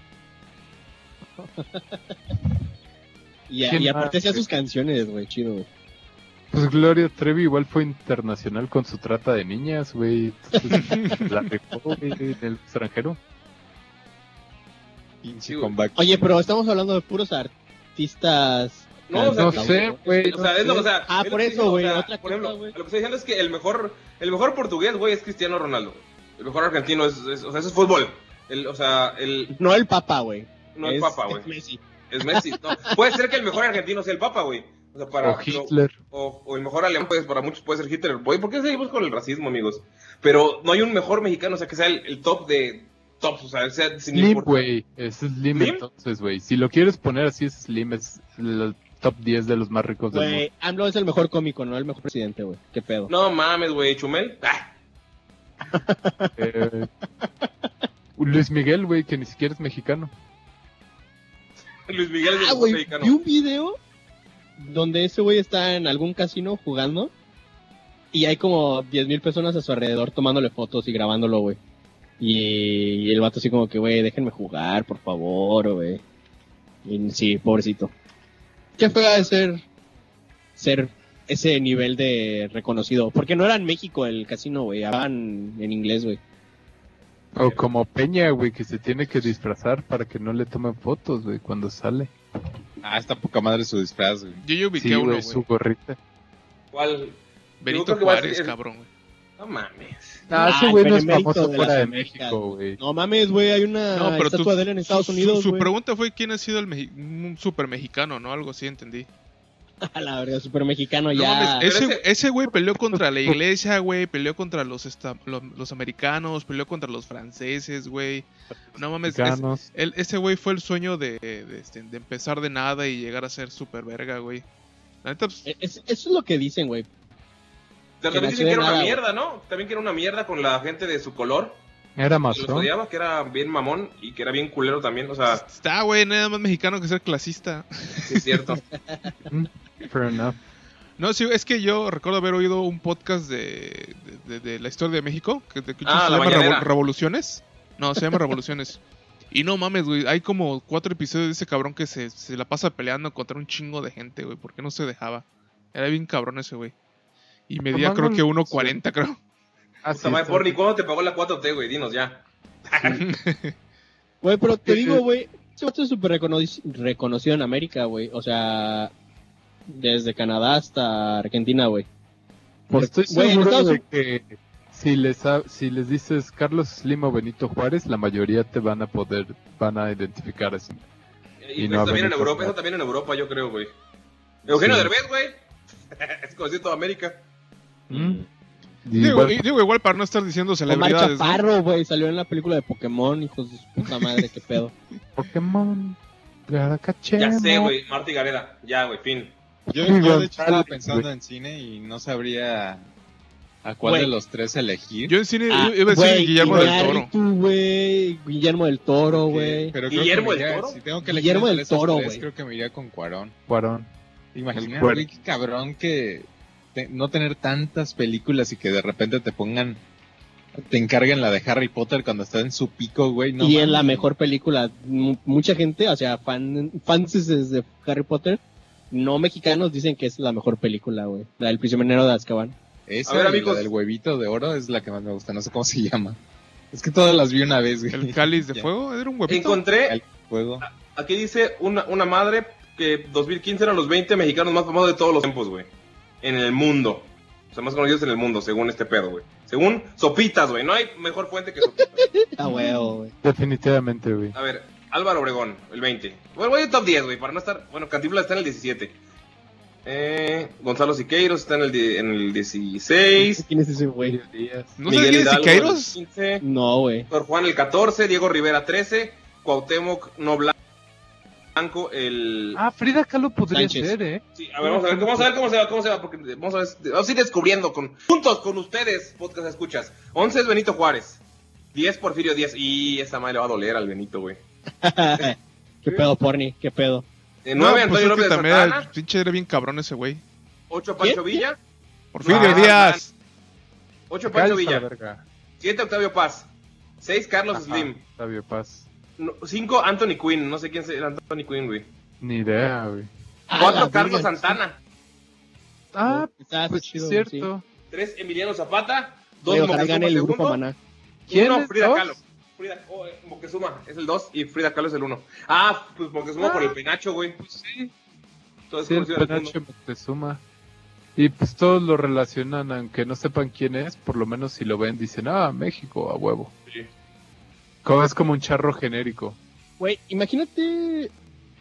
I: Y, a-
F: ¿Quién Ah,
I: y
F: más,
I: aparte hacía
F: güey?
I: sus canciones, güey, chido, güey.
F: Pues Gloria Trevi igual fue internacional con su trata de niñas, güey. Entonces, La dejó, güey, en el extranjero.
G: Pinche
E: Sí, güey.
G: comeback.
I: Oye, pero estamos hablando de puros artistas.
E: No, o sea,
F: No
E: que-
F: sé, güey.
E: O sea, es lo, o sea,
I: Ah,
E: es lo
I: por
E: que estoy
I: eso,
E: diciendo,
I: güey,
E: o sea,
I: otra
E: por
I: cosa,
E: ejemplo,
I: güey.
E: Lo que estoy diciendo es que el mejor, el mejor portugués, güey, es Cristiano Ronaldo. El mejor argentino es, es- o sea, eso es fútbol. El, o sea, el
I: No el papa, güey.
E: no es, Papa,
I: es
E: güey.
I: Messi.
E: Es Messi. No, puede ser que el mejor argentino sea el Papa, güey. O sea, para
F: O Hitler.
E: o, o el mejor alemán, pues para muchos puede ser Hitler. Güey, ¿por qué seguimos con el racismo, amigos? Pero no hay un mejor mexicano, o sea, que sea el, el top de tops, o sea, sea sin
F: Slim,
E: importar.
F: güey. Es Slim,
E: ¿Slim?
F: entonces, güey. Si lo quieres poner así, es Slim. Es el top 10 de los más ricos del mundo.
I: Güey, AMLO es el mejor cómico, no el mejor presidente, güey. Qué pedo.
E: No mames, güey, Chumel. Ah,
F: Eh, Luis Miguel, güey, que ni siquiera es mexicano.
E: Luis Miguel es
I: Ah,
E: el mejor
I: güey, vi
E: mexicano.
I: un video donde ese güey está en algún casino jugando y hay como 10.000 personas a su alrededor tomándole fotos y grabándolo, güey. Y, y el vato así como que, güey, déjenme jugar, por favor, güey. Y sí, pobrecito. Qué fea de ser, ser ese nivel de reconocido. Porque no era en México el casino, güey, hablaban en inglés, güey.
F: O como Peña, güey, que se tiene que disfrazar para que no le tomen fotos, güey, cuando sale.
G: Ah, está poca madre su disfraz, güey.
H: Yo ya ubiqué
F: Sí,
H: uno,
F: güey,
H: güey.
F: su gorrita.
E: ¿Cuál?
H: Benito
E: creo que va a
H: Juárez,
E: ser-
H: cabrón, güey.
E: No mames.
F: Ah,
I: Ah,
F: ese güey no es
I: Benemérito
F: famoso
I: de las
F: fuera de
I: Américas.
F: México, güey.
I: No mames, güey, hay una
H: No, pero tú-
I: estatua de él en Estados
H: Su-
I: Unidos,
H: Su,
I: güey.
H: pregunta fue quién ha sido el mexi- un super mexicano, ¿no? Algo así entendí.
I: A la verga, super mexicano
H: No
I: ya.
H: mames,
E: Pero
H: ese,
E: ese-
H: ese güey peleó contra la iglesia, güey. Peleó contra los, esta- los, los americanos, peleó contra los franceses, güey. No mames, es-
F: Mexicanos.
H: el- ese güey fue el sueño de, de, este, de empezar de nada
I: E-,
H: y llegar a ser super verga, güey. La neta, pues,
I: Es- eso es lo que dicen, güey.
E: De
I: Que no
E: repente dicen
I: se
E: que era
I: ve
E: una
I: nada,
E: mierda, ¿no? También que era una mierda con la gente de su color.
F: Era
E: Que los
F: masón.
E: odiaba, que era bien mamón y que era bien culero también. O sea,
H: Está, güey, nada más mexicano que ser clasista.
E: sí es cierto.
F: Fair enough.
H: No, sí, es que yo recuerdo haber oído un podcast de, de, de- de la historia de México, que de- que
E: Ah,
H: se
E: la
H: llama Revo-
E: mañanera.
H: Revoluciones. No, se llama Revoluciones. Y no mames, güey, hay como cuatro episodios de ese cabrón que se, se la pasa peleando contra un chingo de gente, güey, porque no se dejaba. Era bien cabrón ese, güey. Y medía creo
F: mames.
H: que 1.40, creo.
F: Ah,
E: Puta madre, Porni, ¿cuándo te pagó la 4T, güey? Dinos ya.
I: Güey, pero te
F: Sí,
I: digo,
F: sí.
I: güey, ese vato es súper reconoci- reconocido en América, güey. O sea, desde Canadá hasta Argentina, güey. Por-
F: Pues Estoy
I: güey, en
F: seguro
I: Estados
F: de
I: Unidos-
F: que si les, ha- si les dices Carlos Slim o Benito Juárez, la mayoría te van a poder, van a identificar así.
E: Y,
F: Y
E: pues
F: no
E: también en
F: Benito
E: Europa,
F: Juárez.
E: eso también en Europa, yo creo, güey. Eugenio
F: Sí.
E: Derbez, güey. es conocido en toda América. Mm.
F: Y
H: Digo,
F: bueno,
H: y- digo, igual para no estar diciendo
I: Omar
H: celebridades. ¿no?
I: Chaparro, güey, salió en la película de Pokémon, hijos de su puta madre, qué pedo.
F: Pokémon.
E: Ya
F: Garacachemo.
E: sé, güey. Marta Gareda. Ya, güey, fin.
G: Yo,
F: Sí,
G: yo, de
F: güey.
G: hecho estaba pensando en cine y no sabría a cuál
I: Güey.
G: de los tres elegir.
H: Yo en cine
I: Ah,
H: iba a decir
I: güey,
H: Guillermo del Toro.
I: Iñárritu, güey, Guillermo del Toro, güey.
G: eh, Pero creo
E: Guillermo
G: que me
E: del
G: iría-
E: Toro.
G: Si tengo que elegir
I: Guillermo
G: entre
I: del
G: esos
I: Toro,
G: tres,
I: güey.
G: Creo que me iría con Cuarón.
F: Cuarón.
G: Imagina,
F: Cuarón.
G: güey, qué cabrón que te- no tener tantas películas y que de repente te pongan, te encarguen la de Harry Potter cuando está en su pico, güey. No
I: y es la
G: mames.
I: mejor película. M- mucha gente, o sea, fan, fans de Harry Potter, no mexicanos, dicen que es la mejor película, güey. La del prisionero de Azkaban.
G: Esa
E: A ver,
G: y la
E: amigos.
G: del huevito de oro es la que más me gusta, no sé cómo se llama. Es que todas las vi una vez, güey.
H: El cáliz de
G: Ya,
H: fuego era un huevito.
E: Encontré,
G: Fuego.
E: aquí dice una, una madre que 2015 eran los 20 mexicanos más famosos de todos los tiempos, güey. En el mundo. O sea, más conocidos en el mundo, según este pedo, güey. Según Sopitas, güey. No hay mejor fuente que Sopitas.
I: Ah, huevo, güey.
F: Definitivamente, güey.
E: A ver, Álvaro Obregón, el 20. Bueno, voy a top 10, güey, para no estar. Bueno, Cantinflas está en el 17. Eh, Gonzalo Siqueiros está en el, di- en el 16.
I: ¿Quién es ese güey?
H: ¿No sabes quién es
E: Hidalgo en el
H: Siqueiros?
E: 15.
I: No, güey.
E: Sor Juan el 14. Diego Rivera 13. Cuauhtémoc no Blan- blanco. El.
F: Ah, Frida Kahlo podría
I: Sánchez.
F: ser, ¿eh?
E: Sí, a ver, vamos a ver, vamos a ver cómo se va, cómo se va, porque vamos a ver, vamos a ir descubriendo con, juntos con ustedes, podcast escuchas. 11 es Benito Juárez, 10 Porfirio Díaz, y esa madre le va a doler al Benito, güey.
F: este,
I: ¿Qué pedo, Porni? ¿Qué pedo?
E: Eh, 9
H: No, pues
E: Antonio
H: es
E: López
H: que
E: de
H: también era-
E: Santana,
H: pinche era bien cabrón ese güey.
E: 8 Pancho Villa,
H: Porfirio
E: Ah,
H: Díaz.
E: 8 Pancho
F: Cállate a la
E: Villa,
F: verga.
E: 7 Octavio Paz, 6 Carlos
F: Ajá,
E: Slim,
F: Octavio Paz.
E: 5 Anthony Quinn, no sé quién es el Anthony Quinn, güey.
F: Ni idea, güey.
I: Ah,
E: 4
I: la
E: Carlos
I: verga.
E: Santana,
F: Ah,
I: Está
F: pues
I: chido,
F: es
I: güey,
F: cierto.
E: 3 Emiliano Zapata,
I: sí.
E: 2
I: Güey, ojalá
E: Moctezuma
I: gane el grupo
E: II,
I: Maná.
F: ¿Quién
E: Uno,
F: es
E: Frida
F: dos?
E: Kahlo. Frida, oh, eh, Moctezuma es el 2 y Frida Kahlo es el 1. Ah, pues Moctezuma por el penacho, güey.
F: Pues sí,
E: Todo es
F: sí, el
E: conocido en el mundo.
F: Penacho Moctezuma. Y pues todos lo relacionan, aunque no sepan quién es, por lo menos si lo ven dicen, ah, México, a huevo.
E: Sí.
F: Como es como un charro genérico.
I: Güey, imagínate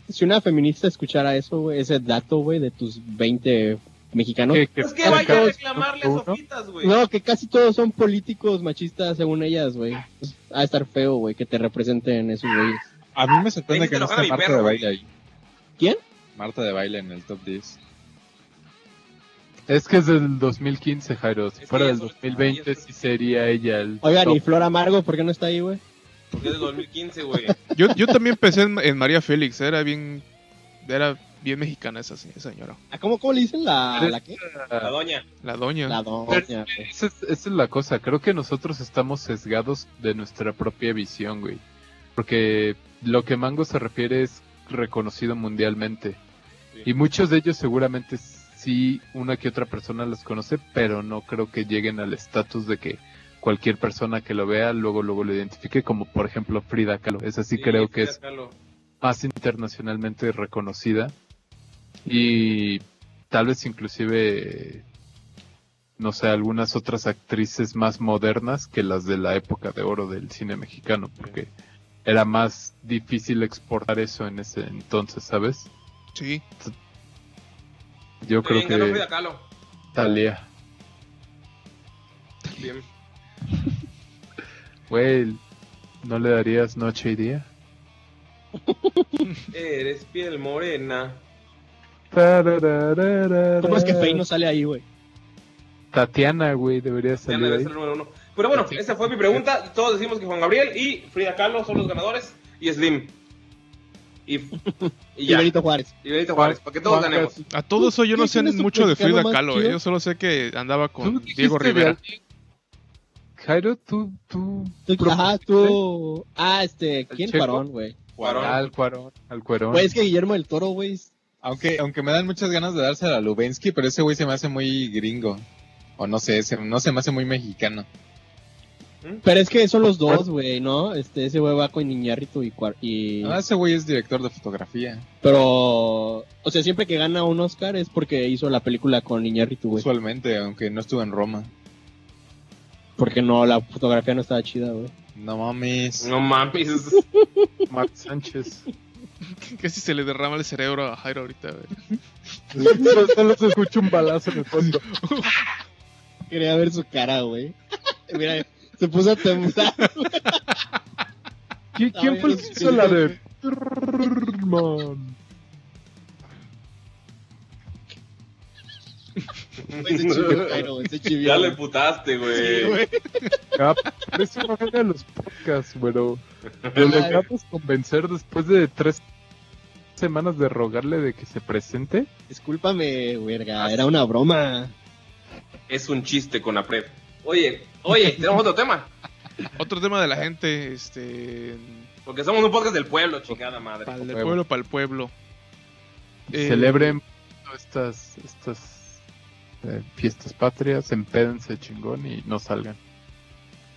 I: si una feminista escuchara eso, güey, ese dato, güey, de tus 20 mexicanos.
E: Pues que vaya a
F: Carlos
E: reclamarle a
F: uno.
E: Sofitas, güey.
I: No, que casi todos son políticos machistas según ellas, güey. Pues, Ha de estar feo, güey, que te representen esos güeyes.
G: A mí me sorprende
E: Dejen
G: que no
E: trabajar
G: esté
E: a mi
G: Marta
E: perro.
G: de baile ahí.
I: ¿Quién?
G: Marta de baile en el top 10.
F: Es que es del 2015, Jairo. Si
E: Es que
F: fuera
E: ya
F: del
E: solo-
F: 2020,
E: ya solo-
F: sí sería ella el.
I: Oigan,
F: top.
I: y Flor Amargo, ¿por qué no está ahí, güey?
E: Porque es de 2015, güey.
H: Yo, yo también pensé en, en María Félix, era bien era bien mexicana esa, se- esa señora,
I: Ah, ¿Cómo, cómo le dicen la, la qué?
E: La doña.
H: la doña.
I: La doña, güey.
F: Esa es, esa es la cosa, creo que nosotros estamos sesgados de nuestra propia visión, güey. Porque lo que Mango se refiere es reconocido mundialmente.
E: Sí.
F: Y muchos de ellos seguramente sí, una que otra persona los conoce, pero no creo que lleguen al estatus de que cualquier persona que lo vea luego luego lo identifique, como por ejemplo Frida Kahlo. Esa sí creo que
E: Frida
F: es
E: Kahlo.
F: más internacionalmente reconocida y tal vez inclusive no sé algunas otras actrices más modernas que las de la época de oro del cine mexicano porque era más difícil exportar eso en ese entonces sabes
H: Sí.
F: yo creo
E: Bien, ganó
F: que
E: Frida Kahlo.
F: Talía
E: Bien.
F: güey no le darías noche y día
E: Eres piel morena.
I: ¿Cómo es que Fey no sale ahí, güey?
F: Tatiana, güey, debería
E: Ya
F: salir
E: debe
F: ahí.
E: ser el número uno. Pero bueno, esa fue mi pregunta. Todos decimos que Juan Gabriel y Frida Kahlo son los ganadores y Slim. Y, y
I: Y
E: ya.
I: Benito Juárez.
E: Y Benito Juárez, para que todos
F: Juan
E: ganemos.
F: Gabriel.
H: A todo eso yo no
I: ¿Quién
H: sé
I: es tu
H: mucho de
I: pescado
H: Frida
I: más
H: Kahlo, eh,
I: chido?
H: yo solo sé que andaba
F: ¿Tú
H: con
F: dijiste
H: Diego
F: de
H: Rivera.
F: alguien? Jairo, tú, tú,
I: Tú-
F: propusiste
I: Ajá, Ah, tú. Ah, este. ¿Quién?
F: Checo.
I: Cuarón, güey.
G: Cuarón.
F: Ah, al cuarón, al cuarón.
I: Güey, es que Guillermo del Toro, güey. es-
G: Aunque, aunque me dan muchas ganas de dársela a Lubensky, pero ese güey se me hace muy gringo. O no sé, se- no se me hace muy mexicano.
I: Pero es que son los dos, güey, ¿no? Este, ese güey va con Iñárritu y. Cuar- y...
G: No, Ah, ese güey es director de fotografía,
I: Pero. O sea, siempre que gana un Oscar es porque hizo la película con Iñárritu, güey.
G: usualmente, aunque no estuvo en Roma.
I: Porque no, la fotografía no estaba chida, güey.
G: No mames.
E: No mames.
F: Mark Sánchez.
H: Casi se le derrama el cerebro a Jairo ahorita, güey.
F: solo, solo se escucha un balazo en el fondo.
I: Quería ver su cara, güey. Mira, se puso a temblar.
F: ¿Qui- ¿Quién fue el que hizo la de Birdman?
I: güey, se chivió, Jairo, güey, se chivió.
E: ya le putaste, güey.
F: Ah, por eso no gana los podcasts, pero lo logramos convencer después de tres semanas de rogarle de que se presente.
I: Discúlpame, verga, era una broma.
E: es un chiste con la Pred. Oye, oye, tenemos otro tema.
H: Otro tema de la gente, este.
E: Porque somos un podcast del pueblo, chingada madre.
H: Para el
F: Huevo.
H: pueblo, para el pueblo. Eh,
F: Celebren estas, estas eh, fiestas patrias, empédense chingón y no salgan.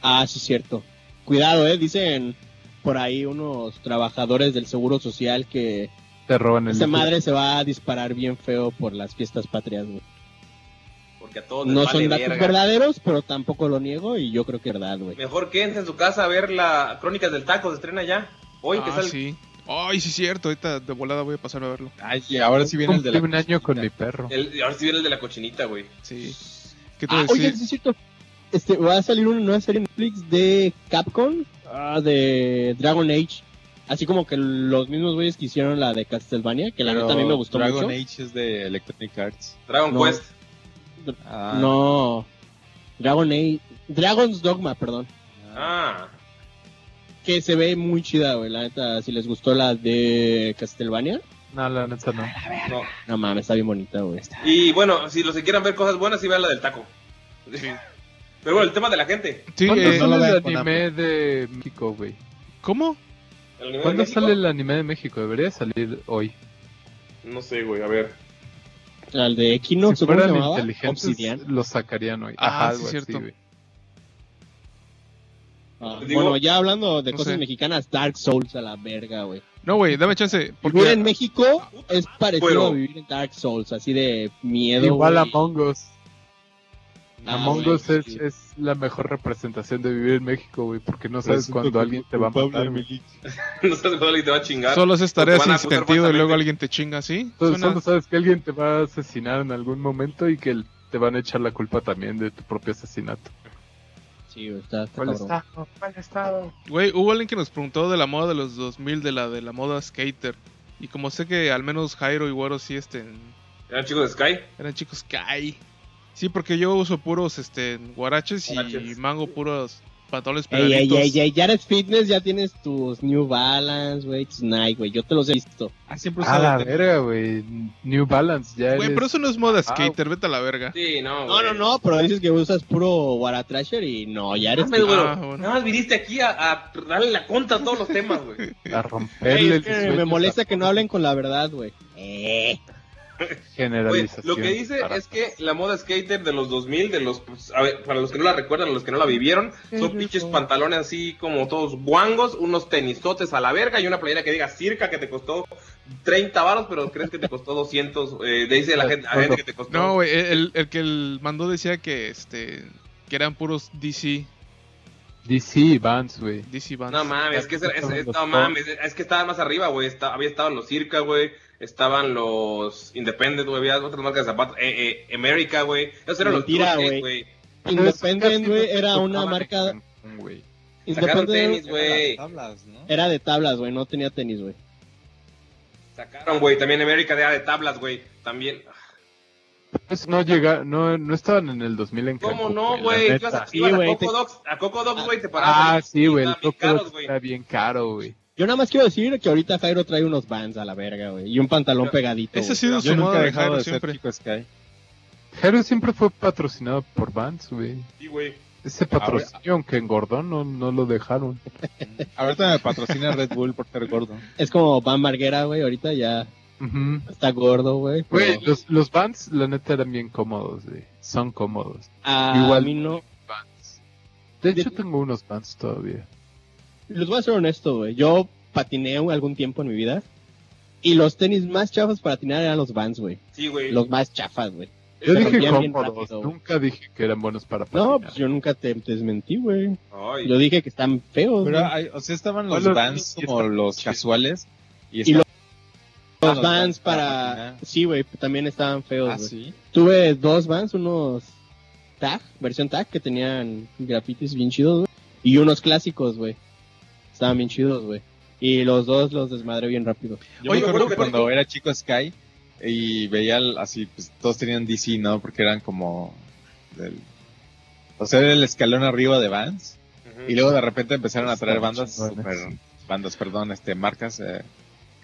I: Ah, sí, es cierto. Cuidado, eh, dicen por ahí unos trabajadores del Seguro Social que
F: Te roban el
I: esta
F: líquido.
I: madre se va a disparar bien feo por las fiestas patrias, güey.
E: Porque a todos les
I: No
E: vale
I: son datos
E: verga.
I: verdaderos, pero tampoco lo niego y yo creo que es verdad, güey.
E: Mejor quédense en su casa a ver la Crónicas del Taco, se estrena ya. Hoy que
H: ah,
E: sale.
H: sí. Ay, sí, es cierto. Ahorita de volada voy a pasar a verlo.
G: Ay, ahora sí viene el de
F: Cumplí
G: la.
F: un año con mi perro.
E: El, y ahora sí viene el de la cochinita, güey.
H: Sí. ¿Qué te
I: Ah,
H: decía?
I: oye, sí es cierto. Este, va a salir una nueva serie en Netflix de Capcom, ah, de Dragon Age. Así como que los mismos güeyes que hicieron la de Castlevania, que la
G: Pero
I: neta a mí me gustó
G: Dragon
I: mucho.
G: Age es de Electronic Arts.
E: Dragon
I: No.
E: Quest.
G: Ah,
I: No, Dragon Age, Dragon's Dogma, perdón.
E: Ah,
I: Que se ve muy chida, güey, la neta. Si les gustó la de Castlevania,
F: No, la neta no.
E: no.
I: no mames, está bien bonita, güey.
E: Y bueno, si los que quieran ver cosas buenas, sí vean la del taco. Pero bueno, el tema de la gente.
H: Sí,
F: ¿Cuándo
H: eh,
G: no lo
F: sale
G: vean
F: el
G: con
F: anime de México, güey?
H: ¿Cómo?
E: ¿El anime de
F: ¿Cuándo
E: México?
F: sale el anime de México? Debería salir hoy.
E: No sé, güey, a ver.
I: La de Equinox,
F: si
I: ¿cómo se
F: fueran
I: llamaba?
F: inteligentes,
I: Obsidian.
F: lo sacarían hoy.
H: Ah,
F: Ajá,
H: sí,
F: algo así,
H: cierto.
F: güey.
I: Ah,
E: Digo-
I: bueno, ya hablando de
H: No
I: cosas
H: sé.
I: mexicanas, Dark Souls a la verga, güey.
H: No, güey, dame chance.
I: Vivir en
H: Porque
I: México es parecido
E: Pero-
I: a vivir en Dark Souls, así de miedo.
F: Igual
I: güey.
F: Among Us.
I: Ah,
F: Among
I: güey,
F: Us es,
I: sí.
F: es la mejor representación de vivir en México, güey, porque no sabes cuando alguien te va a matar. güey.
E: no sé cuál te va a chingar.
H: solo haces tareas
E: Te van a
H: sin
E: acusar
H: sentido y luego
E: falsamente.
H: alguien te chinga, ¿sí?
I: Pues,
F: Entonces,
H: Suena-
F: solo sabes que alguien te va a asesinar en algún momento y que el- te van a echar la culpa también de tu propio asesinato.
I: Sí, güey, está, está
F: ¿Cuál
I: cabrón.
F: está?
H: Güey, hubo alguien que nos preguntó de la moda de los 2000, de la de la moda skater. Y como sé que al menos Jairo y Guaro sí este,
E: Eran chicos de Sky.
H: eran chicos Kai. Sí, porque yo uso puros este guaraches y
E: Guaraches.
H: mango puros pantalones
I: Ey, ey,
H: pegaditos.
I: ey, ey, ya eres fitness, ya tienes tus New Balance, güey, tus Nike, güey, yo te los he visto.
G: ah, siempre
F: pues, A
G: usaba
F: la
G: tenis.
F: verga, güey. New Balance, ya
H: Güey,
F: eres-
H: pero eso no es moda
F: Ah.
H: skater, vete a la verga.
E: Sí, no,
I: No,
E: güey.
I: no, no, pero dices que usas puro Waratrasher y no, ya eres
E: Mames, güey.
H: Ah, bueno.
E: Nada más viniste aquí a, a darle la contra a todos los temas, güey.
F: A
I: Ey,
F: romperle
I: es que me molesta que no hablen con la verdad, güey. Eh,
E: Oye,
F: generalización.
E: lo que dice
F: Para-
E: es que la moda skater de los 2000, de los, pues, a ver, para los que no la recuerdan, los que no la vivieron, son pinches pantalones así como todos guangos, unos tenisotes a la verga y una playera que diga circa que te costó 30 varos, pero crees que te costó 200. Eh, le dice la gente, a la gente que te costó.
H: No, güey, el, el que el mandó decía que este que eran puros DC,
F: DC Vans, güey.
H: DC bands.
E: No mames, que ese- ese- es- no mames, es que estaban más arriba, güey. está- había estaban los Circa, güey. Estaban los Independent, güey. Había otras marcas de zapatos. Eh, eh, America, güey. Esos eran los
I: Mentira,
E: True Tech,
I: güey.
E: güey.
I: Independent, güey, era una marca...
F: güey.
E: Sacaron tenis,
I: Independent
E: güey.
G: Las tablas, ¿no?
I: era de tablas, güey, no tenía tenis, güey.
E: Sacaron, güey. También América de, de tablas, güey. También.
F: Pues no llega, no, no estaban en el 2000 en
E: ¿Cómo
F: Cancún,
E: no,
F: la
E: güey? Tú
F: neta.
E: ibas a,
I: Sí,
E: ibas a
I: güey,
E: Coco
I: te-
E: Dogs, a Coco Dogs, güey, te parabas.
F: Ah,
E: ahí,
F: sí, güey, el
E: estaban bien
F: Coco
E: caros,
F: Dogs
E: güey.
F: está bien caro, güey.
I: Yo nada más quiero decir que ahorita Jairo trae unos vans a la verga, güey. Y un pantalón
E: Yo-
I: pegadito.
H: Ese ha
I: güey.
H: sido
G: Yo
H: su modo
G: nunca he
H: de
G: dejado
H: Jairo
G: de ser
H: siempre.
G: Chico Sky.
F: Jairo siempre fue patrocinado por Vans, güey.
E: Sí, güey.
F: Ese patrocinio, aunque engordó, no, no lo dejaron.
G: Ahorita me patrocina Red Bull por ser gordo.
I: Es como Van Marguera, güey. Ahorita ya
F: Ujú.
I: está gordo, güey.
F: Güey,
I: pero-
F: los, los Vans, la neta, eran bien cómodos, güey. Son cómodos.
I: a
F: igual-
I: mí no.
F: Vans. De hecho, tengo unos Vans todavía.
I: Les voy a ser honesto, güey. Yo patiné algún tiempo en mi vida. Y los tenis más chafas para patinar eran los vans, güey.
E: Sí, güey.
I: Los más chafas, güey.
F: Yo
I: Se
F: dije
I: rompían bien
F: cómodos,
I: rápido, güey.
F: nunca dije que eran buenos para
I: No,
F: patinar.
I: pues yo nunca te te desmentí, güey.
E: Ay.
I: Yo dije que están feos,
G: Pero, ah,
I: güey.
G: hay- o sea, estaban los
F: Bueno,
G: Vans
F: sí,
G: como
F: está-
G: los casuales. Y,
I: Y los-
G: estaban
I: Los vans para...
G: patinar.
I: Sí, güey, también estaban feos,
G: Ah,
I: güey.
G: sí.
I: Tuve dos vans, unos tag, versión tag, que tenían grafitis bien chidos, güey. Y unos clásicos, güey. Estaban bien chidos, güey. Y los dos los desmadré bien rápido.
G: Yo
E: Oye,
G: me acuerdo
E: güey,
G: que
E: pero-
G: cuando era chico Sky y veía el- así, pues todos tenían DC, ¿no? Porque eran como. del- o sea, era el escalón arriba de Vans.
E: Ujú.
G: Y luego de repente empezaron a traer
F: Estaban
G: bandas,
F: chingones.
G: super- bandas, perdón, este, marcas eh,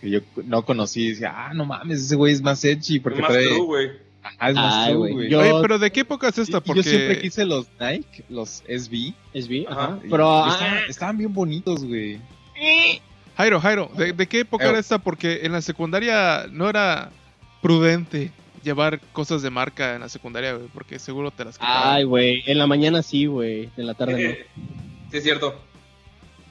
G: que yo no conocí. Y decía, ah, no mames, ese güey es más edgy porque
E: más
G: trae.
E: true, güey.
G: Ajá, es más
I: Ay,
G: true,
I: güey,
G: güey.
I: yo-
H: Oye, pero ¿de qué época es
G: Y- y
H: esta?
G: yo siempre
H: Porque
G: quise los Nike, los SB.
I: ¿Es vi?
E: Ajá.
I: Ajá. Pero,
G: Y
I: ah,
G: estaban, estaban bien bonitos, güey.
H: Jairo, Jairo, ¿de, de qué época
G: Eh.
H: era esta? Porque en la secundaria no era prudente llevar cosas de marca en la secundaria, güey, porque seguro te las quitaban.
I: ah, Ay, güey, en la mañana sí, güey, en la tarde
E: sí, es cierto.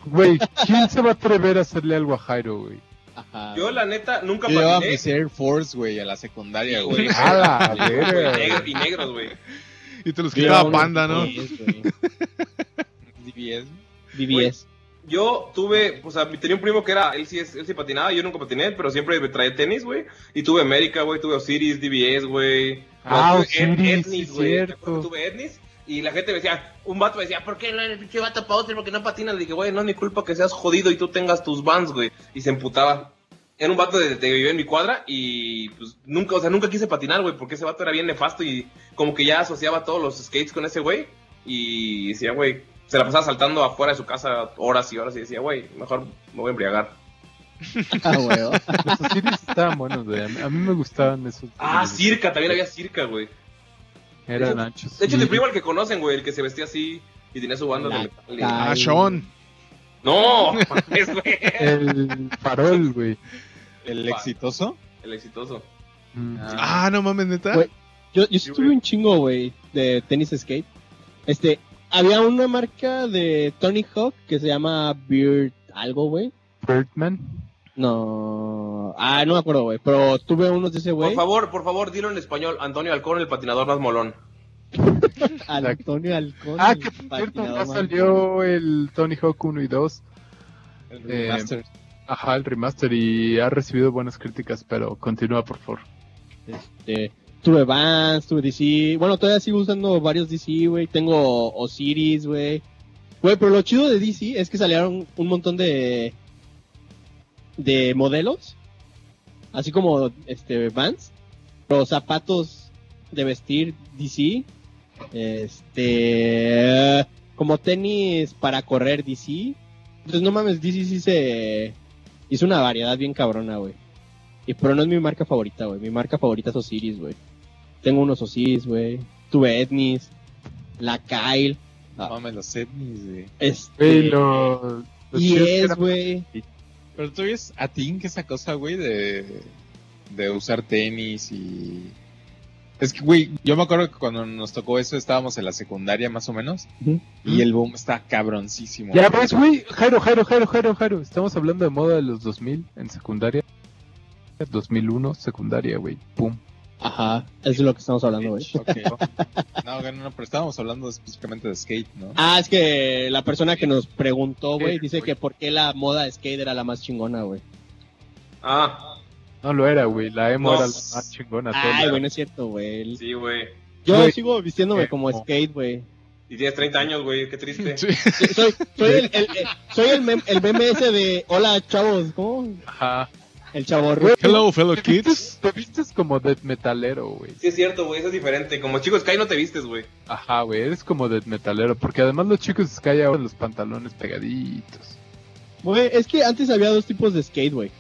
F: Güey, ¿quién se va a atrever a hacerle algo a Jairo, güey?
I: no. Ajá.
E: Yo, la neta, nunca
G: Yo llevaba
E: patiné.
G: mis Air Force, güey, a la secundaria, güey.
F: ¡Hala!
E: Güey,
F: verga.
E: negro- y negros, güey.
H: Y te los
I: Yo
H: quitaba
I: unos
H: panda, ¿no?
I: DVDs, güey.
G: DBS.
I: DVDs.
E: Yo tuve, o sea, tenía un primo que era, él sí, es- él sí patinaba, yo nunca patiné, pero siempre me traía tenis, güey. Y tuve América, güey, tuve Osiris, DBS, güey.
F: Ah,
E: Tuve Ed-
F: Osiris,
E: Etnis,
F: sí,
E: güey.
F: cierto.
E: Me acuerdo que Tuve Etnis y la gente me decía, un vato me decía, ¿por qué no eres pinche vato pa' Osiris? ¿Por qué no patinas? Le dije, güey, no es mi culpa que seas jodido y tú tengas tus vans, güey. Y se emputaba. Era un vato de, de vivir en mi cuadra y pues nunca, o sea, nunca quise patinar, güey, porque ese vato era bien nefasto y como que ya asociaba todos los skates con ese güey. Y decía, güey, se la pasaba saltando afuera de su casa horas y horas y decía, güey, mejor me voy a embriagar.
I: Ah, güey.
F: Los Osiris estaban buenos, güey. A mí- A mí me gustaban esos.
E: Ah,
F: tenis.
E: circa, también había circa, güey.
F: Eran anchos.
E: De hecho,
F: Sí.
E: de primo el que conocen, güey, el que se vestía así y tenía su banda de
I: La
E: metal. y-
I: ca-
H: Ah,
I: Ay.
H: Sean.
E: No, es güey.
F: El farol, güey.
G: El
E: Pa.
G: exitoso.
E: El exitoso.
F: Mm.
H: Ah, no mames, neta.
I: Güey. Yo, yo sí tuve un chingo, güey, de tenis skate. Este, había una marca de Tony Hawk que se llama Beard algo, güey.
F: Birdman.
I: No, ah, no me acuerdo, güey, pero tuve unos de ese
E: Por
I: güey,
E: favor, por favor, dilo en español. Antonio Alcón, el patinador más molón.
I: al Antonio Halcón.
F: Ah,
I: el
F: que por cierto,
I: patinador,
F: ya
I: man.
F: salió el Tony Hawk 1 y 2.
G: El
F: Eh,
G: remaster.
F: Ajá, el remaster y ha recibido buenas críticas, pero continúa, por favor.
I: Este, tuve Vans, tuve DC. Bueno, todavía sigo usando varios DC, güey. Tengo Osiris, güey. Güey, pero lo chido de DC es que salieron un montón de de modelos, así como este Vans, los zapatos de vestir DC, este como tenis para correr DC. Entonces no mames, DC sí se hizo una variedad bien cabrona, güey. Y pero no es mi marca favorita, güey. Mi marca favorita es Osiris, güey. Tengo unos Osiris, güey. Tuve Etnis, la Kyle,
G: No mames, los etnis, güey.
I: este,
F: Güey, lo. lo
I: y
F: chido que
I: es,
F: era-
I: güey.
G: Pero tú ves a Tink esa cosa, güey, de, de usar tenis y... Es que, güey, yo me acuerdo que cuando nos tocó eso estábamos en la secundaria más o menos y el boom está cabroncísimo.
F: Ya ves, güey. Jairo, Jairo, Jairo, Jairo, Jairo. Estamos hablando de moda de los 2000 en secundaria. 2001, secundaria, güey. Pum.
I: Ajá, eso es lo que estamos hablando, güey.
G: Ok. No, no, no, pero estábamos hablando específicamente de skate, ¿no?
I: Ah, es que la persona que nos preguntó, güey,
F: Sí,
I: dice
F: güey.
I: que por qué la moda de skate era la más chingona, güey.
E: Ah,
F: No lo era, güey. La emo
E: No.
F: era la más chingona. todo
I: Ay,
F: lo-
I: güey, no es cierto, güey.
E: sí, güey.
I: Yo
F: Güey.
I: sigo vistiéndome
F: Eh,
I: como
F: no.
I: skate, güey.
E: Y tienes 30 años, güey, qué triste.
H: Sí.
I: Soy, soy el, el- el- soy el, mem- el meme ese de, hola, chavos, ¿cómo?
F: Ajá.
I: El chavo
F: Güey,
H: Hello, fellow
F: ¿Te vistes,
H: kids.
F: te vistes como death metalero, güey.
E: Sí, es cierto, güey, eso es diferente. Como chicos, Sky no te vistes, güey.
F: Ajá, güey, eres como death metalero. Porque además los chicos Sky ahora los pantalones pegaditos.
I: Güey, es que antes había dos tipos de skate, güey.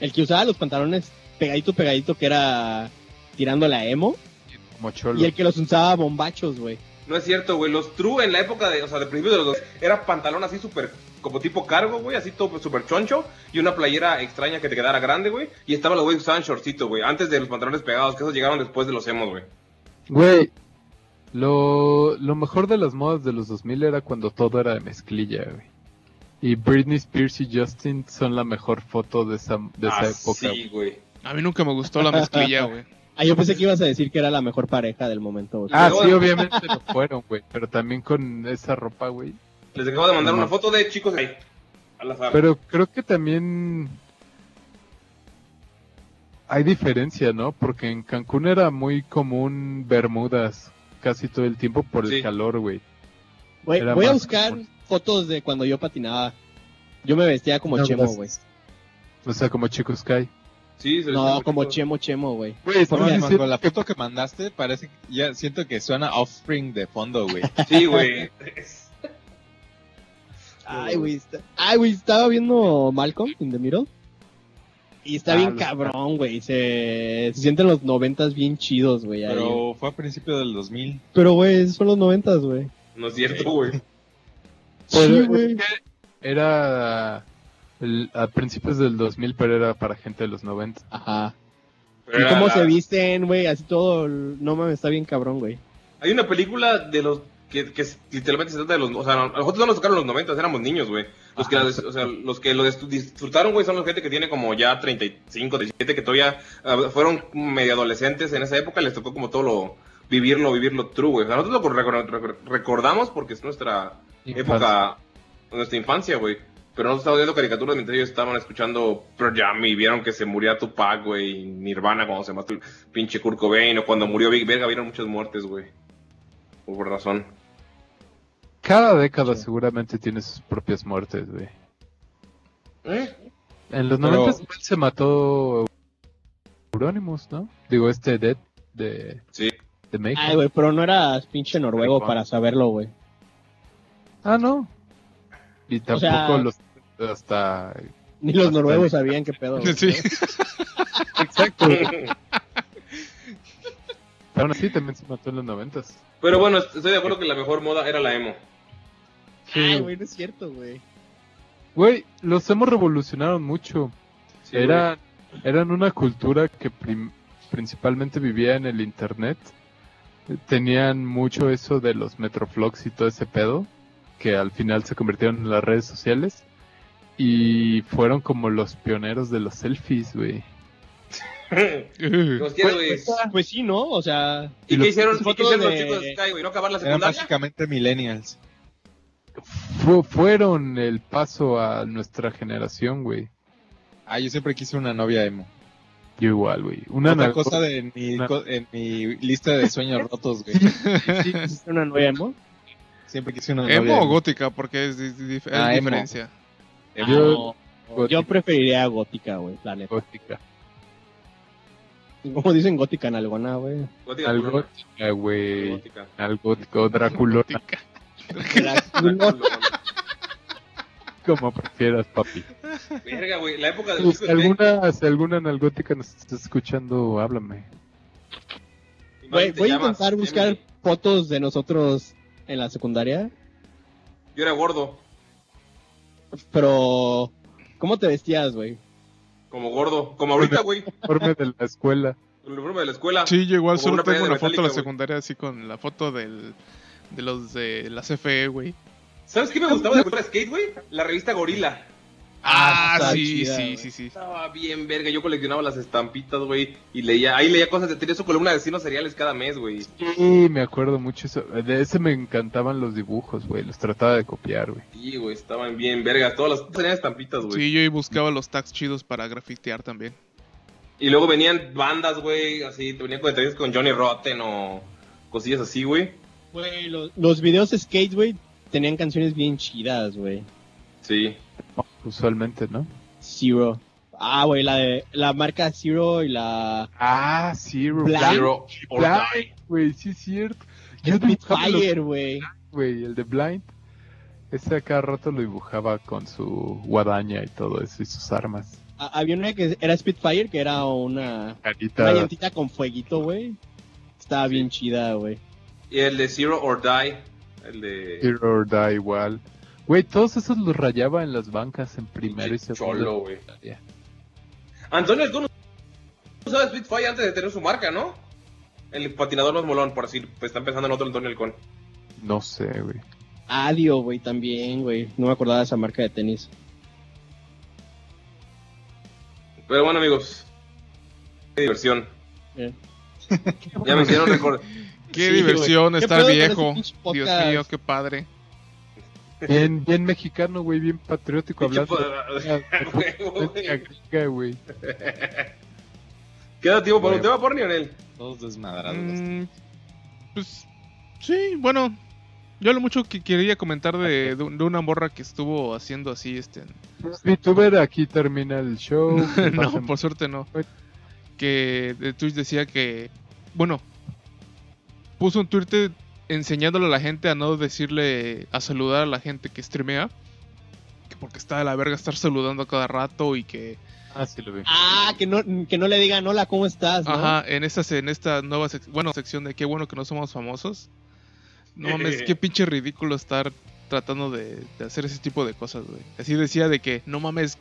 I: El que usaba los pantalones pegadito, pegadito, que era tirando la emo.
F: Como cholo.
I: Y el que los usaba bombachos, güey.
E: No es cierto, güey. Los True en la época de, o sea, de principios de los dos, era pantalón así súper, como tipo cargo, güey, así todo súper choncho. Y una playera extraña que te quedara grande, güey. Y estaban los güeyes que usaban shortcito, güey. Antes de los pantalones pegados, que esos llegaron después de los emos, güey.
F: Güey, lo, lo mejor de las modas de los 2000 era cuando todo era de mezclilla, güey. Y Britney Spears y Justin son la mejor foto de esa, de esa
E: Ah,
F: época.
E: Sí, güey.
H: A mí nunca me gustó la mezclilla, güey.
I: Ah, yo pensé que ibas a decir que era la mejor pareja del momento, güey.
F: Ah,
E: Luego-
F: sí, obviamente lo fueron, güey. Pero también con esa ropa, güey.
E: Les acabo de mandar
F: No.
E: una foto de chicos ahí. Al azar.
F: Pero creo que también hay diferencia, ¿no? Porque en Cancún era muy común Bermudas casi todo el tiempo por el
E: Sí.
F: calor, güey.
I: Güey,
F: era
I: voy a
F: más-
I: buscar fotos de cuando yo patinaba. Yo me vestía como
F: No,
I: chemo,
F: gracias.
I: güey.
F: O sea, como Chico Sky.
E: sí, se les
I: No,
E: hizo
I: como
E: chido.
I: chemo, chemo, güey.
F: Güey,
I: Por
F: estás
I: la-
F: diciendo
G: Cuando la
F: que-
G: foto que mandaste parece que ya siento que suena Offspring de fondo, güey.
E: Sí, güey.
I: Ay, güey, está- ay, güey, estaba viendo Malcolm in the Middle. Y está
F: Ah,
I: bien
F: lo-
I: cabrón, güey. Se, se sienten los noventas bien chidos, güey. ahí.
G: Pero fue a principios del 2000.
I: Pero, güey, son los noventas, güey.
E: No es cierto, güey.
I: Sí,
F: Pero-
I: güey.
F: Era el- a principios del 2000, pero era para gente de los 90.
I: Ajá.
E: Pero
I: ¿Y
E: era
I: cómo
E: la-
I: se visten, güey? Así todo. No mames, está bien cabrón, güey.
E: Hay una película de los que, que es- literalmente se trata de los, o sea, a nosotros no nos tocaron los 90, éramos niños, güey. Los que, la des- o sea, los que lo des- disfrutaron, güey, son los gente que tiene como ya 35, 37, que todavía ah, fueron medio adolescentes en esa época, les tocó como todo lo vivirlo, vivirlo true, güey. O sea, nosotros lo recor- recor- recordamos porque es nuestra época, nuestra infancia, güey. Pero nosotros estábamos viendo caricaturas mientras ellos estaban escuchando Pearl Jam y vieron que se murió Tupac, güey, y Nirvana cuando se mató el pinche Kurt Cobain o cuando murió Big Verga, vieron muchas muertes, güey. O por razón.
F: Cada década seguramente tiene sus propias muertes, güey.
E: ¿Eh?
F: En los
G: Pero-
F: 90 igual se mató Euronymous, ¿no? Digo, este Dead de,
E: Sí.
F: de México.
I: Ay, güey, pero no eras pinche noruego
F: Rico.
I: para saberlo, güey.
F: Ah, no. Y tampoco
I: sea-
F: los hasta
I: Ni los
F: Hasta
I: noruegos
F: ahí.
I: sabían qué pedo. güey.
H: Sí.
F: exacto. Aún así también se mató en los noventas.
E: Pero bueno, est- estoy de acuerdo que la mejor moda era la emo.
I: Ay, güey, no es cierto, güey.
F: Güey, los hemos revolucionado mucho.
E: Sí,
F: eran, eran una cultura que prim- principalmente vivía en el internet. Eh, Tenían mucho eso de los metroflogs y todo ese pedo, que al final se convirtieron en las redes sociales. Y fueron como los pioneros de los selfies, güey.
E: güey.
H: Uh,
E: Los quiero, güey.
I: Pues sí, ¿no? O sea,
E: ¿Y qué hicieron, y qué
I: fotos
E: hicieron los
I: de-
E: chicos de Sky, güey? ¿No acabar la
G: Eran
E: secundaria?
G: básicamente millennials.
F: Fu- fueron el paso a nuestra generación, güey.
G: Ah, yo siempre quise una novia emo.
F: Yo igual, güey. Una
G: Otra
F: naco-
G: cosa de mi,
F: una-
G: co- en mi lista de sueños rotos, güey.
I: ¿Hiciste una novia emo?
G: Siempre quise una novia
H: emo o gótica, porque es, es dif- es
G: Ah, emo.
H: diferencia.
F: Yo-
I: Ah, no. Yo preferiría gótica, güey, la neta.
F: gótica.
I: Como dicen gótica en alguna, güey.
E: Gótica,
F: Al
E: culona.
F: gótica, güey.
E: Gótica.
F: Al gótico, Drácula,
I: Drácula.
F: como prefieras, papi.
E: Verga, güey. La época
I: Pues,
E: de los
F: Si
E: chicos de Sky.
F: alguna, si alguna analgótica nos está escuchando, háblame.
I: Güey,
E: Imagínate,
I: voy a
E: llamas,
I: intentar buscar
E: Emily.
I: fotos de nosotros en la secundaria,
E: Yo era gordo.
I: pero ¿cómo te vestías, güey?
E: Como gordo.
I: Pues
E: Como ahorita, güey.
F: Informe de la escuela.
E: El uniforme de la escuela.
H: Sí, yo igual
E: Como
H: solo
E: una playa
H: tengo
E: de
H: una foto de la
E: Metallica, güey.
H: secundaria así con la foto del, de los de la CFE, güey.
E: ¿Sabes qué me gustaba de la cultura skate, güey? La revista Gorila.
I: Ah,
H: Ah,
I: está
H: sí,
I: chida,
H: sí,
I: güey.
H: sí, sí.
E: Estaba bien verga, yo coleccionaba las estampitas, güey, y leía, ahí leía cosas, de- tenía su columna de vecinos cereales cada mes, güey.
F: Sí, me acuerdo mucho eso. De ese me encantaban los dibujos, güey. Los trataba de copiar, güey.
E: Sí, güey, estaban bien vergas, todas las tenían estampitas, güey.
H: Sí, yo ahí buscaba los tags chidos para grafitear también.
E: Y luego venían bandas, güey, así, te venían con entrevistas con Johnny Rotten o cosillas así, güey.
I: Güey, los, los videos skate, güey, tenían canciones bien chidas, güey.
E: Sí.
F: Usualmente, ¿no?
I: Zero. Ah, güey, la de la marca Zero y la
F: Ah, Zero.
I: Black.
E: Zero or
F: Black,
E: Die.
F: güey, sí es cierto. Yo dibujaba los-
I: Spitfire, güey.
F: güey, el de Blind. Ese a cada rato lo dibujaba con su guadaña y todo eso y sus armas.
I: A- Ah, Había una que era Spitfire, que era una, una
F: Carita.
I: llantita con fueguito, güey. Estaba bien chida, güey.
E: Y el de Zero or Die. El de.
F: Hero or Die igual. Güey, todos esos los rayaba en las bancas en primero y
E: Cholo,
F: segundo.
E: güey. Antonio, tú no usabas Spitfire antes de tener su marca, ¿no? El patinador más molón, por decir, pues están pensando en otro Antonio Halcón.
F: No sé, güey.
I: Adio, güey, también, güey. No me acordaba de esa marca de tenis.
E: Pero bueno, amigos. Qué diversión.
I: Bien.
E: Ya me hicieron recordar.
H: Qué
I: Sí,
H: diversión
I: güey. ¿Qué
H: estar
I: pedo con
H: viejo.
I: ese pinche
H: Dios
I: podcast?
H: mío, qué padre.
F: Bien, bien mexicano, güey, bien patriótico
E: Pinche
F: hablando.
E: poder-
F: Gringa, güey.
E: Queda tiempo para un tema por Lionel.
G: Todos desmadrados.
H: Mm, pues sí, bueno. Yo lo mucho que quería comentar de, de una morra que estuvo haciendo así, este,
F: VTuber, aquí termina el show.
H: no,
F: Pasen-
H: por suerte no.
F: Pues-
H: Que de Twitch decía que, bueno, puso un Twitter enseñándole a la gente a no decirle, a saludar a la gente que streamea. Que porque está de la verga estar saludando a cada rato y que,
F: Ah, sí lo vi.
I: Ah, que no, que no le digan hola, ¿cómo estás? no?
H: ajá, en esta, en esta nueva sec- bueno, sección de qué bueno que no somos famosos. No mames, qué pinche ridículo estar tratando de, de hacer ese tipo de cosas, güey. Así decía de que, no mames,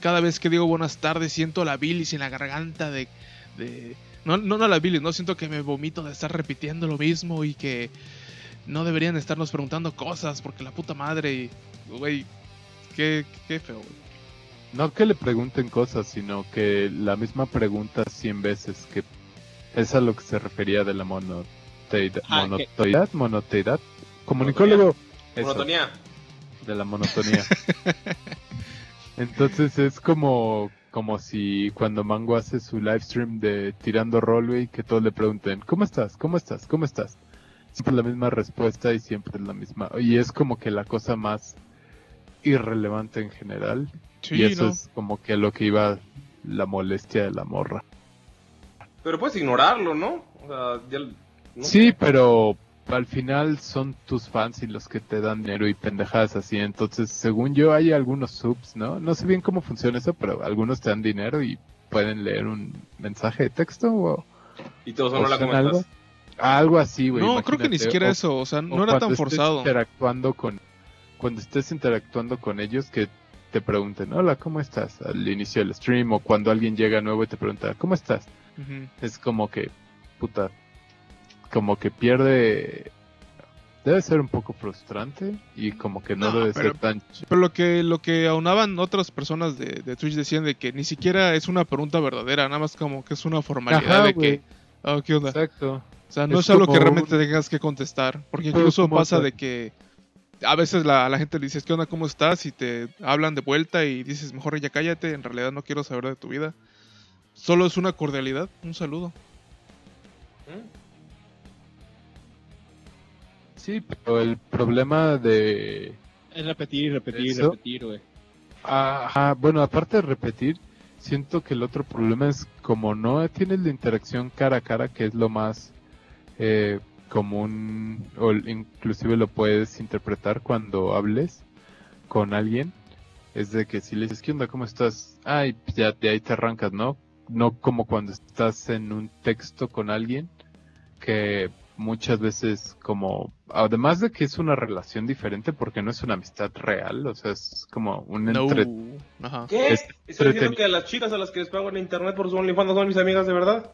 H: cada vez que digo buenas tardes siento la bilis en la garganta de... de- no, no, no la bilis, no siento que me vomito de estar repitiendo lo mismo y que no deberían estarnos preguntando cosas porque la puta madre y... Güey, qué, qué feo, güey.
F: No que le pregunten cosas, sino que la misma pregunta 100 veces, que es a lo que se refería de la monoteidad.
I: Ah, que-
F: monoteidad, monoteidad. Comunicólogo. Eso,
E: Monotonía.
F: de la monotonía. Entonces es como, como si cuando Mango hace su live stream de tirando rol, güey, que todos le pregunten, ¿cómo estás? ¿Cómo estás? ¿Cómo estás? Siempre es la misma respuesta y siempre es la misma. Y es como que la cosa más irrelevante en general
H: Sí,
F: y eso
H: ¿no?
F: es como que lo que iba la molestia de la morra.
E: Pero puedes ignorarlo, ¿no? O sea, ya. no
F: Sí,
E: sé.
F: pero al final son tus fans y los que te dan dinero y pendejadas así. Entonces, según yo, hay algunos subs, ¿no? No sé bien cómo funciona eso, pero algunos te dan dinero y pueden leer un mensaje de texto o,
E: Y todos
F: o
E: no la
F: son
E: comentas.
F: Pues, algo. Algo así, güey.
H: no, creo que ni
F: imagínate.
H: siquiera
F: O-
H: eso, o sea,
F: o
H: no era
F: cuando
H: tan
F: estés
H: forzado.
F: Interactuando con, cuando estés interactuando con ellos, que te pregunten, hola, ¿cómo estás? Al inicio del stream o cuando alguien llega nuevo y te pregunta, ¿cómo estás?
H: Ujú.
F: es como que, puta, como que pierde. Debe ser un poco frustrante y como que no,
H: No,
F: debe
H: pero-
F: ser tan. ch-
H: Pero lo que, lo que aunaban otras personas de, de Twitch decían de que ni siquiera es una pregunta verdadera, nada más como que es una formalidad
F: Ajá,
H: de
F: güey,
H: que, ah, ¿qué onda?
F: Exacto.
H: O sea, no
F: es
H: es, algo que
F: como
H: realmente tengas que contestar, porque
F: Pero
H: incluso
F: como
H: pasa
F: que-
H: de que a veces la, la gente le dices, ¿qué onda? ¿Cómo estás? Y te hablan de vuelta y dices, mejor ya cállate, en realidad no quiero saber de tu vida. Solo es una cordialidad, un saludo.
E: ¿Mm?
F: Sí, pero el problema de.
I: Es repetir, repetir,
F: Eso.
I: repetir, güey.
F: ah, Ajá, bueno, aparte de repetir, siento que el otro problema es como no tienes la interacción cara a cara, que es lo más eh, común, o l- inclusive lo puedes interpretar cuando hables con alguien, es de que si le dices, ¿qué onda? ¿Cómo estás? Ay, pues ya de ahí te arrancas, ¿no? No como cuando estás en un texto con alguien, que muchas veces como además de que es una relación diferente porque no es una amistad real o sea es como un
H: No.
F: entre
H: Ajá.
E: ¿Qué?
F: Es
E: ¿Estás diciendo
F: entretenido.
E: que a las chicas a las que les pago en internet por su OnlyFans no son mis amigas de verdad?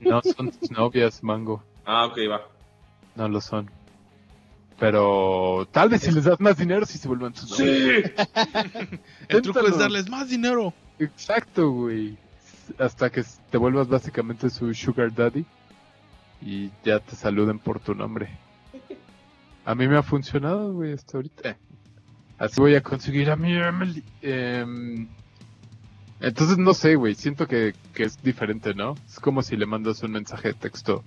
F: No son tus novias, Mango.
E: Ah, ok, va.
F: No lo son. Pero tal vez si les das más dinero si se vuelvan tus novias.
E: Sí.
H: El truco es
F: Inténtalo.
H: darles más dinero.
F: Exacto, güey. Hasta que te vuelvas básicamente su sugar daddy y ya te saluden por tu nombre. A mí me ha funcionado, güey, hasta ahorita. Así voy a conseguir a mi Emily. Em, entonces no sé, güey, siento que, que es diferente, ¿no? Es como si le mandas un mensaje de texto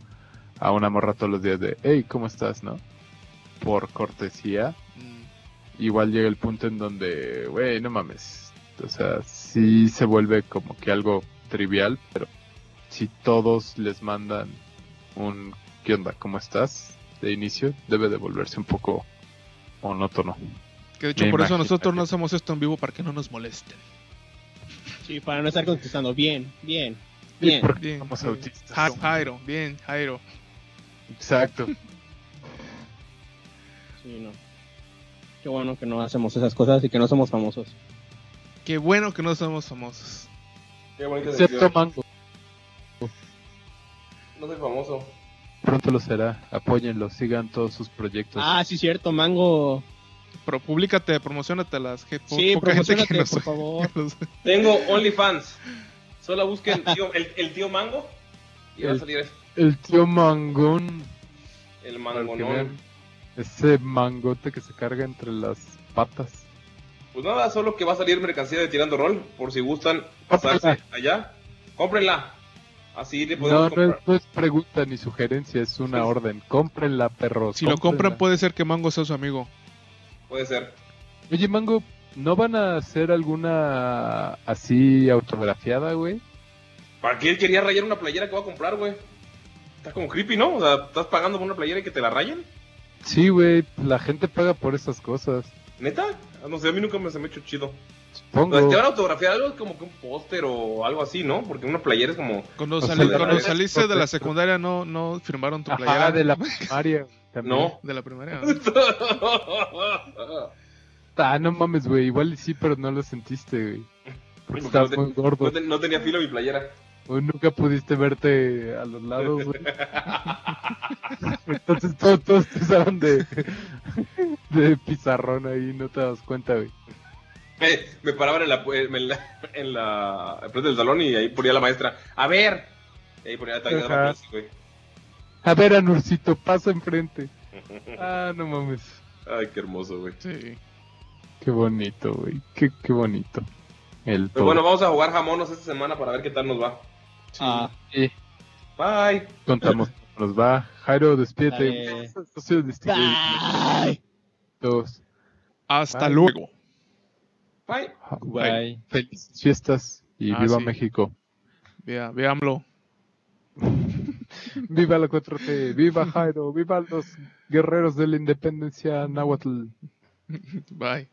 F: a una morra todos los días de, hey, ¿cómo estás, no? Por cortesía
H: Mm,
F: igual llega el punto en donde, güey, no mames, O sea, sí se vuelve como que algo trivial, pero si todos les mandan un ¿qué onda? ¿Cómo estás? de inicio, debe de volverse un poco monótono.
H: Que de hecho
F: Me
H: por eso
F: imagino
H: nosotros
F: que-
H: no hacemos esto en vivo para que no nos molesten.
I: Sí, para no estar contestando bien, bien,
F: Y
I: bien.
F: porque
H: Bien,
F: somos
H: bien.
F: autistas.
H: Ja- Jairo, bien, Jairo.
F: Exacto.
I: Sí, no. Qué bueno que no hacemos esas cosas y que no somos famosos.
H: Qué bueno que no somos famosos.
E: Qué bonita
F: Excepto
E: sección.
F: Mango.
E: No soy famoso.
F: Pronto lo será. Apóyenlo, sigan todos sus proyectos.
I: Ah, sí, cierto, Mango.
H: Pero públicate, promocionate a las que po-
I: Sí,
H: poca gente que
I: promocionate,
H: nos-
I: por favor.
H: nos-
E: Tengo OnlyFans. Solo busquen tío- el, el tío Mango y va a
F: El-
E: salir
F: El tío Mangón.
E: el
F: para que
E: mangonón.
F: vean. Ese mangote que se carga entre las patas.
E: Pues nada, solo que va a salir mercancía de Tirando Rol, por si gustan pasarse allá. Cómprenla. Así le
F: No,
E: podemos
F: no
E: comprar.
F: es, no es pregunta ni sugerencia, es una orden. Cómprenla, perros.
H: Si lo compran,
F: cómprenla.
H: puede ser que Mango sea su amigo.
E: Puede ser.
H: pues.
F: Oye, Mango, ¿no van a hacer alguna así autografiada, güey?
E: ¿Para qué quería rayar una playera que va a comprar, güey? Está como creepy, ¿no? O sea, estás pagando por una playera y que te la rayen.
F: Sí, güey, la gente paga por esas cosas.
E: ¿Neta? Ah, No sé, a mí nunca me se me ha hecho chido. O
F: Supongo.
E: sea, te van a autografiar algo como que un póster o algo así, ¿no? Porque una playera es como...
H: Cuando,
F: O sea,
H: sali-
E: la
H: cuando
E: verdad-
H: saliste de la secundaria, ¿no, no firmaron tu
F: Ajá,
H: playera
F: de la primaria. también.
E: No.
H: de la primaria?
F: Ah, no mames, güey, igual y sí, pero no lo sentiste, güey. Porque
E: Porque no
F: Estás
E: te-
F: muy gordo.
E: No, te- no tenía filo mi playera.
F: O nunca pudiste verte a los lados, güey. Entonces todo- todos pisaron de, de pizarrón ahí, no te das cuenta, güey.
E: Eh, me paraban en la, pu- en la, en la- enfrente del salón y ahí ponía la maestra, a ver. Y ahí ponía la tag-
F: Ajá.
E: así, güey.
F: A ver, Anurcito, pasa enfrente. Ah, no mames.
E: Ay, qué hermoso, güey.
H: Sí.
F: Qué bonito, güey. Qué, qué bonito. El
H: Pues
E: Pero bueno,
F: todo.
E: vamos a jugar jamonos esta semana para ver qué tal nos va.
I: Ah,
E: Bye.
F: Contamos cómo nos va. Jairo, despídete.
I: Dale. Ah.
F: Esto ha sido el Disque
I: bye.
F: Dos.
H: Hasta
F: Bye.
H: luego.
E: Bye.
I: Bye.
F: Felices fiestas y
H: Ah,
F: viva
H: sí.
F: México.
H: Vea, veámoslo.
F: Viva la 4T, viva Jairo, viva los guerreros de la independencia náhuatl.
H: Bye.